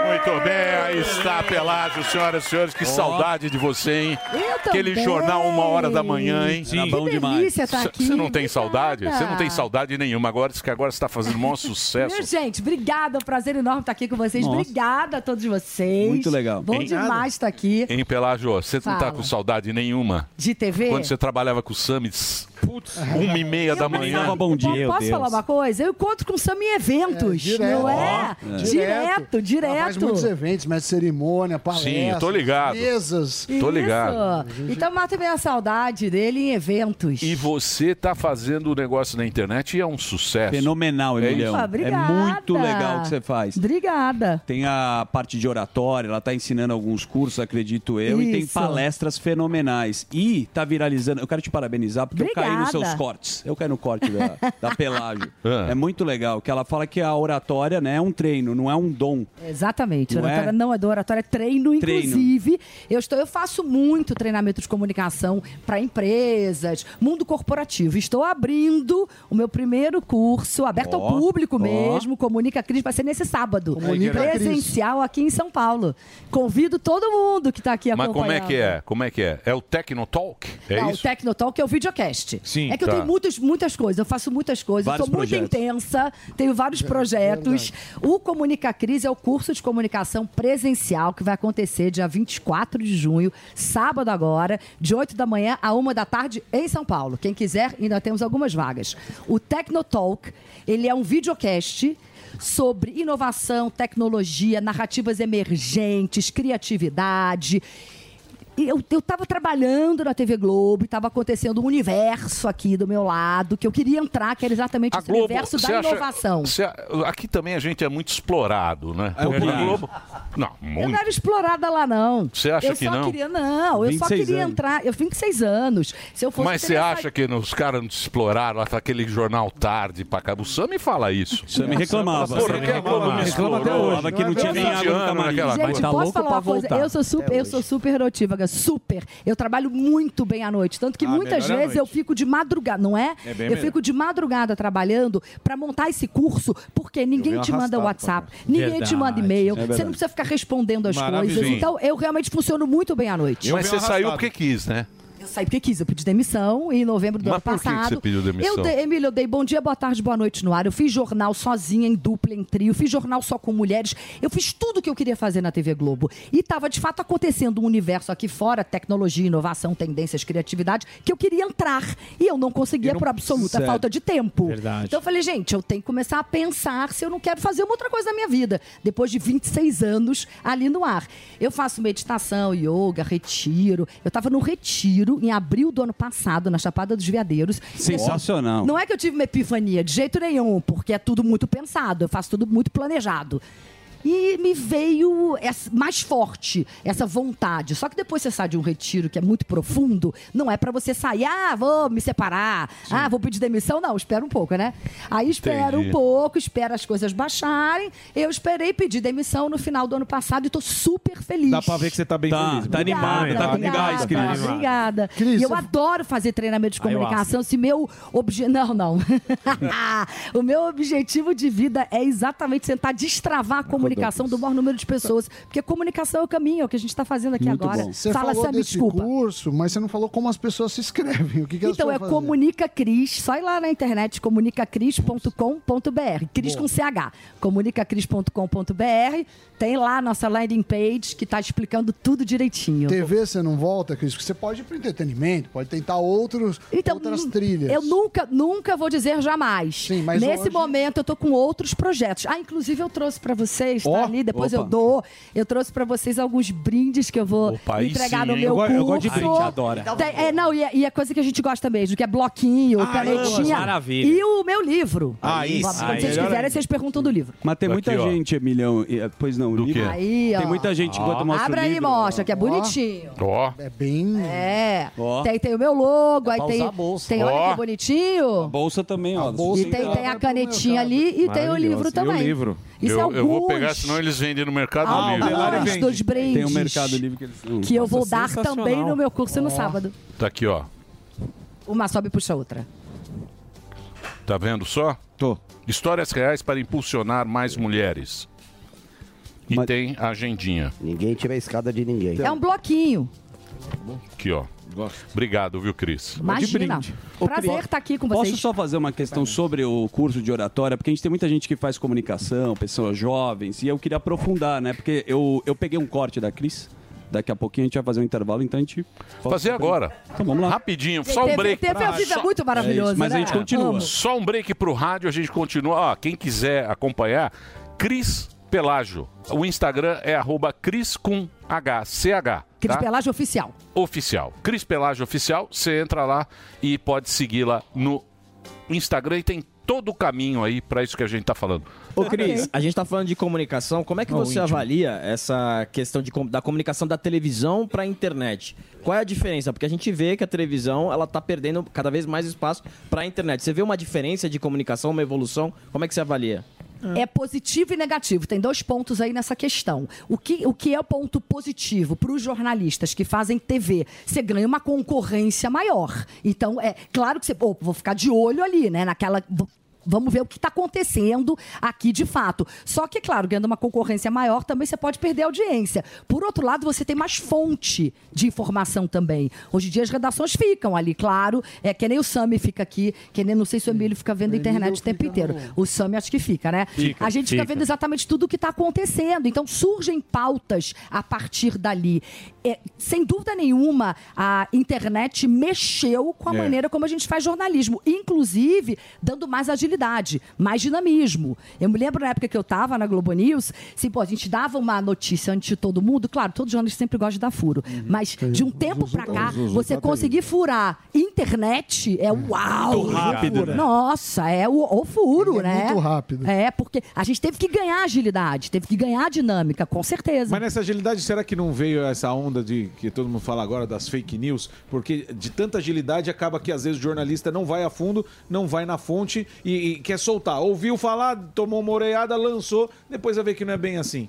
Speaker 2: Muito bem, aí está Pelágio, senhoras e senhores, que saudade de você, hein?
Speaker 22: Eu
Speaker 2: Aquele
Speaker 22: também.
Speaker 2: jornal uma hora da manhã, hein?
Speaker 22: Sim. Era bom Que demais. delícia tá
Speaker 2: Cê-
Speaker 22: aqui.
Speaker 2: Você não tem saudade?
Speaker 22: Obrigada.
Speaker 2: Você não tem saudade nenhuma agora, diz que agora está fazendo o maior sucesso.
Speaker 22: Meu, gente, obrigada. É um prazer enorme estar aqui com vocês.
Speaker 2: Nossa.
Speaker 22: Obrigada a todos vocês.
Speaker 2: Muito legal.
Speaker 22: Bom
Speaker 2: Obrigado.
Speaker 22: demais estar aqui.
Speaker 2: Hein, Pelágio, você não tá
Speaker 22: Fala.
Speaker 2: com saudade nenhuma?
Speaker 22: De TV?
Speaker 2: Quando você trabalhava com o Summits, putz, uma e meia da manhã.
Speaker 22: Dava
Speaker 2: bom
Speaker 22: Bom, Posso falar uma coisa? Eu encontro com o Sam em eventos,
Speaker 12: direto.
Speaker 22: não é?
Speaker 12: Ó, é.
Speaker 22: Direto, direto.
Speaker 12: Ela faz muitos eventos, mestre de cerimônia, palestra.
Speaker 2: Sim, eu tô ligado.
Speaker 12: Mesas.
Speaker 2: Tô ligado.
Speaker 22: Isso. Então mata bem a saudade dele em eventos.
Speaker 2: E você tá fazendo o negócio na internet e é um sucesso.
Speaker 3: Fenomenal, Emilhão.
Speaker 22: Opa,
Speaker 3: é
Speaker 22: obrigada.
Speaker 3: muito legal o que você faz.
Speaker 22: Obrigada.
Speaker 3: Tem a parte de oratória, ela está ensinando alguns cursos, acredito eu, e tem
Speaker 22: Isso.
Speaker 3: palestras fenomenais. E tá viralizando. Eu quero te parabenizar, porque eu caí nos
Speaker 22: Obrigada.
Speaker 3: seus cortes. Eu caí no corte da, da Pelágio. É. muito legal, que ela fala que a oratória né, é um treino, não é um dom.
Speaker 22: Exatamente.
Speaker 3: Não é?
Speaker 22: Oratória não é do oratória, é treino,
Speaker 3: Treino.
Speaker 22: inclusive. Eu, estou, eu faço muito treinamento de comunicação para empresas, mundo corporativo. Estou abrindo o meu primeiro curso, aberto
Speaker 23: Ó,
Speaker 22: ao público
Speaker 23: ó.
Speaker 22: mesmo, Comunica Cris, vai ser nesse sábado.
Speaker 2: Comunica Cris.
Speaker 22: presencial aqui em São Paulo. Convido todo mundo que está aqui
Speaker 2: Mas
Speaker 22: acompanhando.
Speaker 2: como é que é? Como é que é? É o Tecnotalk? É
Speaker 22: não,
Speaker 2: isso?
Speaker 22: o Tecnotalk é o videocast.
Speaker 2: Sim,
Speaker 22: é que
Speaker 2: tá.
Speaker 22: eu tenho muitas, muitas coisas, eu faço muitas coisas,
Speaker 2: Vários
Speaker 22: sou muito
Speaker 2: projetos.
Speaker 22: intensa, tenho vários projetos. O Comunica Crise é o curso de comunicação presencial que vai acontecer dia 24 de junho, sábado agora, de 8 da manhã a 1 da tarde em São Paulo. Quem quiser, ainda temos algumas vagas. O Tecnotalk, ele é um videocast sobre inovação, tecnologia, narrativas emergentes, criatividade. E eu, eu tava trabalhando na TV Globo e tava acontecendo um universo aqui do meu lado, que eu queria entrar, que era exatamente esse universo
Speaker 2: você
Speaker 22: da
Speaker 2: acha-
Speaker 22: inovação.
Speaker 2: você a- aqui também a gente é muito explorado, né?
Speaker 22: É o
Speaker 2: Porque
Speaker 22: Claro.
Speaker 2: Globo. Não,
Speaker 22: Eu não
Speaker 2: muito.
Speaker 22: era explorada lá, não.
Speaker 2: Você acha
Speaker 22: eu
Speaker 2: que
Speaker 22: só
Speaker 2: não?
Speaker 22: Queria, não, eu só
Speaker 2: 26
Speaker 22: queria
Speaker 2: anos.
Speaker 22: entrar. Eu 26 anos. Se eu fosse
Speaker 2: Mas você
Speaker 22: interessada-
Speaker 2: acha que os caras não te exploraram lá tá aquele jornal tarde pra cá? O Sam me fala isso. O
Speaker 3: Sam reclamava,
Speaker 2: Porra,
Speaker 3: Sam
Speaker 2: que é a Globo
Speaker 3: reclamava. Reclama
Speaker 2: me explorou.
Speaker 3: até hoje. Falava que não é tinha nem
Speaker 2: 20
Speaker 3: água no
Speaker 2: anos
Speaker 3: camarim.
Speaker 2: naquela
Speaker 3: Gente,
Speaker 2: coisa.
Speaker 22: Posso
Speaker 3: Tá
Speaker 22: falar uma coisa? Eu sou super, eu sou super erotívaga, super. Eu trabalho muito bem à noite, tanto que
Speaker 23: Ah,
Speaker 22: muitas
Speaker 23: melhor à
Speaker 22: vezes
Speaker 23: noite.
Speaker 22: eu fico de madrugada, não é?
Speaker 23: É bem
Speaker 22: eu
Speaker 23: melhor.
Speaker 22: fico de madrugada trabalhando pra montar esse curso, porque ninguém
Speaker 23: venho
Speaker 22: te manda
Speaker 23: arrastado
Speaker 22: WhatsApp,
Speaker 23: pra cá.
Speaker 22: ninguém te
Speaker 23: Verdade.
Speaker 22: manda e-mail,
Speaker 2: É verdade.
Speaker 22: você não precisa ficar respondendo as
Speaker 2: Maravilhoso.
Speaker 22: coisas. Então eu realmente funciono muito bem à noite.
Speaker 2: Mas você saiu porque quis, né?
Speaker 22: Eu saí porque quis, eu pedi demissão em novembro do
Speaker 2: Mas
Speaker 22: ano
Speaker 2: por que que
Speaker 22: passado.
Speaker 2: você pediu demissão?
Speaker 22: Eu dei, Emílio, eu dei bom dia, boa tarde, boa noite no ar. Eu fiz jornal sozinha, em dupla, em trio, fiz jornal só com mulheres. Eu fiz tudo o que eu queria fazer na TV Globo. E estava, de fato, acontecendo um universo aqui fora, tecnologia, inovação, tendências, criatividade, que eu queria entrar. E eu não conseguia por absoluta
Speaker 23: Certo.
Speaker 22: falta de tempo.
Speaker 23: Verdade.
Speaker 22: Então eu falei, gente, eu tenho que começar a pensar se eu não quero fazer uma outra coisa na minha vida. Depois de 26 anos ali no ar. Eu faço meditação, yoga, retiro. Eu estava no retiro em abril do ano passado, na Chapada dos Veadeiros.
Speaker 3: Sensacional.
Speaker 22: Não é que eu tive uma epifania, de jeito nenhum, porque é tudo muito pensado, eu faço tudo muito planejado. E me veio essa- mais forte essa vontade. Só que depois você sai de um retiro que é muito profundo, não é pra você sair, ah, vou me separar, ah, vou pedir demissão. Não, espera um pouco, né? Aí espera
Speaker 23: Entendi.
Speaker 22: um pouco, espera as coisas baixarem. Eu esperei pedir demissão no final do ano passado e tô super feliz.
Speaker 6: Dá pra ver que você tá bem
Speaker 3: Tá,
Speaker 6: feliz.
Speaker 3: tá animado, tá com gás, Cris.
Speaker 22: Obrigada, obrigada.
Speaker 6: Cris,
Speaker 22: E eu
Speaker 6: você-
Speaker 22: adoro fazer treinamento de
Speaker 6: Ah, eu
Speaker 22: comunicação. Se meu objetivo. Não, não. o meu objetivo de vida é exatamente tentar destravar a comunicação do maior número de pessoas. Porque comunicação é o caminho, é o que a gente está fazendo aqui
Speaker 12: Muito
Speaker 22: agora.
Speaker 12: bom. Você
Speaker 22: Fala,
Speaker 12: falou
Speaker 22: Sam,
Speaker 12: desse
Speaker 22: desculpa.
Speaker 12: curso, mas você não falou como as pessoas se inscrevem. O que, que elas
Speaker 22: Então
Speaker 12: vão
Speaker 22: é
Speaker 12: fazer?
Speaker 22: Comunica Cris, sai lá na internet, comunicacris.com.br, Cris com CH, comunicacris.com.br, tem lá a nossa landing page que está explicando tudo direitinho.
Speaker 12: TV você não volta, Cris, porque você pode ir para entretenimento, pode tentar outros, outras trilhas.
Speaker 22: Então, Eu nunca, nunca vou dizer jamais.
Speaker 12: mas
Speaker 22: Nesse
Speaker 12: hoje-
Speaker 22: momento eu tô com outros projetos. Ah, inclusive eu trouxe para vocês, tá
Speaker 12: Ó,
Speaker 22: ali, depois
Speaker 12: opa.
Speaker 22: eu dou. Eu trouxe para vocês alguns brindes que eu vou
Speaker 2: Opa, aí
Speaker 22: entregar
Speaker 2: sim,
Speaker 22: no
Speaker 2: hein?
Speaker 22: meu
Speaker 2: Eu go-
Speaker 22: curso.
Speaker 2: eu gosto de brinde, adora.
Speaker 22: Tem- é, não, e, é- e é coisa que a gente gosta mesmo, que é bloquinho,
Speaker 7: Ah,
Speaker 22: canetinha.
Speaker 7: eu- maravilha.
Speaker 22: E o meu livro.
Speaker 7: Aí
Speaker 22: Quando
Speaker 7: sim.
Speaker 22: vocês
Speaker 7: Aí,
Speaker 22: quiserem,
Speaker 7: olha-
Speaker 22: vocês perguntam do livro.
Speaker 3: Mas tem muita
Speaker 7: Aqui, ó.
Speaker 3: gente, Emilhão. e- eh, Pois não, do
Speaker 22: Aí, ó.
Speaker 3: Tem muita gente que quando mostra
Speaker 22: Abre
Speaker 3: o
Speaker 22: aí e
Speaker 3: livro.
Speaker 22: mostra, que é bonitinho.
Speaker 2: Ó.
Speaker 12: É bem.
Speaker 22: É.
Speaker 3: Ó.
Speaker 22: Tem, tem o meu logo, aí
Speaker 3: Hum. pra
Speaker 22: tem.
Speaker 3: usar a bolsa.
Speaker 22: Tem, olha
Speaker 3: Ó.
Speaker 22: que bonitinho.
Speaker 3: Bolsa também, ó. tá.
Speaker 22: E tem, tem a canetinha ali e tem o livro também. Isso
Speaker 2: eu,
Speaker 22: é
Speaker 2: eu vou
Speaker 22: alguns
Speaker 2: pegar, senão eles vendem no mercado
Speaker 22: Ah,
Speaker 2: livre.
Speaker 22: o Delari dos vende. brindes.
Speaker 3: Tem um mercado livre que eles.
Speaker 22: que eu vou
Speaker 3: Nossa,
Speaker 22: dar
Speaker 3: sensacional.
Speaker 22: também no meu curso no sábado.
Speaker 2: Tá aqui, ó.
Speaker 22: Uma sobe e puxa a outra.
Speaker 2: Tá vendo só? Tô. Histórias reais para impulsionar mais mulheres. E tem a agendinha.
Speaker 1: Ninguém tira a escada de ninguém.
Speaker 22: É um bloquinho.
Speaker 2: Aqui, ó. Obrigado, viu, Cris?
Speaker 22: Imagina.
Speaker 3: Ô,
Speaker 22: Prazer
Speaker 3: Pri,
Speaker 22: estar aqui com
Speaker 3: Posso
Speaker 22: vocês.
Speaker 3: só fazer uma questão sobre o curso de oratória? Porque a gente tem muita gente que faz comunicação, pessoas jovens, e eu queria aprofundar, né? Porque eu, eu peguei um corte da Cris. Daqui a pouquinho a gente vai fazer um intervalo, então a gente.
Speaker 2: Fazer agora.
Speaker 3: Então vamos lá.
Speaker 2: Rapidinho, só um
Speaker 22: TV
Speaker 2: break.
Speaker 22: TV ao vivo é muito maravilhoso, É isso, mas a né? gente continua. Amo.
Speaker 2: Só um break pro rádio, a gente continua. Ó, quem quiser acompanhar, Cris Pelágio. O Instagram é arroba Cris com H, CH.
Speaker 22: Cris
Speaker 2: tá?
Speaker 22: Pelagem Oficial.
Speaker 2: Oficial. Cris Pelágio Oficial, você entra lá e pode segui-la no Instagram e tem todo o caminho aí pra isso que a gente tá falando.
Speaker 5: Ô, Cris, a gente tá falando de comunicação. Como é que
Speaker 2: Não,
Speaker 5: você
Speaker 2: íntimo.
Speaker 5: avalia essa questão de, com- da comunicação da televisão pra internet? Qual é a diferença? Porque a gente vê que a televisão ela tá perdendo cada vez mais espaço pra internet. Você vê uma diferença de comunicação, uma evolução? Como é que você avalia?
Speaker 22: É positivo e negativo. Tem dois pontos aí nessa questão. O que, o que é o ponto positivo para os jornalistas que fazem TV? Você ganha uma concorrência maior. Então, é claro que você. pô, vou ficar de olho ali, né? Naquela. v- Vamos ver o que está acontecendo aqui de fato. Só que, claro, ganhando uma concorrência maior, também você pode perder a audiência. Por outro lado, você tem mais fonte de informação também. Hoje em dia as redações ficam ali, claro. É que nem o Sami fica aqui, que nem não sei se o Emílio fica vendo a internet o tempo inteiro. O Sami acho que fica, né?
Speaker 23: Fica,
Speaker 22: a gente fica,
Speaker 23: fica.
Speaker 22: vendo exatamente tudo o que está acontecendo. Então surgem pautas a partir dali. É, sem dúvida nenhuma, a internet mexeu com a
Speaker 24: É.
Speaker 22: maneira como a gente faz jornalismo, inclusive dando mais agilidade, mais dinamismo. Eu me lembro na época que eu estava na Globo News, assim, pô, a gente dava uma notícia antes de todo mundo. Claro, todo jornalista sempre gosta de dar furo, mas de um tempo para cá,
Speaker 23: Uhum. Zuzu
Speaker 22: você
Speaker 23: tá terrível.
Speaker 22: conseguir furar internet é uau!
Speaker 23: Muito rápido,
Speaker 22: furo.
Speaker 23: né?
Speaker 22: Nossa, é o, o furo, né?
Speaker 12: muito rápido.
Speaker 22: É, porque a gente teve que ganhar agilidade, teve que ganhar dinâmica, com certeza.
Speaker 6: Mas nessa agilidade, será que não veio essa onda de que todo mundo fala agora das fake news? Porque de tanta agilidade acaba que às vezes o jornalista não vai a fundo, não vai na fonte e, e quer soltar. Ouviu falar, tomou uma oreada, lançou, depois vai ver que não é bem assim.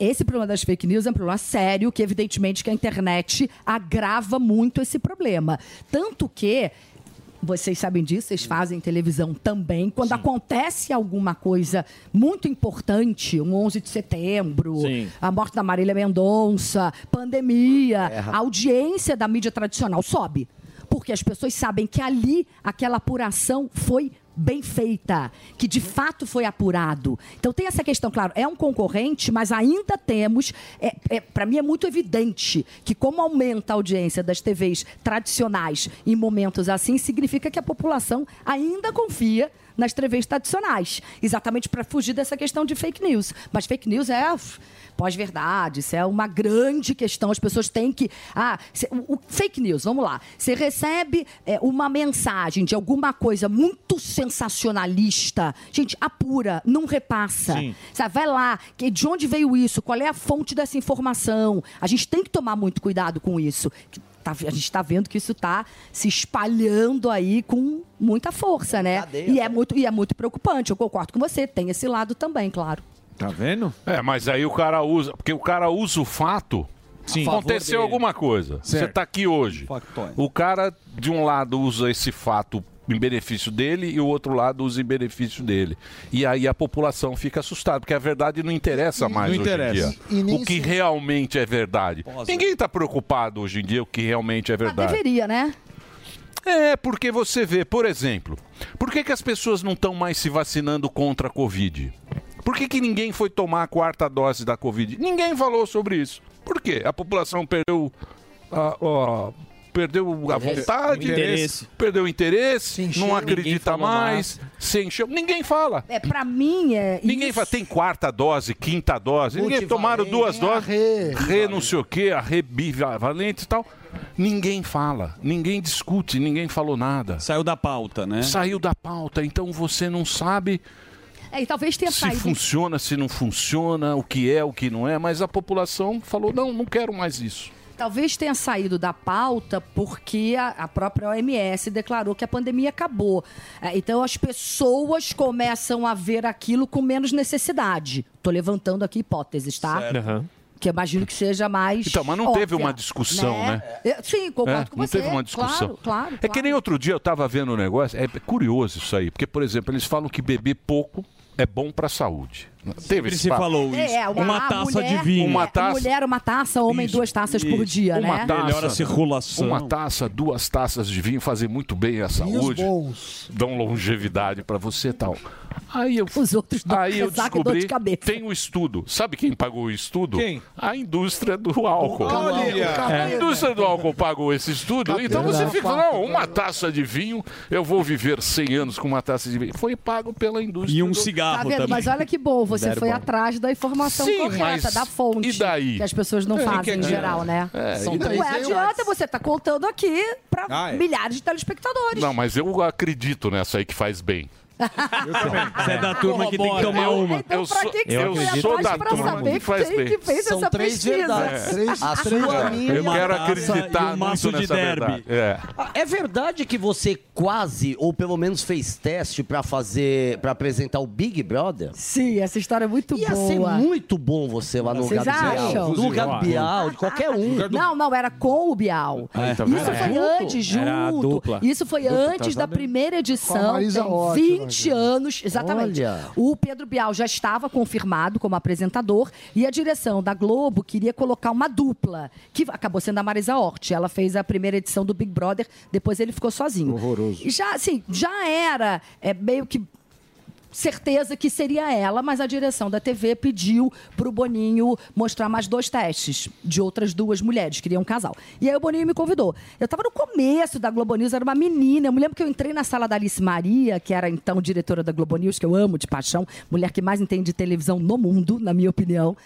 Speaker 22: Esse problema das fake news é um problema sério, que evidentemente que a internet agrava muito esse problema. Tanto que. Vocês sabem disso, vocês fazem televisão também. Quando acontece alguma coisa muito importante, um 11 de setembro,
Speaker 23: Sim.
Speaker 22: a morte da Marília Mendonça, pandemia,
Speaker 23: Guerra.
Speaker 22: a audiência da mídia tradicional sobe. Porque as pessoas sabem que ali aquela apuração foi bem feita, que de fato foi apurado. Então tem essa questão, claro, é um concorrente, mas ainda temos, é, para mim é muito evidente que como aumenta a audiência das TVs tradicionais em momentos assim, significa que a população ainda confia nas TVs tradicionais, exatamente para fugir dessa questão de fake news. Mas fake news é uf, pós-verdade, isso é uma grande questão. As pessoas têm que. Ah, cê- o, o- fake news, vamos lá. Você recebe é, uma mensagem de alguma coisa muito sensacionalista. Gente, apura, não repassa.
Speaker 23: Sim.
Speaker 22: Sabe, vai lá, que- de onde veio isso? Qual é a fonte dessa informação? A gente tem que tomar muito cuidado com isso. Que tá- a gente está vendo que isso está se espalhando aí com muita força, né? E é, muito, e é muito preocupante, eu concordo com você. Tem esse lado também, claro.
Speaker 6: Tá vendo?
Speaker 2: É, mas aí o cara usa. Porque o cara usa o fato.
Speaker 6: Sim.
Speaker 2: A Aconteceu
Speaker 6: favor dele.
Speaker 2: tá alguma coisa. Você
Speaker 6: Certo.
Speaker 2: tá aqui hoje. O cara, de um lado, usa esse fato em benefício dele e o outro lado usa em benefício dele. E aí a população fica assustada, porque a verdade não interessa mais hoje
Speaker 6: interessa.
Speaker 2: em dia. o que realmente é verdade. Ninguém está preocupado hoje em dia o que realmente é verdade.
Speaker 22: Deveria, né?
Speaker 2: É, porque você vê, por exemplo, por que, que as pessoas não estão mais se vacinando contra a Covid? Por que, que ninguém foi tomar a quarta dose da Covid? Ninguém falou sobre isso. Por quê? A população perdeu a, ó, perdeu a
Speaker 6: Interesse.
Speaker 2: vontade,
Speaker 6: O interesse.
Speaker 2: perdeu o interesse,
Speaker 6: encheu.
Speaker 2: não
Speaker 6: Ninguém
Speaker 2: acredita
Speaker 6: falou
Speaker 2: Tá mais, se encheu. Ninguém fala.
Speaker 22: É, pra mim é.
Speaker 2: Ninguém fala, tem quarta dose, quinta dose, ninguém
Speaker 22: Multivalente,
Speaker 2: tomaram duas
Speaker 22: a
Speaker 2: doses, re, não sei o quê, a re bivalente e tal. Ninguém fala, ninguém discute, ninguém falou nada.
Speaker 3: Saiu da pauta, né?
Speaker 2: Saiu da pauta, então você não sabe
Speaker 22: É, e talvez tenha
Speaker 2: se
Speaker 22: saído.
Speaker 2: funciona, se não funciona, o que é, o que não é, mas a população falou, não, não quero mais isso.
Speaker 22: Talvez tenha saído da pauta porque a, a própria OMS declarou que a pandemia acabou. É, Então as pessoas começam a ver aquilo com menos necessidade. Tô levantando aqui hipóteses, tá? Que eu imagino que seja mais.
Speaker 2: Então, mas não teve
Speaker 22: óbvia,
Speaker 2: uma discussão, né?
Speaker 22: Eu- sim, concordo
Speaker 2: É,
Speaker 22: com
Speaker 2: não
Speaker 22: você.
Speaker 2: teve uma discussão.
Speaker 22: Claro, claro.
Speaker 2: É que nem outro dia eu estava vendo um negócio, é curioso isso aí, porque, por exemplo, eles falam que beber pouco é bom para a saúde. Teve esse
Speaker 3: se
Speaker 2: papo.
Speaker 3: falou isso.
Speaker 22: É, uma, a mulher-
Speaker 2: Uma
Speaker 22: é,
Speaker 2: taça.
Speaker 22: Mulher, uma taça, homem, duas taças por dia,
Speaker 2: uma
Speaker 22: né?
Speaker 2: Taça,
Speaker 3: Melhora a circulação.
Speaker 2: Uma taça, duas taças de vinho fazem muito bem à saúde. Dão longevidade para você e tal. Aí eu,
Speaker 22: Os outros dão
Speaker 2: Aí eu
Speaker 22: casaca e dor
Speaker 2: descobri,
Speaker 22: de cabeça.
Speaker 2: tem um estudo. Sabe quem pagou o estudo?
Speaker 22: Quem?
Speaker 2: A indústria do álcool.
Speaker 6: Olha!
Speaker 2: A indústria do álcool pagou esse estudo. Então você fica, não, uma taça de vinho, eu vou viver 100 anos com uma taça de vinho. Foi pago pela indústria.
Speaker 3: E um
Speaker 2: do-
Speaker 3: cigarro
Speaker 22: Tá vendo? Mas olha que bom, você
Speaker 2: Deram
Speaker 22: foi
Speaker 2: é bom.
Speaker 22: atrás da informação
Speaker 2: Sim,
Speaker 22: correta,
Speaker 2: mas
Speaker 22: da fonte.
Speaker 2: e daí?
Speaker 22: Que as pessoas não
Speaker 2: É, que
Speaker 22: fazem em
Speaker 2: adianta?
Speaker 22: geral, né?
Speaker 2: É, e
Speaker 22: não
Speaker 2: daí?
Speaker 22: é, adianta, você tá contando aqui pra
Speaker 2: Ah, é.
Speaker 22: milhares de telespectadores.
Speaker 2: Não, mas eu acredito nessa aí que faz bem.
Speaker 3: Você é da turma que tem que tomar uma.
Speaker 2: eu sou,
Speaker 22: que que
Speaker 2: eu
Speaker 22: você foi
Speaker 2: sou da
Speaker 22: atrás pra
Speaker 2: turma
Speaker 22: saber
Speaker 2: que faz
Speaker 22: quem
Speaker 2: bem.
Speaker 22: que fez São essa três pesquisa? verdades. Três-
Speaker 4: A
Speaker 2: Três
Speaker 4: sua, a
Speaker 2: verdades.
Speaker 4: minha
Speaker 2: Eu
Speaker 4: uma
Speaker 2: quero
Speaker 4: taça
Speaker 2: acreditar
Speaker 4: e um
Speaker 2: tá muito
Speaker 4: maço de
Speaker 2: nessa
Speaker 4: derby.
Speaker 2: verdade. É.
Speaker 4: Ah, É verdade que você quase, ou pelo menos fez teste pra fazer, para apresentar o Big Brother?
Speaker 22: Sim, essa história é muito
Speaker 4: Ia
Speaker 22: boa.
Speaker 4: ser muito bom você lá no
Speaker 22: Vocês acham? Ah,
Speaker 4: Gabriel. No Gabriel, de qualquer um.
Speaker 22: Não, não, era com o Bial.
Speaker 4: Aí, tá
Speaker 22: Isso
Speaker 4: vendo?
Speaker 22: foi
Speaker 4: É.
Speaker 22: antes, junto.
Speaker 4: Era a dupla.
Speaker 22: Isso foi
Speaker 4: Dupla, tá
Speaker 22: antes da
Speaker 4: sabendo?
Speaker 22: primeira
Speaker 4: Com a
Speaker 22: edição.
Speaker 4: Marisa
Speaker 22: tem
Speaker 4: Hort,
Speaker 22: 20 anos, exatamente.
Speaker 4: Olha.
Speaker 22: O Pedro Bial já estava confirmado como apresentador e a direção da Globo queria colocar uma dupla, que acabou sendo a Marisa Hort. Ela fez a primeira edição do Big Brother, depois ele ficou sozinho. Horroroso. Já, assim, já era é, meio que certeza que seria ela, mas a direção da TV pediu pro Boninho mostrar mais dois testes de outras duas mulheres, queria um casal. E aí o Boninho me convidou. Eu tava no começo da Globo News, era uma menina. Eu me lembro que eu entrei na sala da Alice Maria, que era então diretora da Globo News, que eu amo de paixão, mulher que mais entende de televisão no mundo, na minha opinião.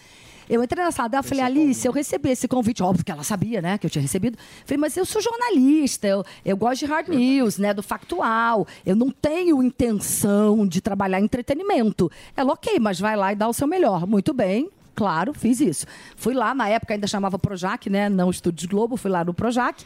Speaker 22: Eu entrei na sala dela e falei, Alice, eu recebi esse convite. Óbvio que ela sabia, né, que eu tinha recebido. Falei, mas eu sou jornalista, eu, eu gosto de hard news, né, do factual. Eu não tenho intenção de trabalhar em entretenimento. Ela, ok, mas vai lá e dá o seu melhor. Muito bem. Claro, fiz isso. Fui lá, na época ainda chamava Projac, né? Não Estúdios Globo, fui lá no Projac.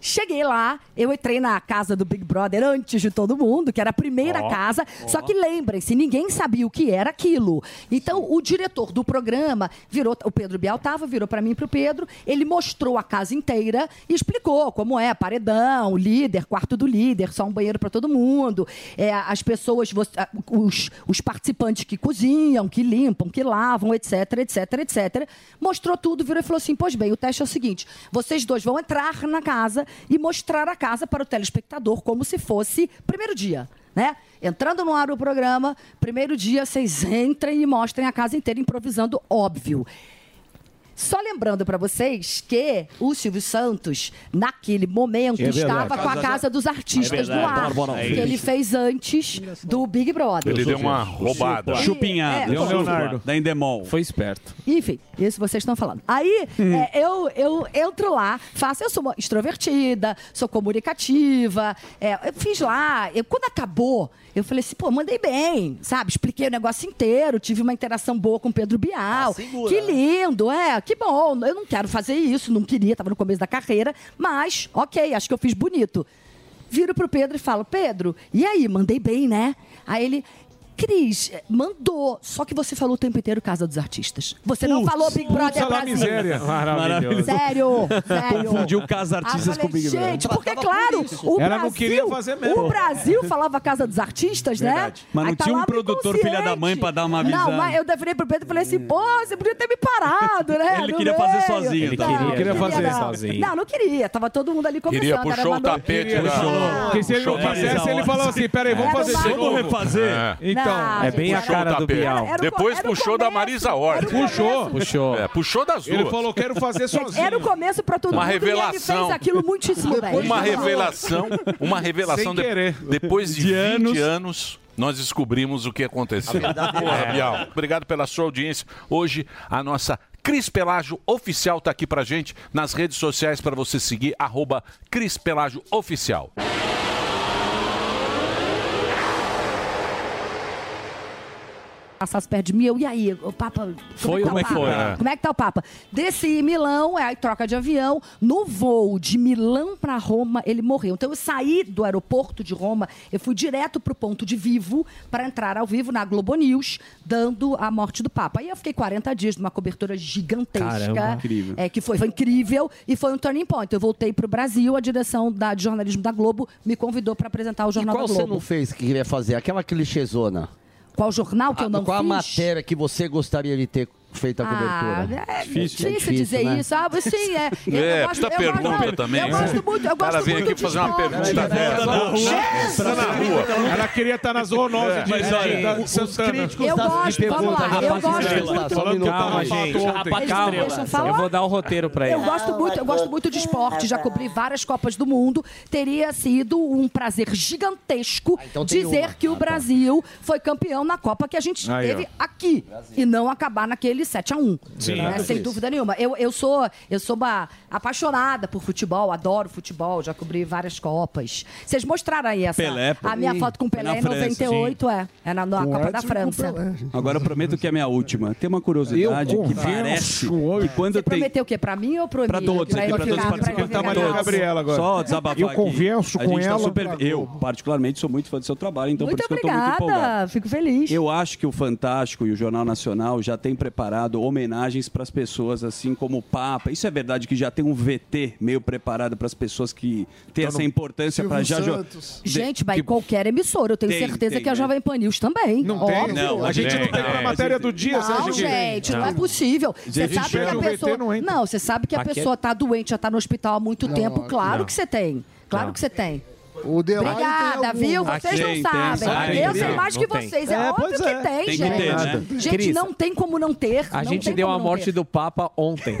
Speaker 22: Cheguei lá, eu entrei na casa do Big Brother antes de todo mundo, que era a primeira
Speaker 23: Ó.
Speaker 22: casa. Só que lembrem-se, ninguém sabia o que era aquilo. Então, o diretor do programa virou, o Pedro Bial tava, virou para mim e para o Pedro, ele mostrou a casa inteira e explicou como é, paredão, líder, quarto do líder, só um banheiro para todo mundo, é, as pessoas, vo- ah, os, os participantes que cozinham, que limpam, que lavam, etc, etc, etc. Mostrou tudo, virou e falou assim, pois bem, o teste é o seguinte, vocês dois vão entrar na casa e mostrar a casa para o telespectador como se fosse primeiro dia né? Entrando no ar o programa, primeiro dia vocês entrem e mostrem a casa inteira improvisando, óbvio. Só lembrando para vocês que o Silvio Santos, naquele momento,
Speaker 23: É verdade.
Speaker 22: estava com a
Speaker 23: Casa-
Speaker 22: Casa dos
Speaker 23: É
Speaker 22: Artistas no
Speaker 23: verdade.
Speaker 22: ar,
Speaker 23: Bora, bora,
Speaker 22: que ele fez antes do Big Brother.
Speaker 2: Ele deu uma roubada.
Speaker 3: Chupinhada.
Speaker 22: É,
Speaker 3: Leonardo.
Speaker 7: Leonardo.
Speaker 3: Da Endemol. Foi esperto.
Speaker 22: Enfim, isso vocês estão falando. Aí
Speaker 23: Hum.
Speaker 22: é, eu, eu entro lá, faço, eu sou uma extrovertida, sou comunicativa, é, eu fiz lá. Eu, quando acabou, eu falei assim, pô, mandei bem, sabe? Expliquei o negócio inteiro, tive uma interação boa com o Pedro Bial.
Speaker 23: segura,
Speaker 22: que
Speaker 23: né?
Speaker 22: lindo, é, que bom. Eu não quero fazer isso, não queria, estava no começo da carreira, mas ok, acho que eu fiz bonito. Viro pro Pedro e falo, Pedro, e aí, mandei bem, né? Aí ele. Cris, mandou. Só que você falou o tempo inteiro Casa dos Artistas. Você não
Speaker 7: Putz,
Speaker 22: falou Big
Speaker 7: putz,
Speaker 22: Brother
Speaker 7: olha lá a
Speaker 22: Brasil.
Speaker 7: miséria. Maravilhoso.
Speaker 22: Sério, sério.
Speaker 7: Confundiu Casa Artistas
Speaker 22: Ah, eu
Speaker 7: com Big
Speaker 3: né?
Speaker 7: Brother.
Speaker 22: Gente, porque, claro, o
Speaker 7: Ela
Speaker 22: Brasil,
Speaker 7: não queria fazer mesmo.
Speaker 22: o Brasil falava Casa dos Artistas,
Speaker 3: Verdade.
Speaker 22: né?
Speaker 3: Mas não
Speaker 22: Aí tá
Speaker 3: tinha
Speaker 22: lá
Speaker 3: um
Speaker 22: no
Speaker 3: produtor
Speaker 22: inconsciente.
Speaker 3: filha da mãe pra dar uma avisada.
Speaker 22: Não, mas eu definei pro Pedro e falei assim, pô, você podia ter me parado, né?
Speaker 3: Ele
Speaker 22: Não
Speaker 3: queria fazer
Speaker 22: veio.
Speaker 3: sozinho, tá?
Speaker 7: Ele
Speaker 22: Não,
Speaker 7: queria,
Speaker 22: não
Speaker 7: queria fazer
Speaker 22: não.
Speaker 7: sozinho.
Speaker 22: Não, não queria. Tava todo mundo ali conversando.
Speaker 2: Queria,
Speaker 22: era
Speaker 2: puxou
Speaker 22: uma
Speaker 2: o
Speaker 22: noite-
Speaker 2: tapete né?
Speaker 7: Queria,
Speaker 2: lá.
Speaker 7: puxou.
Speaker 2: Puxou
Speaker 7: Porque se ele não
Speaker 2: o tapete.
Speaker 7: quisesse, ele falava assim,
Speaker 6: peraí, vamos fazer
Speaker 2: Era
Speaker 6: de
Speaker 2: um
Speaker 6: novo.
Speaker 2: barco.
Speaker 7: refazer? Então, é bem a
Speaker 2: Puxou o
Speaker 7: cara do
Speaker 2: tapete.
Speaker 7: Bial. Era o co-
Speaker 2: Depois puxou da Marisa Hort.
Speaker 7: Puxou. Puxou.
Speaker 2: É, puxou das duas.
Speaker 6: Ele falou, "Quero fazer sozinho."
Speaker 22: Era o começo pra todo
Speaker 2: Uma
Speaker 22: mundo. E ele
Speaker 2: revelação.
Speaker 22: fez aquilo muitíssimo bem.
Speaker 2: Uma revelação, uma revelação.
Speaker 6: Sem
Speaker 2: de-
Speaker 6: querer.
Speaker 2: Depois de,
Speaker 6: De
Speaker 2: 20
Speaker 6: anos.
Speaker 2: anos. nós descobrimos o que aconteceu.
Speaker 6: A verdade
Speaker 2: Porra,
Speaker 6: é.
Speaker 2: Bial, obrigado pela sua audiência. Hoje, a nossa Cris Pelágio Oficial está aqui pra gente nas redes sociais para você seguir, arroba Cris Pelágio Oficial.
Speaker 22: passasse perto de mim, eu, e aí, o Papa... Como
Speaker 7: Foi
Speaker 22: tá
Speaker 7: ou
Speaker 22: o
Speaker 7: não
Speaker 22: Papa?
Speaker 7: foi, né?
Speaker 22: Como é que tá o Papa? Desci em Milão, é, aí troca de avião, no voo de Milão pra Roma, ele morreu. Então eu saí do aeroporto de Roma, eu fui direto pro ponto de vivo, pra entrar ao vivo na Globo News, dando a morte do Papa. Aí eu fiquei 40 dias numa cobertura gigantesca.
Speaker 3: Caramba, incrível.
Speaker 22: É, que foi, foi incrível e foi um turning point. Eu voltei pro Brasil, a direção da, de jornalismo da Globo me convidou pra apresentar o Jornal
Speaker 4: Qual
Speaker 22: da
Speaker 4: você
Speaker 22: Globo.
Speaker 4: não fez que queria fazer? Aquela clichêzona.
Speaker 22: Qual jornal que eu não
Speaker 4: Qual a
Speaker 22: fiz?
Speaker 4: matéria que você gostaria de ter feito a cobertura?
Speaker 22: Ah, é
Speaker 4: Difícil.
Speaker 22: difícil,
Speaker 4: É difícil,
Speaker 22: dizer
Speaker 4: né?
Speaker 22: isso. Ah, sim, é.
Speaker 2: É,
Speaker 22: gosto-
Speaker 2: puta pergunta
Speaker 22: gosto-
Speaker 2: também. né?
Speaker 22: Eu gosto muito, eu
Speaker 2: o cara
Speaker 22: gosto
Speaker 2: vem
Speaker 22: muito
Speaker 2: aqui
Speaker 22: de
Speaker 2: fazer uma
Speaker 22: esporte.
Speaker 2: pergunta dessa. Tá na rua.
Speaker 6: Ela queria estar na zoonose
Speaker 2: É.
Speaker 6: de,
Speaker 2: Mas
Speaker 6: de-
Speaker 2: olha,
Speaker 6: da-
Speaker 2: os
Speaker 6: Santana.
Speaker 2: críticos Eu da- gosto, de vamos lá, pergunta, eu rapaz, gosto estrela. muito. Só um
Speaker 7: Falando
Speaker 2: minuto,
Speaker 7: calma,
Speaker 2: rapaz,
Speaker 7: gente.
Speaker 2: ontem.
Speaker 7: Rapaz,
Speaker 22: Eles
Speaker 7: calma.
Speaker 22: não deixam falar?
Speaker 7: Eu vou dar um roteiro pra ele.
Speaker 22: Eu gosto
Speaker 5: Ah,
Speaker 22: muito, eu gosto muito de esporte, já cobri várias Copas do Mundo. Teria sido um prazer
Speaker 3: Ah,
Speaker 22: gigantesco
Speaker 9: então tem uma.
Speaker 22: dizer que o
Speaker 3: tá.
Speaker 22: Brasil foi campeão na Copa que a gente
Speaker 9: Aí,
Speaker 22: teve
Speaker 9: ó.
Speaker 22: aqui e não acabar naquele 7 a 1,
Speaker 9: Sim.
Speaker 22: né?
Speaker 9: Nada
Speaker 22: sem
Speaker 9: disso.
Speaker 22: dúvida nenhuma. Eu, eu sou eu sou uma apaixonada por futebol, adoro futebol, já cobri várias Copas. Vocês mostraram aí essa
Speaker 3: Pelé, pô.
Speaker 22: a minha
Speaker 3: Ih,
Speaker 22: foto com o
Speaker 3: foi na
Speaker 22: Pelé em
Speaker 3: França,
Speaker 22: 98, é, é na, na
Speaker 3: Com
Speaker 22: Copa da
Speaker 3: Edson e com
Speaker 22: França.
Speaker 3: Agora eu prometo que é a minha última. Tem uma curiosidade
Speaker 22: Eu
Speaker 3: que
Speaker 22: confesso,
Speaker 3: parece que quando tem
Speaker 22: Prometeu o quê? Pra mim ou pro
Speaker 3: Pra
Speaker 22: Emílio?
Speaker 3: todos aqui,
Speaker 22: ele
Speaker 3: pra todos
Speaker 22: ficar-
Speaker 3: os participantes.
Speaker 22: ele
Speaker 3: Todos.
Speaker 22: ficar-
Speaker 3: Só desabafar
Speaker 22: Eu
Speaker 3: aqui.
Speaker 22: converso
Speaker 3: A
Speaker 22: com
Speaker 3: gente tá
Speaker 22: ela
Speaker 3: super-
Speaker 22: pra
Speaker 3: Eu, particularmente, sou muito fã do seu trabalho, então
Speaker 22: Muito
Speaker 3: por isso que eu tô muito empolgado.
Speaker 22: obrigada, fico feliz.
Speaker 3: Eu acho que o Fantástico e o Jornal Nacional já têm preparado homenagens para as pessoas, assim como o Papa. Isso é verdade que já tem um VT meio preparado para as pessoas que têm
Speaker 22: Tá no
Speaker 3: essa importância para já. jo- De-
Speaker 22: Gente, vai qualquer emissora, eu tenho
Speaker 3: Tem,
Speaker 22: certeza
Speaker 3: tem,
Speaker 22: que a Jovem Pan News também. Não
Speaker 3: tem.
Speaker 22: Óbvio.
Speaker 3: Não, a gente não tem
Speaker 6: na matéria do dia,
Speaker 22: não,
Speaker 6: Sérgio Guilherme.
Speaker 22: gente, não,
Speaker 6: É, Não.
Speaker 22: é possível. Você
Speaker 6: Gente,
Speaker 22: sabe que
Speaker 6: pega
Speaker 22: a
Speaker 6: o VT,
Speaker 22: pessoa.
Speaker 6: não
Speaker 22: Não,
Speaker 6: entra.
Speaker 22: você sabe que a
Speaker 6: Aqui é-
Speaker 22: pessoa tá doente, já tá no hospital há muito
Speaker 12: Não,
Speaker 22: tempo. Claro
Speaker 12: não.
Speaker 22: que você tem. Claro
Speaker 12: Não.
Speaker 22: que você tem.
Speaker 12: O Delay
Speaker 22: Obrigada,
Speaker 12: tem
Speaker 22: viu?
Speaker 12: alguma.
Speaker 22: Vocês
Speaker 12: Aqui
Speaker 22: não
Speaker 12: tem,
Speaker 22: sabem.
Speaker 12: sabe?
Speaker 22: eu
Speaker 12: Tem.
Speaker 22: sei mais que
Speaker 12: Não tem.
Speaker 22: vocês. É,
Speaker 12: É,
Speaker 22: óbvio
Speaker 12: pois
Speaker 22: que
Speaker 12: é.
Speaker 22: tem,
Speaker 12: Tem que
Speaker 22: gente.
Speaker 12: ter, né?
Speaker 22: Gente,
Speaker 12: Cris,
Speaker 22: não tem como não ter.
Speaker 23: A
Speaker 22: não
Speaker 23: gente
Speaker 22: tem
Speaker 23: deu
Speaker 22: como
Speaker 23: a
Speaker 22: não
Speaker 23: morte
Speaker 22: ter.
Speaker 23: do Papa ontem.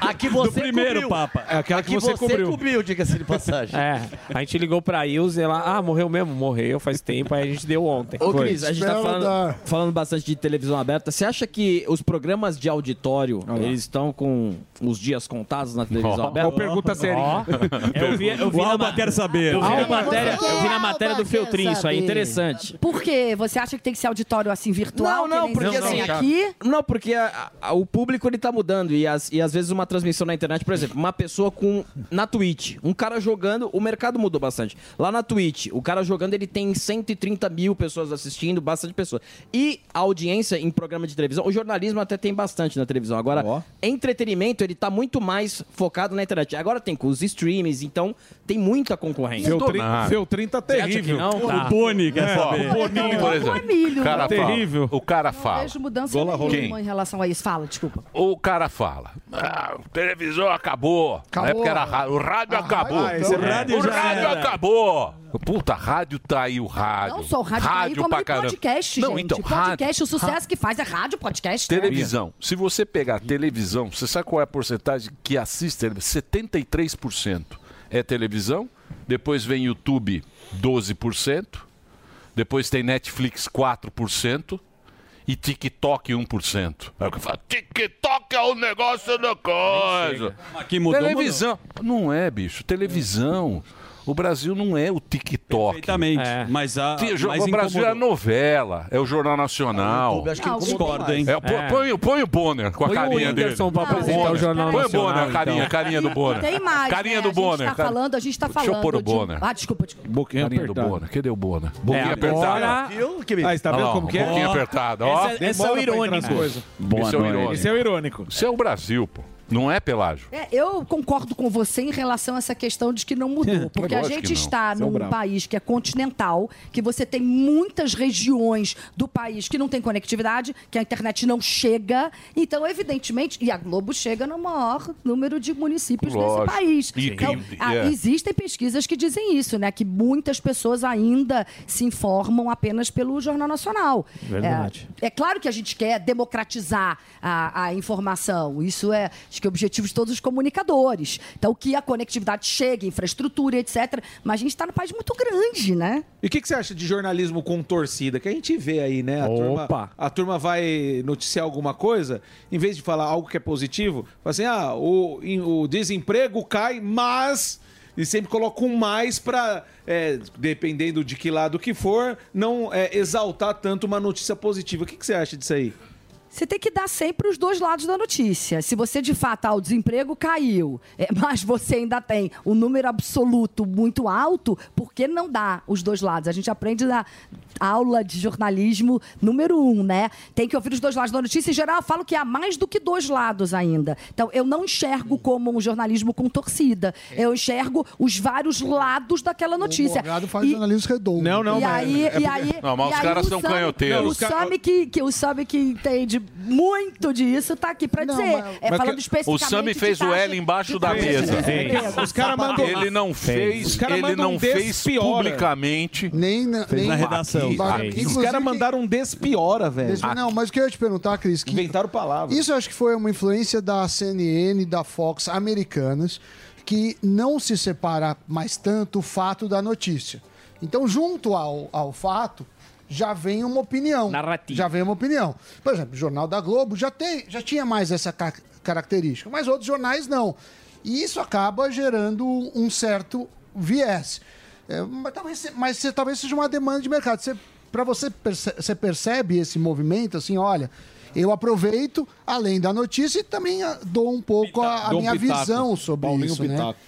Speaker 4: Aqui você cobriu.
Speaker 23: É aquela
Speaker 4: que você cobriu. diga-se de passagem.
Speaker 23: É, a gente ligou pra Ilze, ela, ah, morreu mesmo? Morreu faz tempo, aí a gente deu
Speaker 2: É
Speaker 23: ontem.
Speaker 5: Ô,
Speaker 23: Foi.
Speaker 5: Cris, a gente tá falando, falando bastante de televisão aberta. Você acha que os programas de auditório, eles estão com os dias contados na televisão
Speaker 7: Ó,
Speaker 5: aberta?
Speaker 7: ó, pergunta séria.
Speaker 5: Ó. Eu vi, eu vi
Speaker 7: O
Speaker 5: na
Speaker 7: Alba
Speaker 5: ma-
Speaker 7: quer saber.
Speaker 5: Eu vi na
Speaker 7: Alba
Speaker 5: matéria,
Speaker 7: quer
Speaker 5: eu vi na matéria do
Speaker 7: saber.
Speaker 5: Feltrin, isso aí, interessante.
Speaker 22: Por quê? Você acha que tem que ser auditório assim virtual?
Speaker 5: Não, não,
Speaker 22: que nem
Speaker 5: porque
Speaker 22: existe
Speaker 5: assim,
Speaker 22: aqui.
Speaker 5: Não, porque a- a- o público ele tá mudando e, as- e às vezes uma transmissão na internet, por exemplo, uma pessoa com na Twitch, um cara jogando, o mercado mudou bastante. Lá na Twitch, o cara jogando, ele tem 130 mil pessoas assistindo, bastante pessoas. E a audiência em programa de televisão, o jornalismo até tem bastante na televisão. Agora, entretenimento, ele tá muito mais focado na internet. Agora tem com os streams, então tem muita concorrência.
Speaker 6: Feltrin, Feltrin tá
Speaker 5: Você acha que
Speaker 6: terrível.
Speaker 5: não? Tá.
Speaker 6: É,
Speaker 2: O Boninho, por exemplo.
Speaker 22: Emílio,
Speaker 2: O cara
Speaker 22: né?
Speaker 2: fala.
Speaker 22: Terrível.
Speaker 2: O cara
Speaker 22: Não
Speaker 2: fala.
Speaker 22: vejo mudança nenhuma
Speaker 2: Quem?
Speaker 22: em relação a isso. Fala, desculpa.
Speaker 2: O cara fala. Ah, o televisor acabou. Na
Speaker 22: Acabou.
Speaker 2: época era rádio. O rádio
Speaker 22: Ah,
Speaker 2: acabou.
Speaker 22: ah, esse
Speaker 2: o rádio,
Speaker 22: rádio já era.
Speaker 2: acabou. Puta, rádio tá aí, o rádio.
Speaker 22: Não só o rádio, tá aí, como
Speaker 2: pra
Speaker 22: ele
Speaker 2: caramba.
Speaker 22: podcast,
Speaker 2: Não,
Speaker 22: gente.
Speaker 2: então,
Speaker 22: podcast,
Speaker 2: rádio,
Speaker 22: o sucesso que faz é rádio, podcast. né?
Speaker 2: Televisão. Se você pegar televisão, você sabe qual é a porcentagem que assiste televisão? 73% é televisão, depois vem YouTube 12%, depois tem Netflix 4% e TikTok 1%. É o que eu falo. TikTok é o negócio da coisa.
Speaker 3: Mas quem mudou,
Speaker 2: televisão. Não é, bicho. Televisão. O Brasil não é o TikTok. toque.
Speaker 3: Perfeitamente. Mas a.
Speaker 2: Sim, jo-
Speaker 3: mas
Speaker 2: o Brasil é
Speaker 3: incomodou.
Speaker 2: a novela, é o Jornal
Speaker 6: Ah,
Speaker 2: Nacional.
Speaker 3: YouTube, acho que Não, incomodou discordo, mais. hein?
Speaker 2: É, põe-
Speaker 3: É.
Speaker 2: põe, o- põe o Bonner com a
Speaker 3: Põe o
Speaker 2: carinha dele.
Speaker 3: Whindersson pra
Speaker 2: Põe
Speaker 3: apresentar o
Speaker 2: Bonner.
Speaker 3: Jornal
Speaker 2: põe
Speaker 3: Nacional,
Speaker 2: o Bonner, a
Speaker 3: então.
Speaker 2: carinha, carinha do Bonner.
Speaker 22: Tem mais.
Speaker 2: Carinha
Speaker 22: né?
Speaker 2: do
Speaker 22: A gente
Speaker 2: Bonner.
Speaker 22: tá
Speaker 2: cara.
Speaker 22: falando, a gente tá falando.
Speaker 2: Deixa eu pôr o
Speaker 22: de-
Speaker 2: Bonner.
Speaker 22: Ah, desculpa, desculpa.
Speaker 2: Boquinha Carinha do
Speaker 22: apertada.
Speaker 2: Bonner. Cadê o Bonner?
Speaker 6: É,
Speaker 2: Boquinha apertada.
Speaker 6: Ah, está vendo
Speaker 2: Olha lá,
Speaker 6: como que é?
Speaker 2: Boquinha
Speaker 6: Ó.
Speaker 2: apertada. Ó.
Speaker 6: Esse é- esse é o
Speaker 2: Demora pra entrar
Speaker 6: irônico.
Speaker 2: nas coisas.
Speaker 6: Boa
Speaker 2: Esse é o
Speaker 6: noite.
Speaker 2: irônico.
Speaker 6: Esse é o irônico.
Speaker 2: Isso é o Brasil, pô. Não é pelágio.
Speaker 22: É, eu concordo com você em relação a essa questão de que não mudou. Porque a
Speaker 2: lógico que
Speaker 22: gente
Speaker 2: não.
Speaker 22: está
Speaker 2: Você é um
Speaker 22: num
Speaker 2: bravo.
Speaker 22: país que é continental, que você tem muitas regiões do país que não tem conectividade, que a internet não chega. Então, evidentemente, e a Globo chega no maior número de municípios
Speaker 2: Lógico.
Speaker 22: desse país.
Speaker 2: E
Speaker 22: então,
Speaker 2: tem-
Speaker 22: a-
Speaker 2: é.
Speaker 22: existem pesquisas que dizem isso, né? Que muitas pessoas ainda se informam apenas pelo Jornal Nacional.
Speaker 9: Verdade.
Speaker 22: É, é claro que a gente quer democratizar a, a informação. Isso é, acho que é o objetivo de todos os comunicadores. Então, que a conectividade chegue, infraestrutura, etc. Mas a gente está num país muito grande, né?
Speaker 6: E o que, que você acha de jornalismo com torcida? Que a gente vê aí, né? A, Turma,
Speaker 23: Opa!
Speaker 6: a turma vai noticiar alguma coisa, em vez de falar algo que é positivo, fala assim: ah, o, em- o desemprego cai, mas. E sempre coloca um mais pra, é, dependendo de que lado que for, não é, exaltar tanto uma notícia positiva. O que, que você acha disso aí?
Speaker 22: Você tem que dar sempre os dois lados da notícia. Se você, de fato, ah, o desemprego caiu, é, mas você ainda tem um número absoluto muito alto, por que não dá os dois lados? A gente aprende na aula de jornalismo número um, né? Tem que ouvir os dois lados da notícia. Em geral, eu falo que há mais do que dois lados ainda. Então, eu não
Speaker 12: Uhum.
Speaker 22: enxergo como um jornalismo com torcida. Eu enxergo os vários lados daquela notícia.
Speaker 12: Morgado faz jornalismo redondo. Não,
Speaker 22: e aí, e aí,
Speaker 2: Não, mas
Speaker 22: e
Speaker 2: os
Speaker 22: aí
Speaker 2: caras
Speaker 22: o
Speaker 2: são
Speaker 22: Sami-
Speaker 2: canhoteiros.
Speaker 22: não, O
Speaker 2: É Os ca-
Speaker 22: Sami que, que, o Sami que entende muito disso tá aqui pra dizer. é
Speaker 2: Mas
Speaker 22: falando
Speaker 2: que-
Speaker 22: especificamente
Speaker 2: O Sami
Speaker 22: de
Speaker 2: fez o
Speaker 22: taxa
Speaker 2: L embaixo
Speaker 22: de
Speaker 2: da
Speaker 22: taxa de
Speaker 2: mesa.
Speaker 22: desemprego.
Speaker 6: Os cara mandou-
Speaker 2: Ele não fez,
Speaker 6: Os cara
Speaker 2: ele
Speaker 6: mandam um
Speaker 2: não fez
Speaker 6: despiora.
Speaker 2: publicamente.
Speaker 12: Nem na,
Speaker 2: Fez
Speaker 12: nem-
Speaker 2: na redação.
Speaker 12: Bah,
Speaker 2: Fez.
Speaker 12: inclusive-
Speaker 6: Os caras mandaram um despiora, velho. Ah.
Speaker 12: Desse- Não, mas o que eu ia te perguntar, Cris? Que...
Speaker 6: Inventaram palavras.
Speaker 12: Isso eu acho que foi uma influência da CNN, da Fox americanas, que não se separa mais tanto o fato da notícia. Então, junto ao, ao fato, já vem uma opinião. Narrativa. Já vem uma opinião. Por exemplo, o Jornal da Globo já, tem, já tinha mais essa ca- característica, mas outros jornais não. E isso acaba gerando um certo viés. É, mas talvez, se- mas se- talvez seja uma demanda de mercado. Você, para você, perce- você percebe esse movimento assim, olha, eu aproveito, além da notícia, e também ah, dou um pouco a, a
Speaker 6: Dom
Speaker 12: minha
Speaker 6: Pitaco.
Speaker 12: visão sobre
Speaker 2: um
Speaker 6: Paulinho
Speaker 12: isso, né?
Speaker 6: Pitaco.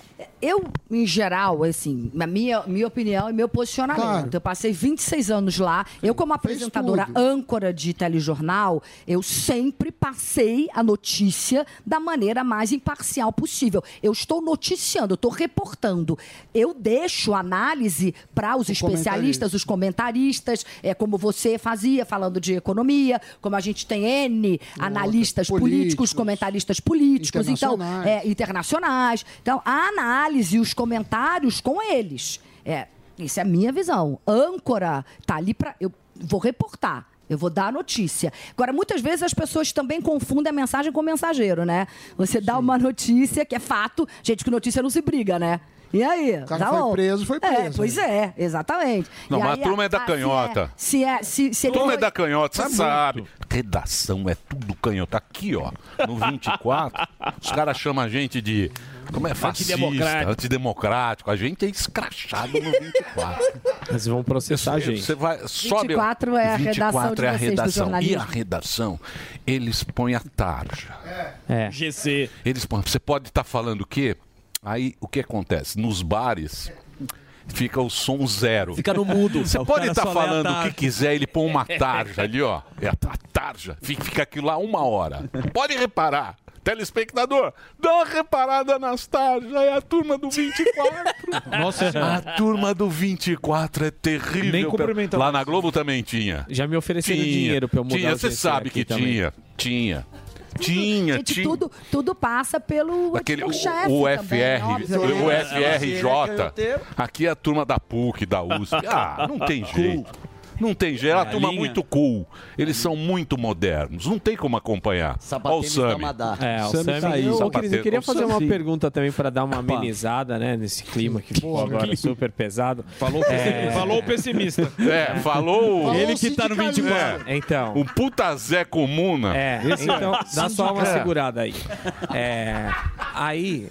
Speaker 22: Eu, em geral, assim, na minha, minha opinião e meu posicionamento.
Speaker 12: Claro.
Speaker 22: Eu passei 26 anos lá. Eu, como apresentadora
Speaker 12: tudo.
Speaker 22: âncora de telejornal, eu sempre passei a notícia da maneira mais imparcial possível. Eu estou noticiando, eu estou reportando. Eu deixo a análise para os especialistas, os comentaristas, é, como você fazia, falando de economia, como a gente tem N analistas políticos, comentaristas políticos. Então,
Speaker 12: Internacionais.
Speaker 22: é, internacionais. Então, a análise e os comentários com eles. É, isso é a minha visão. Âncora tá ali para eu vou reportar. Eu vou dar a notícia. Agora, muitas vezes as pessoas também confundem a mensagem com o mensageiro, né? Você dá uma notícia que é fato. Gente, que notícia não se briga, né? E aí? O
Speaker 12: cara foi preso, foi
Speaker 22: É,
Speaker 12: preso, né?
Speaker 22: pois é, exatamente.
Speaker 2: Não,
Speaker 22: E
Speaker 2: mas
Speaker 22: aí,
Speaker 2: a turma é da
Speaker 22: ah,
Speaker 2: canhota.
Speaker 22: Se é, se, se
Speaker 2: A
Speaker 22: ele Tá
Speaker 2: turma é
Speaker 22: foi-
Speaker 2: da canhota,
Speaker 12: Tá
Speaker 2: você sabe. Redação é tudo canhota. Aqui, ó, no 24, os caras chamam a gente de. Como é fascista,
Speaker 23: Antidemocrático.
Speaker 2: antidemocrático. A gente é escrachado no 24.
Speaker 23: Eles vão processar a gente.
Speaker 2: Você vai, sobe,
Speaker 22: 24 é a redação de
Speaker 2: é a
Speaker 22: vocês, do
Speaker 2: redação. E a
Speaker 22: jornalismo.
Speaker 2: redação, eles põem a tarja.
Speaker 23: É.
Speaker 2: GC. Eles põem, você pode estar falando o quê? Aí, o que acontece? Nos bares... Fica o som zero.
Speaker 23: Fica no mudo.
Speaker 2: Você
Speaker 23: O
Speaker 2: pode
Speaker 23: cara
Speaker 2: estar
Speaker 23: só lê a
Speaker 2: falando o
Speaker 23: tarja.
Speaker 2: que quiser, ele põe uma tarja ali, ó. É a ta- tarja. Fica fica aquilo lá uma hora. Pode reparar. Telespectador, dá uma reparada nas tarjas. É a turma do 24.
Speaker 23: Nossa
Speaker 2: a turma do 24 é terrível.
Speaker 23: Nem cumprimentar
Speaker 2: Lá na Globo também tinha.
Speaker 23: Já me ofereceram dinheiro pra eu mudar
Speaker 2: Tinha,
Speaker 23: o
Speaker 2: você
Speaker 23: GC
Speaker 2: sabe
Speaker 23: aqui
Speaker 2: que
Speaker 23: também.
Speaker 2: tinha. Tinha. Tinha,
Speaker 22: Gente,
Speaker 2: tinha.
Speaker 22: tudo, tudo passa pelo
Speaker 2: Daquele, o,
Speaker 22: chefe
Speaker 2: o
Speaker 22: também,
Speaker 2: FR,
Speaker 22: óbvio, né?
Speaker 2: o FRJ. Aqui é a turma da PUC, da USP. Ah, não tem jeito. Não tem jeito. Ela
Speaker 4: É, a
Speaker 2: turma
Speaker 4: linha.
Speaker 2: muito cool. Eles são muito modernos. Não tem como acompanhar. Ó o
Speaker 4: Sapatênis
Speaker 2: Sami.
Speaker 4: Tamadá.
Speaker 2: É,
Speaker 7: É,
Speaker 2: o
Speaker 7: o
Speaker 2: Sami
Speaker 7: Sam
Speaker 2: tá aí.
Speaker 7: eu, ô,
Speaker 2: Sapateiro.
Speaker 7: Cris, eu queria
Speaker 2: O
Speaker 7: fazer
Speaker 2: Sami.
Speaker 7: uma pergunta também para dar uma amenizada, né, nesse clima que ficou agora super pesado. Falou,
Speaker 6: Falou o pessimista.
Speaker 2: É, falou.
Speaker 7: É. Ele que tá no 24.
Speaker 2: É.
Speaker 7: Então.
Speaker 2: O puta Zé Comuna.
Speaker 7: É, então dá só uma segurada aí. É, aí,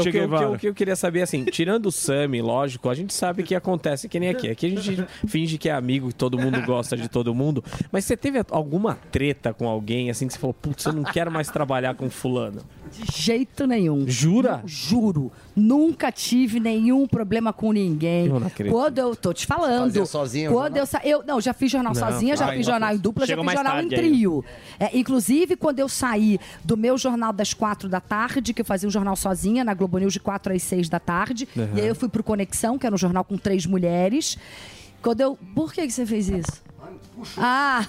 Speaker 23: Che
Speaker 7: o que, o, que,
Speaker 23: Guevara.
Speaker 7: o que eu queria saber, assim, tirando o Sami, lógico, a gente sabe que acontece que nem aqui. Aqui a gente finge que é amigo, que todo mundo gosta de todo mundo. Mas você teve alguma treta com alguém, assim, que você falou, putz, eu não quero mais trabalhar com fulano?
Speaker 22: De jeito nenhum.
Speaker 7: Jura?
Speaker 22: Juro. Nunca tive nenhum problema com ninguém.
Speaker 7: Eu não acredito.
Speaker 22: Quando eu tô te falando.
Speaker 4: Fazia sozinha o
Speaker 22: Quando eu, sa... eu não, já fiz jornal
Speaker 4: Não,
Speaker 22: sozinha, já
Speaker 4: ai,
Speaker 22: fiz
Speaker 4: não.
Speaker 22: jornal em dupla,
Speaker 4: Chegou
Speaker 22: já
Speaker 4: mais
Speaker 22: fiz jornal em
Speaker 4: tarde
Speaker 22: trio. É, inclusive, quando eu saí do meu jornal das quatro da tarde, que eu fazia um jornal sozinha na Globo News de quatro às seis da tarde,
Speaker 9: Uhum.
Speaker 22: e aí eu fui pro Conexão, que era um jornal com três mulheres. Quando eu. Por que, que você fez isso? Ah!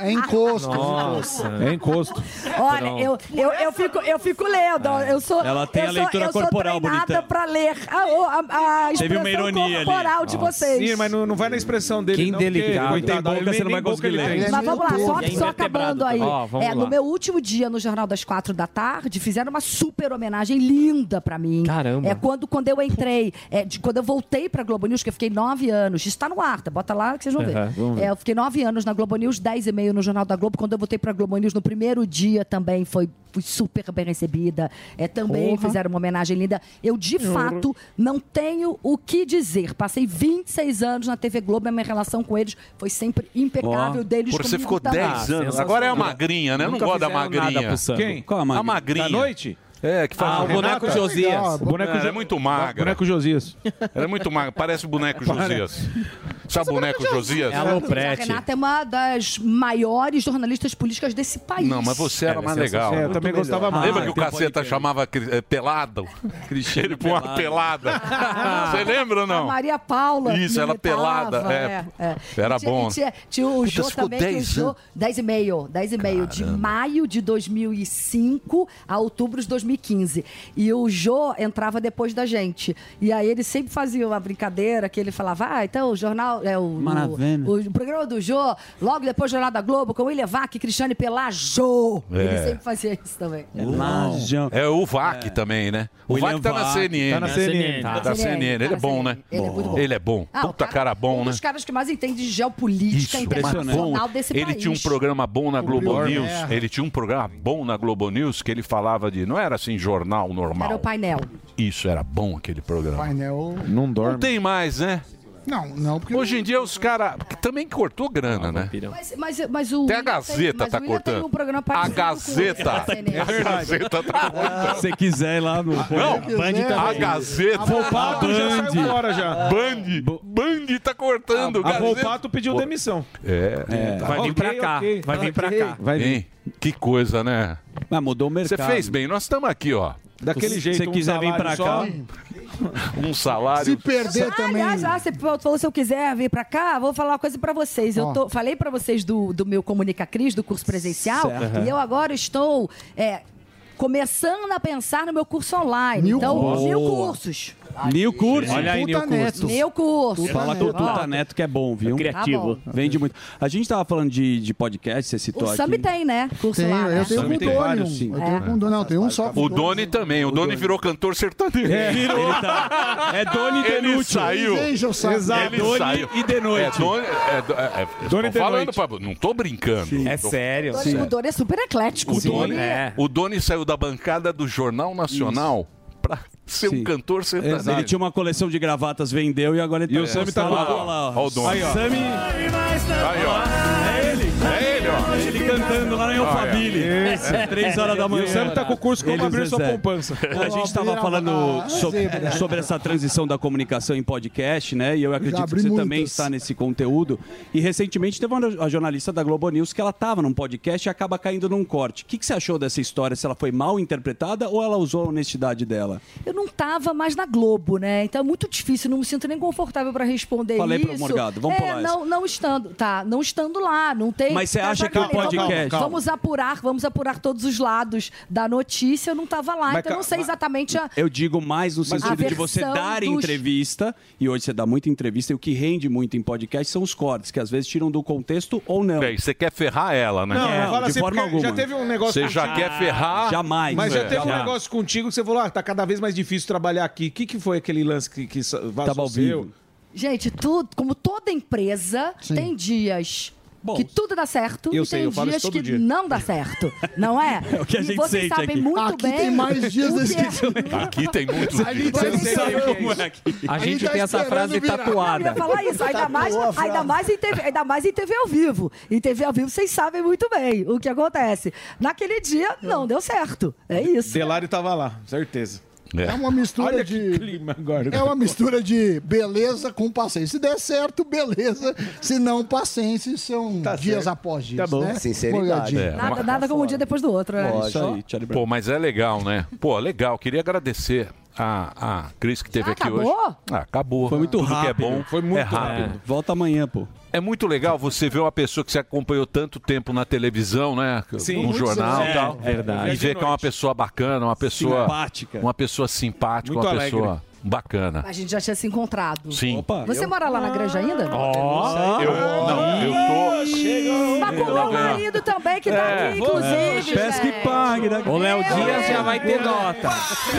Speaker 12: É encosto.
Speaker 23: Nossa.
Speaker 6: É encosto.
Speaker 22: Olha, eu, eu, eu, fico, eu fico lendo. ó, Eu sou,
Speaker 23: Ela tem
Speaker 22: eu
Speaker 23: a
Speaker 22: sou-
Speaker 23: leitura
Speaker 22: eu sou
Speaker 23: corporal
Speaker 22: treinada
Speaker 23: bonita.
Speaker 22: pra ler a, a, a
Speaker 23: Teve uma
Speaker 22: expressão
Speaker 23: ironia ali.
Speaker 22: corporal de vocês.
Speaker 6: Sim, mas não, não vai na expressão dele.
Speaker 23: Que
Speaker 6: não, porque,
Speaker 23: indelicado. Tem
Speaker 6: Coitado,
Speaker 23: boca,
Speaker 6: ele nem
Speaker 23: você não vai
Speaker 6: boca ele
Speaker 23: conseguir
Speaker 6: tem.
Speaker 22: Mas vamos lá, só, só acabando aí.
Speaker 6: Ó, vamos
Speaker 22: é,
Speaker 6: lá.
Speaker 22: no meu último dia no Jornal das Quatro da Tarde, fizeram uma super homenagem linda pra mim.
Speaker 9: Caramba.
Speaker 22: É quando, quando eu entrei, é, de- quando eu voltei pra Globo News, que eu fiquei nove anos. Isso tá no ar, tá? Bota lá que vocês vão ver.
Speaker 9: Aham, vamos ver.
Speaker 22: É, eu fiquei nove anos na Globo News, dez e meio no Jornal da Globo. Quando eu voltei pra Globo News, no primeiro dia também foi, fui super bem recebida. É, também
Speaker 9: Porra.
Speaker 22: fizeram uma homenagem linda. Eu, de
Speaker 9: Uhum.
Speaker 22: fato, não tenho o que dizer. Passei 26 anos na TV Globo, a minha relação com eles foi sempre impecável.
Speaker 2: Ó.
Speaker 22: Deles
Speaker 2: Porra, você
Speaker 22: comigo
Speaker 2: ficou
Speaker 22: também.
Speaker 2: 10 anos. Agora é a magrinha, né? Eu não
Speaker 23: Nunca
Speaker 2: gosto da
Speaker 23: fizeram nada
Speaker 2: magrinha.
Speaker 23: pro Sandro. Quem? Qual a magrinha?
Speaker 2: magrinha.
Speaker 23: Da
Speaker 6: noite?
Speaker 2: É, que faz
Speaker 23: Ah, o
Speaker 2: Renata.
Speaker 23: boneco Josias. Legal,
Speaker 2: Boneco
Speaker 6: boneco
Speaker 2: Ela é
Speaker 6: Jo-
Speaker 2: muito magra.
Speaker 6: Boneco Josias.
Speaker 2: Ela é muito magra. Parece o boneco Josias. Sabe o boneco Josias?
Speaker 22: A é Renata é uma das maiores jornalistas políticas desse país.
Speaker 2: Não, mas você era mais legal.
Speaker 6: É, eu também
Speaker 2: Muito
Speaker 6: gostava
Speaker 2: melhor.
Speaker 6: mais.
Speaker 2: Lembra que o Caceta chamava cri- eh, pelado? Ele põe uma pelada. Você lembra ou
Speaker 22: A
Speaker 2: não?
Speaker 22: Maria Paula.
Speaker 2: Isso, ela
Speaker 22: militava,
Speaker 2: pelada, é. Era
Speaker 22: E tinha-
Speaker 2: bom.
Speaker 22: e Tinha, tinha o
Speaker 2: Puta,
Speaker 22: Jô
Speaker 2: ficou
Speaker 22: também, que o
Speaker 2: 10
Speaker 22: Jô,
Speaker 2: anos.
Speaker 22: 10 e meio, 10 e meio, de maio de 2005 a outubro de 2015. E o Jô entrava depois da gente. E aí ele sempre fazia uma brincadeira que ele falava, ah, então o jornal, é o,
Speaker 9: Maravilha.
Speaker 22: o, o programa do Jô, logo depois do Jornal da Globo, com o William Vac, Cristiane Pelá, Jô.
Speaker 2: É.
Speaker 22: Ele sempre fazia isso também.
Speaker 2: É o VAC também, né? O
Speaker 23: William
Speaker 2: VAC tá na
Speaker 23: Vac.
Speaker 2: CNN.
Speaker 23: Tá na CNN.
Speaker 2: Tá
Speaker 22: Tá
Speaker 2: na
Speaker 22: na
Speaker 2: CNN. Ele é bom, né?
Speaker 22: Ele é muito bom.
Speaker 2: Ele é bom.
Speaker 22: Ah, o
Speaker 2: Puta cara bom,
Speaker 22: Um
Speaker 2: né?
Speaker 22: dos caras que mais entende de geopolítica internacional desse
Speaker 2: ele
Speaker 22: país.
Speaker 2: tinha um programa bom na Globo
Speaker 22: Globo,
Speaker 2: News.
Speaker 22: é.
Speaker 2: Ele tinha um programa bom na Globo News que ele falava de. Não era assim jornal normal.
Speaker 22: Era o painel.
Speaker 2: Isso era bom aquele programa.
Speaker 12: Painel.
Speaker 2: Não dorme. Não tem mais, né?
Speaker 12: Não, não, porque.
Speaker 2: Hoje em dia os caras. Também cortou grana,
Speaker 6: Ah,
Speaker 2: né?
Speaker 22: Mas, mas, mas o
Speaker 2: Até a
Speaker 22: William
Speaker 2: Gazeta
Speaker 22: tem, mas
Speaker 2: tá
Speaker 22: o William
Speaker 2: cortando.
Speaker 22: Tem um programa
Speaker 2: A
Speaker 22: parecido com
Speaker 2: Gazeta.
Speaker 22: o CNN.
Speaker 2: A Gazeta tá cortando.
Speaker 23: Se quiser ir lá no.
Speaker 9: Ah,
Speaker 2: Não,
Speaker 9: tá
Speaker 2: tá a Gazeta.
Speaker 6: Volpato já saiu fora já.
Speaker 2: Band. Band tá cortando.
Speaker 6: A
Speaker 2: Gazeta.
Speaker 6: Volpato pediu demissão.
Speaker 2: É.
Speaker 6: É,
Speaker 2: Tá.
Speaker 6: vai vir pra cá, vai vir pra cá.
Speaker 23: Vai vir.
Speaker 2: Hein? Que coisa, né?
Speaker 23: Mas mudou o
Speaker 2: Você
Speaker 23: mercado.
Speaker 2: fez bem, nós estamos aqui, ó.
Speaker 6: Daquele
Speaker 23: Se
Speaker 6: jeito,
Speaker 23: você quiser vir pra cá.
Speaker 2: Um salário.
Speaker 12: Se perder
Speaker 22: Ah, Aliás, ah, você falou se eu quiser vir pra cá, vou falar uma coisa pra vocês. Eu
Speaker 12: Ó.
Speaker 22: tô- falei pra vocês do, do meu Comunica Cris, do curso presencial,
Speaker 12: Certo.
Speaker 22: e eu agora estou é, começando a pensar no meu curso online. então,
Speaker 23: cursos.
Speaker 22: mil
Speaker 23: Boa.
Speaker 22: cursos.
Speaker 23: Nil Curso. Olha aí, Nil Curso.
Speaker 22: Meu curso.
Speaker 23: Fala com o Tuta Neto que é bom, viu?
Speaker 22: Criativo. né? Tá bom.
Speaker 23: Vende muito. A gente tava falando de, de podcast, você
Speaker 22: O
Speaker 23: citou
Speaker 22: Sami
Speaker 23: aqui.
Speaker 22: tem, né? Curso lá. né? É.
Speaker 12: eu tenho com o Doni. um. Eu tenho com o Doni. Não, tem um só.
Speaker 2: O Doni também. O Doni virou cantor sertanejo. tá-
Speaker 23: ele
Speaker 12: É,
Speaker 23: É Doni
Speaker 2: Ele
Speaker 23: Denucci.
Speaker 2: saiu.
Speaker 12: Veja o saco.
Speaker 23: Exato.
Speaker 2: Ele
Speaker 23: Doni
Speaker 2: saiu.
Speaker 23: e de
Speaker 2: É
Speaker 23: noite.
Speaker 2: Doni, é, do- é, é,
Speaker 23: Doni
Speaker 2: tô
Speaker 23: de
Speaker 2: falando,
Speaker 23: noite.
Speaker 2: Pablo, não tô brincando.
Speaker 23: É
Speaker 2: Tô-
Speaker 23: sério.
Speaker 22: O Doni- O Doni é super eclético.
Speaker 2: O Doni,
Speaker 23: É.
Speaker 2: o Doni saiu da bancada do Jornal Nacional para ser um cantor
Speaker 22: tá
Speaker 23: Exato. É, Ele
Speaker 2: sertanejo.
Speaker 23: tinha uma coleção de gravatas, vendeu e agora ele
Speaker 2: E o Sami tá lá, ó. Ó o Doni.
Speaker 23: Aí, ó.
Speaker 2: Sami- Aí, ó. É ele. É ele, ó.
Speaker 23: Ele cantando lá na Alphaville.
Speaker 6: Esse.
Speaker 23: Três horas da manhã.
Speaker 6: E o Sam tá com o curso como
Speaker 23: Ele e o
Speaker 6: abrir sua
Speaker 23: Zezé.
Speaker 6: poupança. né?
Speaker 23: A gente estava falando sobre, sobre essa transição da comunicação em podcast, né? E eu acredito que
Speaker 12: abri
Speaker 23: você
Speaker 12: muitas.
Speaker 23: também está nesse conteúdo. E recentemente teve uma a jornalista da Globo News que ela estava num podcast e acaba caindo num corte. O que, que você achou dessa história? Se ela foi mal interpretada ou ela usou a honestidade dela?
Speaker 22: Eu não tava mais na Globo, né? Então é muito difícil, não me sinto nem confortável para responder
Speaker 23: Falei
Speaker 22: isso.
Speaker 23: pro Morgado, vamos
Speaker 22: é,
Speaker 23: pular essa.
Speaker 22: não, não estando, tá, não estando lá, não tem.
Speaker 23: Mas você
Speaker 22: Ela
Speaker 23: acha
Speaker 22: tá
Speaker 3: que o
Speaker 22: falei,
Speaker 3: podcast-
Speaker 22: Vamos, vamos apurar, vamos apurar todos os lados da notícia. Eu não estava lá,
Speaker 3: Mas
Speaker 22: então eu não
Speaker 3: ca-
Speaker 22: sei
Speaker 3: mas-
Speaker 22: exatamente a.
Speaker 3: Eu digo mais no
Speaker 22: Mas a
Speaker 3: sentido de você
Speaker 22: versão
Speaker 3: dar
Speaker 22: dos-
Speaker 3: entrevista, e hoje você dá muita entrevista, e o que rende muito em podcast são os cortes, que às vezes tiram do contexto ou não.
Speaker 2: Bem, você quer ferrar ela, né?
Speaker 3: Não, não fala
Speaker 2: de
Speaker 3: assim,
Speaker 2: forma
Speaker 3: porque
Speaker 2: alguma.
Speaker 3: já
Speaker 6: teve um negócio
Speaker 2: Você já
Speaker 6: contigo.
Speaker 2: quer ferrar.
Speaker 3: Jamais.
Speaker 6: Mas já
Speaker 2: É.
Speaker 6: teve um
Speaker 2: Já.
Speaker 6: negócio contigo que você falou, ah, tá cada vez mais difícil trabalhar aqui. O que, que foi aquele lance que, que sa- vazou
Speaker 3: Tava ao
Speaker 6: seu?
Speaker 3: vivo.
Speaker 22: Gente, tudo, como toda empresa,
Speaker 6: Sim.
Speaker 22: tem dias. que tudo dá certo
Speaker 6: eu
Speaker 22: e
Speaker 6: sei,
Speaker 22: tem
Speaker 6: eu falo
Speaker 22: dias
Speaker 6: isso todo
Speaker 22: que
Speaker 6: dia.
Speaker 22: não dá certo, não é?
Speaker 6: É o que a
Speaker 22: e
Speaker 6: gente
Speaker 22: vocês
Speaker 6: sente
Speaker 22: sabem
Speaker 6: aqui.
Speaker 22: muito
Speaker 6: Aqui
Speaker 22: bem.
Speaker 6: tem mais dias
Speaker 22: o
Speaker 6: desse
Speaker 22: que é
Speaker 6: que você
Speaker 2: Aqui tem muito.
Speaker 22: A gente
Speaker 2: disso.
Speaker 22: não sabe
Speaker 7: como é A gente tem essa frase
Speaker 22: Eu ia
Speaker 7: tatuada.
Speaker 22: falar isso, ainda
Speaker 7: Tatuou
Speaker 22: mais,
Speaker 7: a frase.
Speaker 22: ainda, mais em TV, ainda mais em TV ao vivo. Em TV ao vivo, vocês sabem muito bem o que acontece. Naquele dia, não deu certo. É isso.
Speaker 6: Delari tava lá, certeza.
Speaker 12: É uma mistura
Speaker 6: Olha
Speaker 12: de.
Speaker 6: clima agora.
Speaker 12: É uma mistura de beleza com paciência. Se der certo, beleza. Se não, paciência. São dias após dias. Né? Molhadinho.
Speaker 2: É,
Speaker 22: Nada,
Speaker 2: uma-
Speaker 22: nada como um dia depois do
Speaker 3: É,
Speaker 22: outro, né?
Speaker 2: Pô, mas é legal, né? Pô, legal. Queria agradecer a, a Cris que teve
Speaker 22: Já
Speaker 2: aqui
Speaker 22: acabou?
Speaker 2: hoje. Ah, acabou.
Speaker 3: Foi muito
Speaker 2: Tudo
Speaker 3: rápido.
Speaker 2: que é bom
Speaker 3: Foi muito
Speaker 2: é rápido.
Speaker 3: rápido. Volta amanhã, pô.
Speaker 2: É muito legal você ver uma pessoa que você acompanhou tanto tempo na televisão, né?
Speaker 3: Sim.
Speaker 2: no
Speaker 3: Muitos
Speaker 2: jornal
Speaker 3: anos.
Speaker 2: e tal.
Speaker 3: É, verdade.
Speaker 2: E ver que é uma pessoa bacana, uma pessoa.
Speaker 3: Simpática.
Speaker 2: Uma pessoa simpática,
Speaker 3: Muito
Speaker 2: uma
Speaker 3: alegre.
Speaker 2: pessoa bacana.
Speaker 22: A gente já tinha se encontrado.
Speaker 2: Sim.
Speaker 22: Você mora lá na granja ainda?
Speaker 2: Ó, Ah, eu, não, eu um tô.
Speaker 22: Tá com meu marido também, que tá
Speaker 7: É,
Speaker 22: aqui,
Speaker 7: vou-
Speaker 22: inclusive. é.
Speaker 7: Peço que pague, né? O Léo Dias já vai ter nota.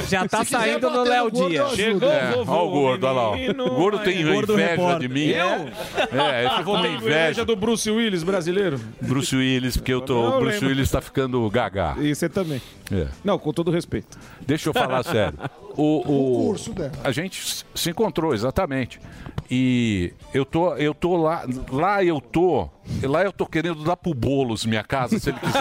Speaker 7: Já tá saindo no Léo Dias.
Speaker 2: É, Ó o gordo, olha lá. ó. O gordo tem
Speaker 6: Gordo
Speaker 2: inveja
Speaker 6: repórter.
Speaker 2: de mim.
Speaker 6: Eu?
Speaker 2: É, ele
Speaker 6: Ah,
Speaker 2: ficou
Speaker 6: vou
Speaker 2: com
Speaker 6: ter
Speaker 2: inveja.
Speaker 6: inveja do Bruce Willis brasileiro?
Speaker 2: Bruce Willis, porque eu tô.
Speaker 6: Eu
Speaker 2: o Bruce
Speaker 6: lembro.
Speaker 2: Willis tá ficando gaga.
Speaker 6: E você também.
Speaker 2: É.
Speaker 6: Não, com todo respeito.
Speaker 2: Deixa eu falar sério. O, o,
Speaker 6: O curso dela.
Speaker 2: A gente s- se encontrou, exatamente. E eu tô, eu tô lá. Lá eu tô. Lá eu tô querendo dar pro Boulos minha casa, se ele quiser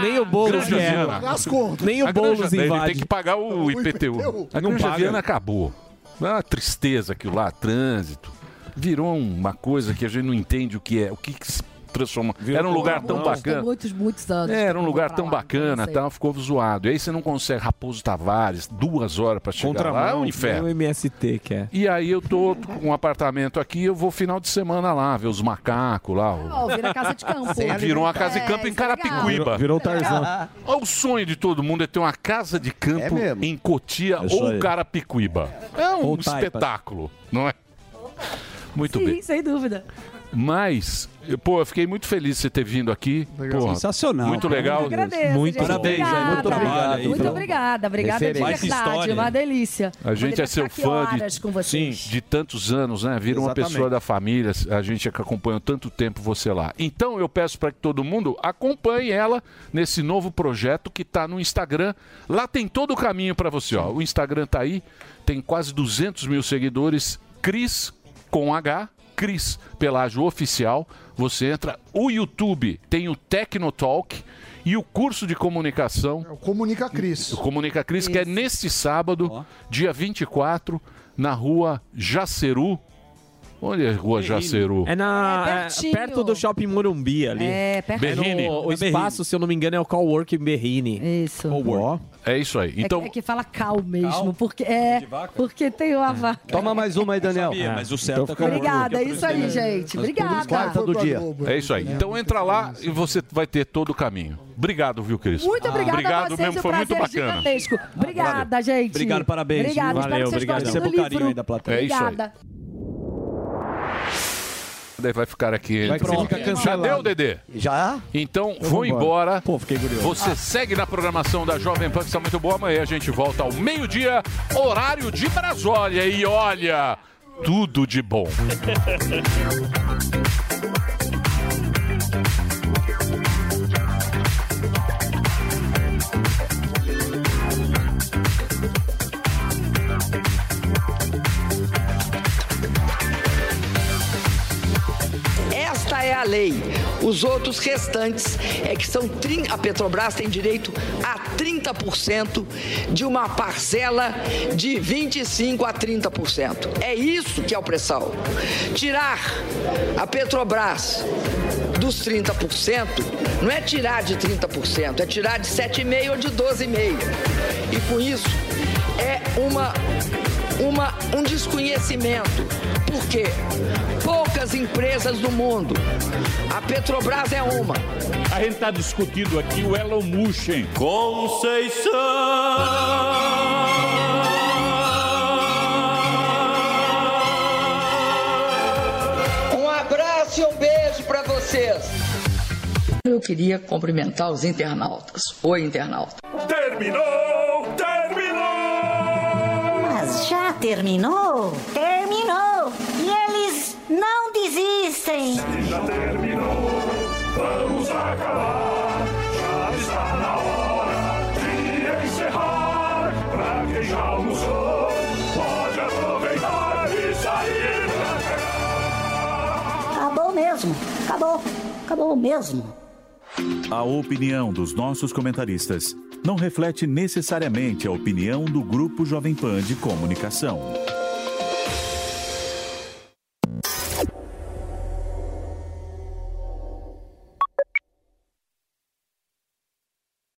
Speaker 7: Nem o Boulos
Speaker 2: Granja
Speaker 7: quer.
Speaker 2: Viana.
Speaker 7: As contas. Nem o Boulos
Speaker 2: Granja dele
Speaker 7: invade.
Speaker 2: Tem que pagar o,
Speaker 7: O
Speaker 2: IPTU.
Speaker 7: IPTU.
Speaker 2: A
Speaker 7: Não
Speaker 2: Granja
Speaker 7: paga.
Speaker 2: Viana acabou. É uma tristeza aquilo lá, trânsito. Virou uma coisa que a gente não entende o que é. O que, que se transforma. Era um lugar tão bacana.
Speaker 22: Tem muitos, muitos anos.
Speaker 2: É, era um lugar
Speaker 22: pra
Speaker 2: tão
Speaker 7: né?
Speaker 22: lá,
Speaker 2: bacana,
Speaker 22: sei.
Speaker 2: tal, ficou zoado. E aí você não consegue, Raposo Tavares, duas horas pra chegar lá, é um
Speaker 7: O
Speaker 2: inferno.
Speaker 7: MST quer.
Speaker 2: E aí eu tô com um apartamento aqui, eu vou final de semana lá, ver os macacos lá. o-
Speaker 22: Ó, vira casa de campo. É,
Speaker 2: Sim, virou uma casa de campo em Carapicuíba.
Speaker 6: Virou o Tarzan.
Speaker 2: O sonho de todo mundo é ter uma casa de campo em Cotia
Speaker 6: É isso
Speaker 2: ou
Speaker 6: aí.
Speaker 2: Carapicuíba. É um
Speaker 6: Ou taipa.
Speaker 2: espetáculo, não é? Muito bem.
Speaker 22: Sim, sem dúvida.
Speaker 2: Mas, eu- pô, eu fiquei muito feliz de você ter vindo aqui. Pô,
Speaker 3: Sensacional.
Speaker 2: Muito
Speaker 3: Cara,
Speaker 2: legal.
Speaker 22: Eu agradeço,
Speaker 2: muito
Speaker 22: gente.
Speaker 2: parabéns,
Speaker 22: obrigada.
Speaker 2: aí, muito obrigado. aí,
Speaker 22: Muito
Speaker 2: pelo-
Speaker 22: obrigada, obrigada de
Speaker 2: Referência. Baita
Speaker 22: verdade.
Speaker 2: história.
Speaker 22: Uma delícia.
Speaker 2: A gente é seu fã de,
Speaker 22: com vocês.
Speaker 2: Sim, de tantos anos, né? Vira uma
Speaker 22: Exatamente.
Speaker 2: pessoa da família, a gente é que acompanha tanto tempo você lá. Então eu peço para que todo mundo acompanhe ela nesse novo projeto que está no Instagram. Lá tem todo o caminho para você, ó. O Instagram tá aí, tem quase 200 mil seguidores. Cris com H, Cris Pelágio Oficial. Você entra. O YouTube tem o Tecnotalk e o curso de comunicação.
Speaker 12: É Comunica Cris.
Speaker 2: O Comunica Cris, que é neste sábado, dia 24, na rua Jaceru. Onde é a rua Jaceru?
Speaker 7: É
Speaker 5: na-
Speaker 7: É pertinho. é perto do
Speaker 5: Shopping Morumbi
Speaker 7: ali.
Speaker 2: É, perto. Berrini.
Speaker 7: No- o
Speaker 2: Na Berrini.
Speaker 7: espaço, se eu não me engano, é o Coworking Berrini.
Speaker 22: Isso.
Speaker 2: É isso aí. Então,
Speaker 22: É, que- é que fala cal mesmo, porque é porque tem
Speaker 2: É.
Speaker 22: uma vaca.
Speaker 9: Toma mais uma aí, Daniel.
Speaker 2: sabia, mas o certo é com o
Speaker 22: Obrigada, é
Speaker 2: Globo,
Speaker 22: isso aí, gente. Obrigada.
Speaker 2: É isso aí. Então entra lá e você vai ter todo o caminho. Obrigado, viu, Cris?
Speaker 22: Muito obrigada
Speaker 2: Ah, Obrigado
Speaker 22: a vocês,
Speaker 2: mesmo,
Speaker 22: o
Speaker 2: foi muito
Speaker 22: prazer é
Speaker 2: bacana.
Speaker 22: gigantesco. Obrigada, gente.
Speaker 2: Obrigado, parabéns.
Speaker 22: Obrigada, espero
Speaker 2: Valeu,
Speaker 22: que vocês
Speaker 2: obrigado.
Speaker 22: gostem do
Speaker 2: Receba o carinho
Speaker 22: livro.
Speaker 2: aí da plateia. É isso aí.
Speaker 22: Obrigada.
Speaker 2: Daí Vai ficar aqui.
Speaker 6: Vai que você fica cancelado.
Speaker 2: Já deu, Dedê?
Speaker 4: Já?
Speaker 2: Então,
Speaker 6: Então
Speaker 2: vou
Speaker 6: vambora.
Speaker 2: embora.
Speaker 6: Pô, fiquei curioso.
Speaker 2: Você segue na programação da Jovem Pan, que está muito boa. Amanhã a gente volta ao meio-dia, horário de Brasólia. E olha, tudo de bom.
Speaker 13: Esta é a lei. Os outros restantes é que são trin- a Petrobras tem direito a 30% de uma parcela de 25 a 30%. É isso que é o pré-sal. Tirar a Petrobras dos 30% não é tirar de 30%, é tirar de 7,5 ou de 12,5. E com isso é uma uma um desconhecimento. Por quê? Poucas empresas do mundo. A Petrobras é uma.
Speaker 9: A gente está discutindo aqui o Elon Musk. hein?
Speaker 13: Um abraço e um beijo para vocês.
Speaker 25: Eu queria cumprimentar os internautas. Oi, internauta.
Speaker 9: Terminou! Terminou!
Speaker 26: Mas já terminou? Terminou! E eles não desistem!
Speaker 9: Já terminou! Vamos acabar! Já está na hora de encerrar! Pra quem já almoçou, pode aproveitar e sair pra cá!
Speaker 26: Acabou mesmo! Acabou! Acabou mesmo!
Speaker 2: A opinião dos nossos comentaristas não reflete necessariamente a opinião do Grupo Jovem Pan de Comunicação.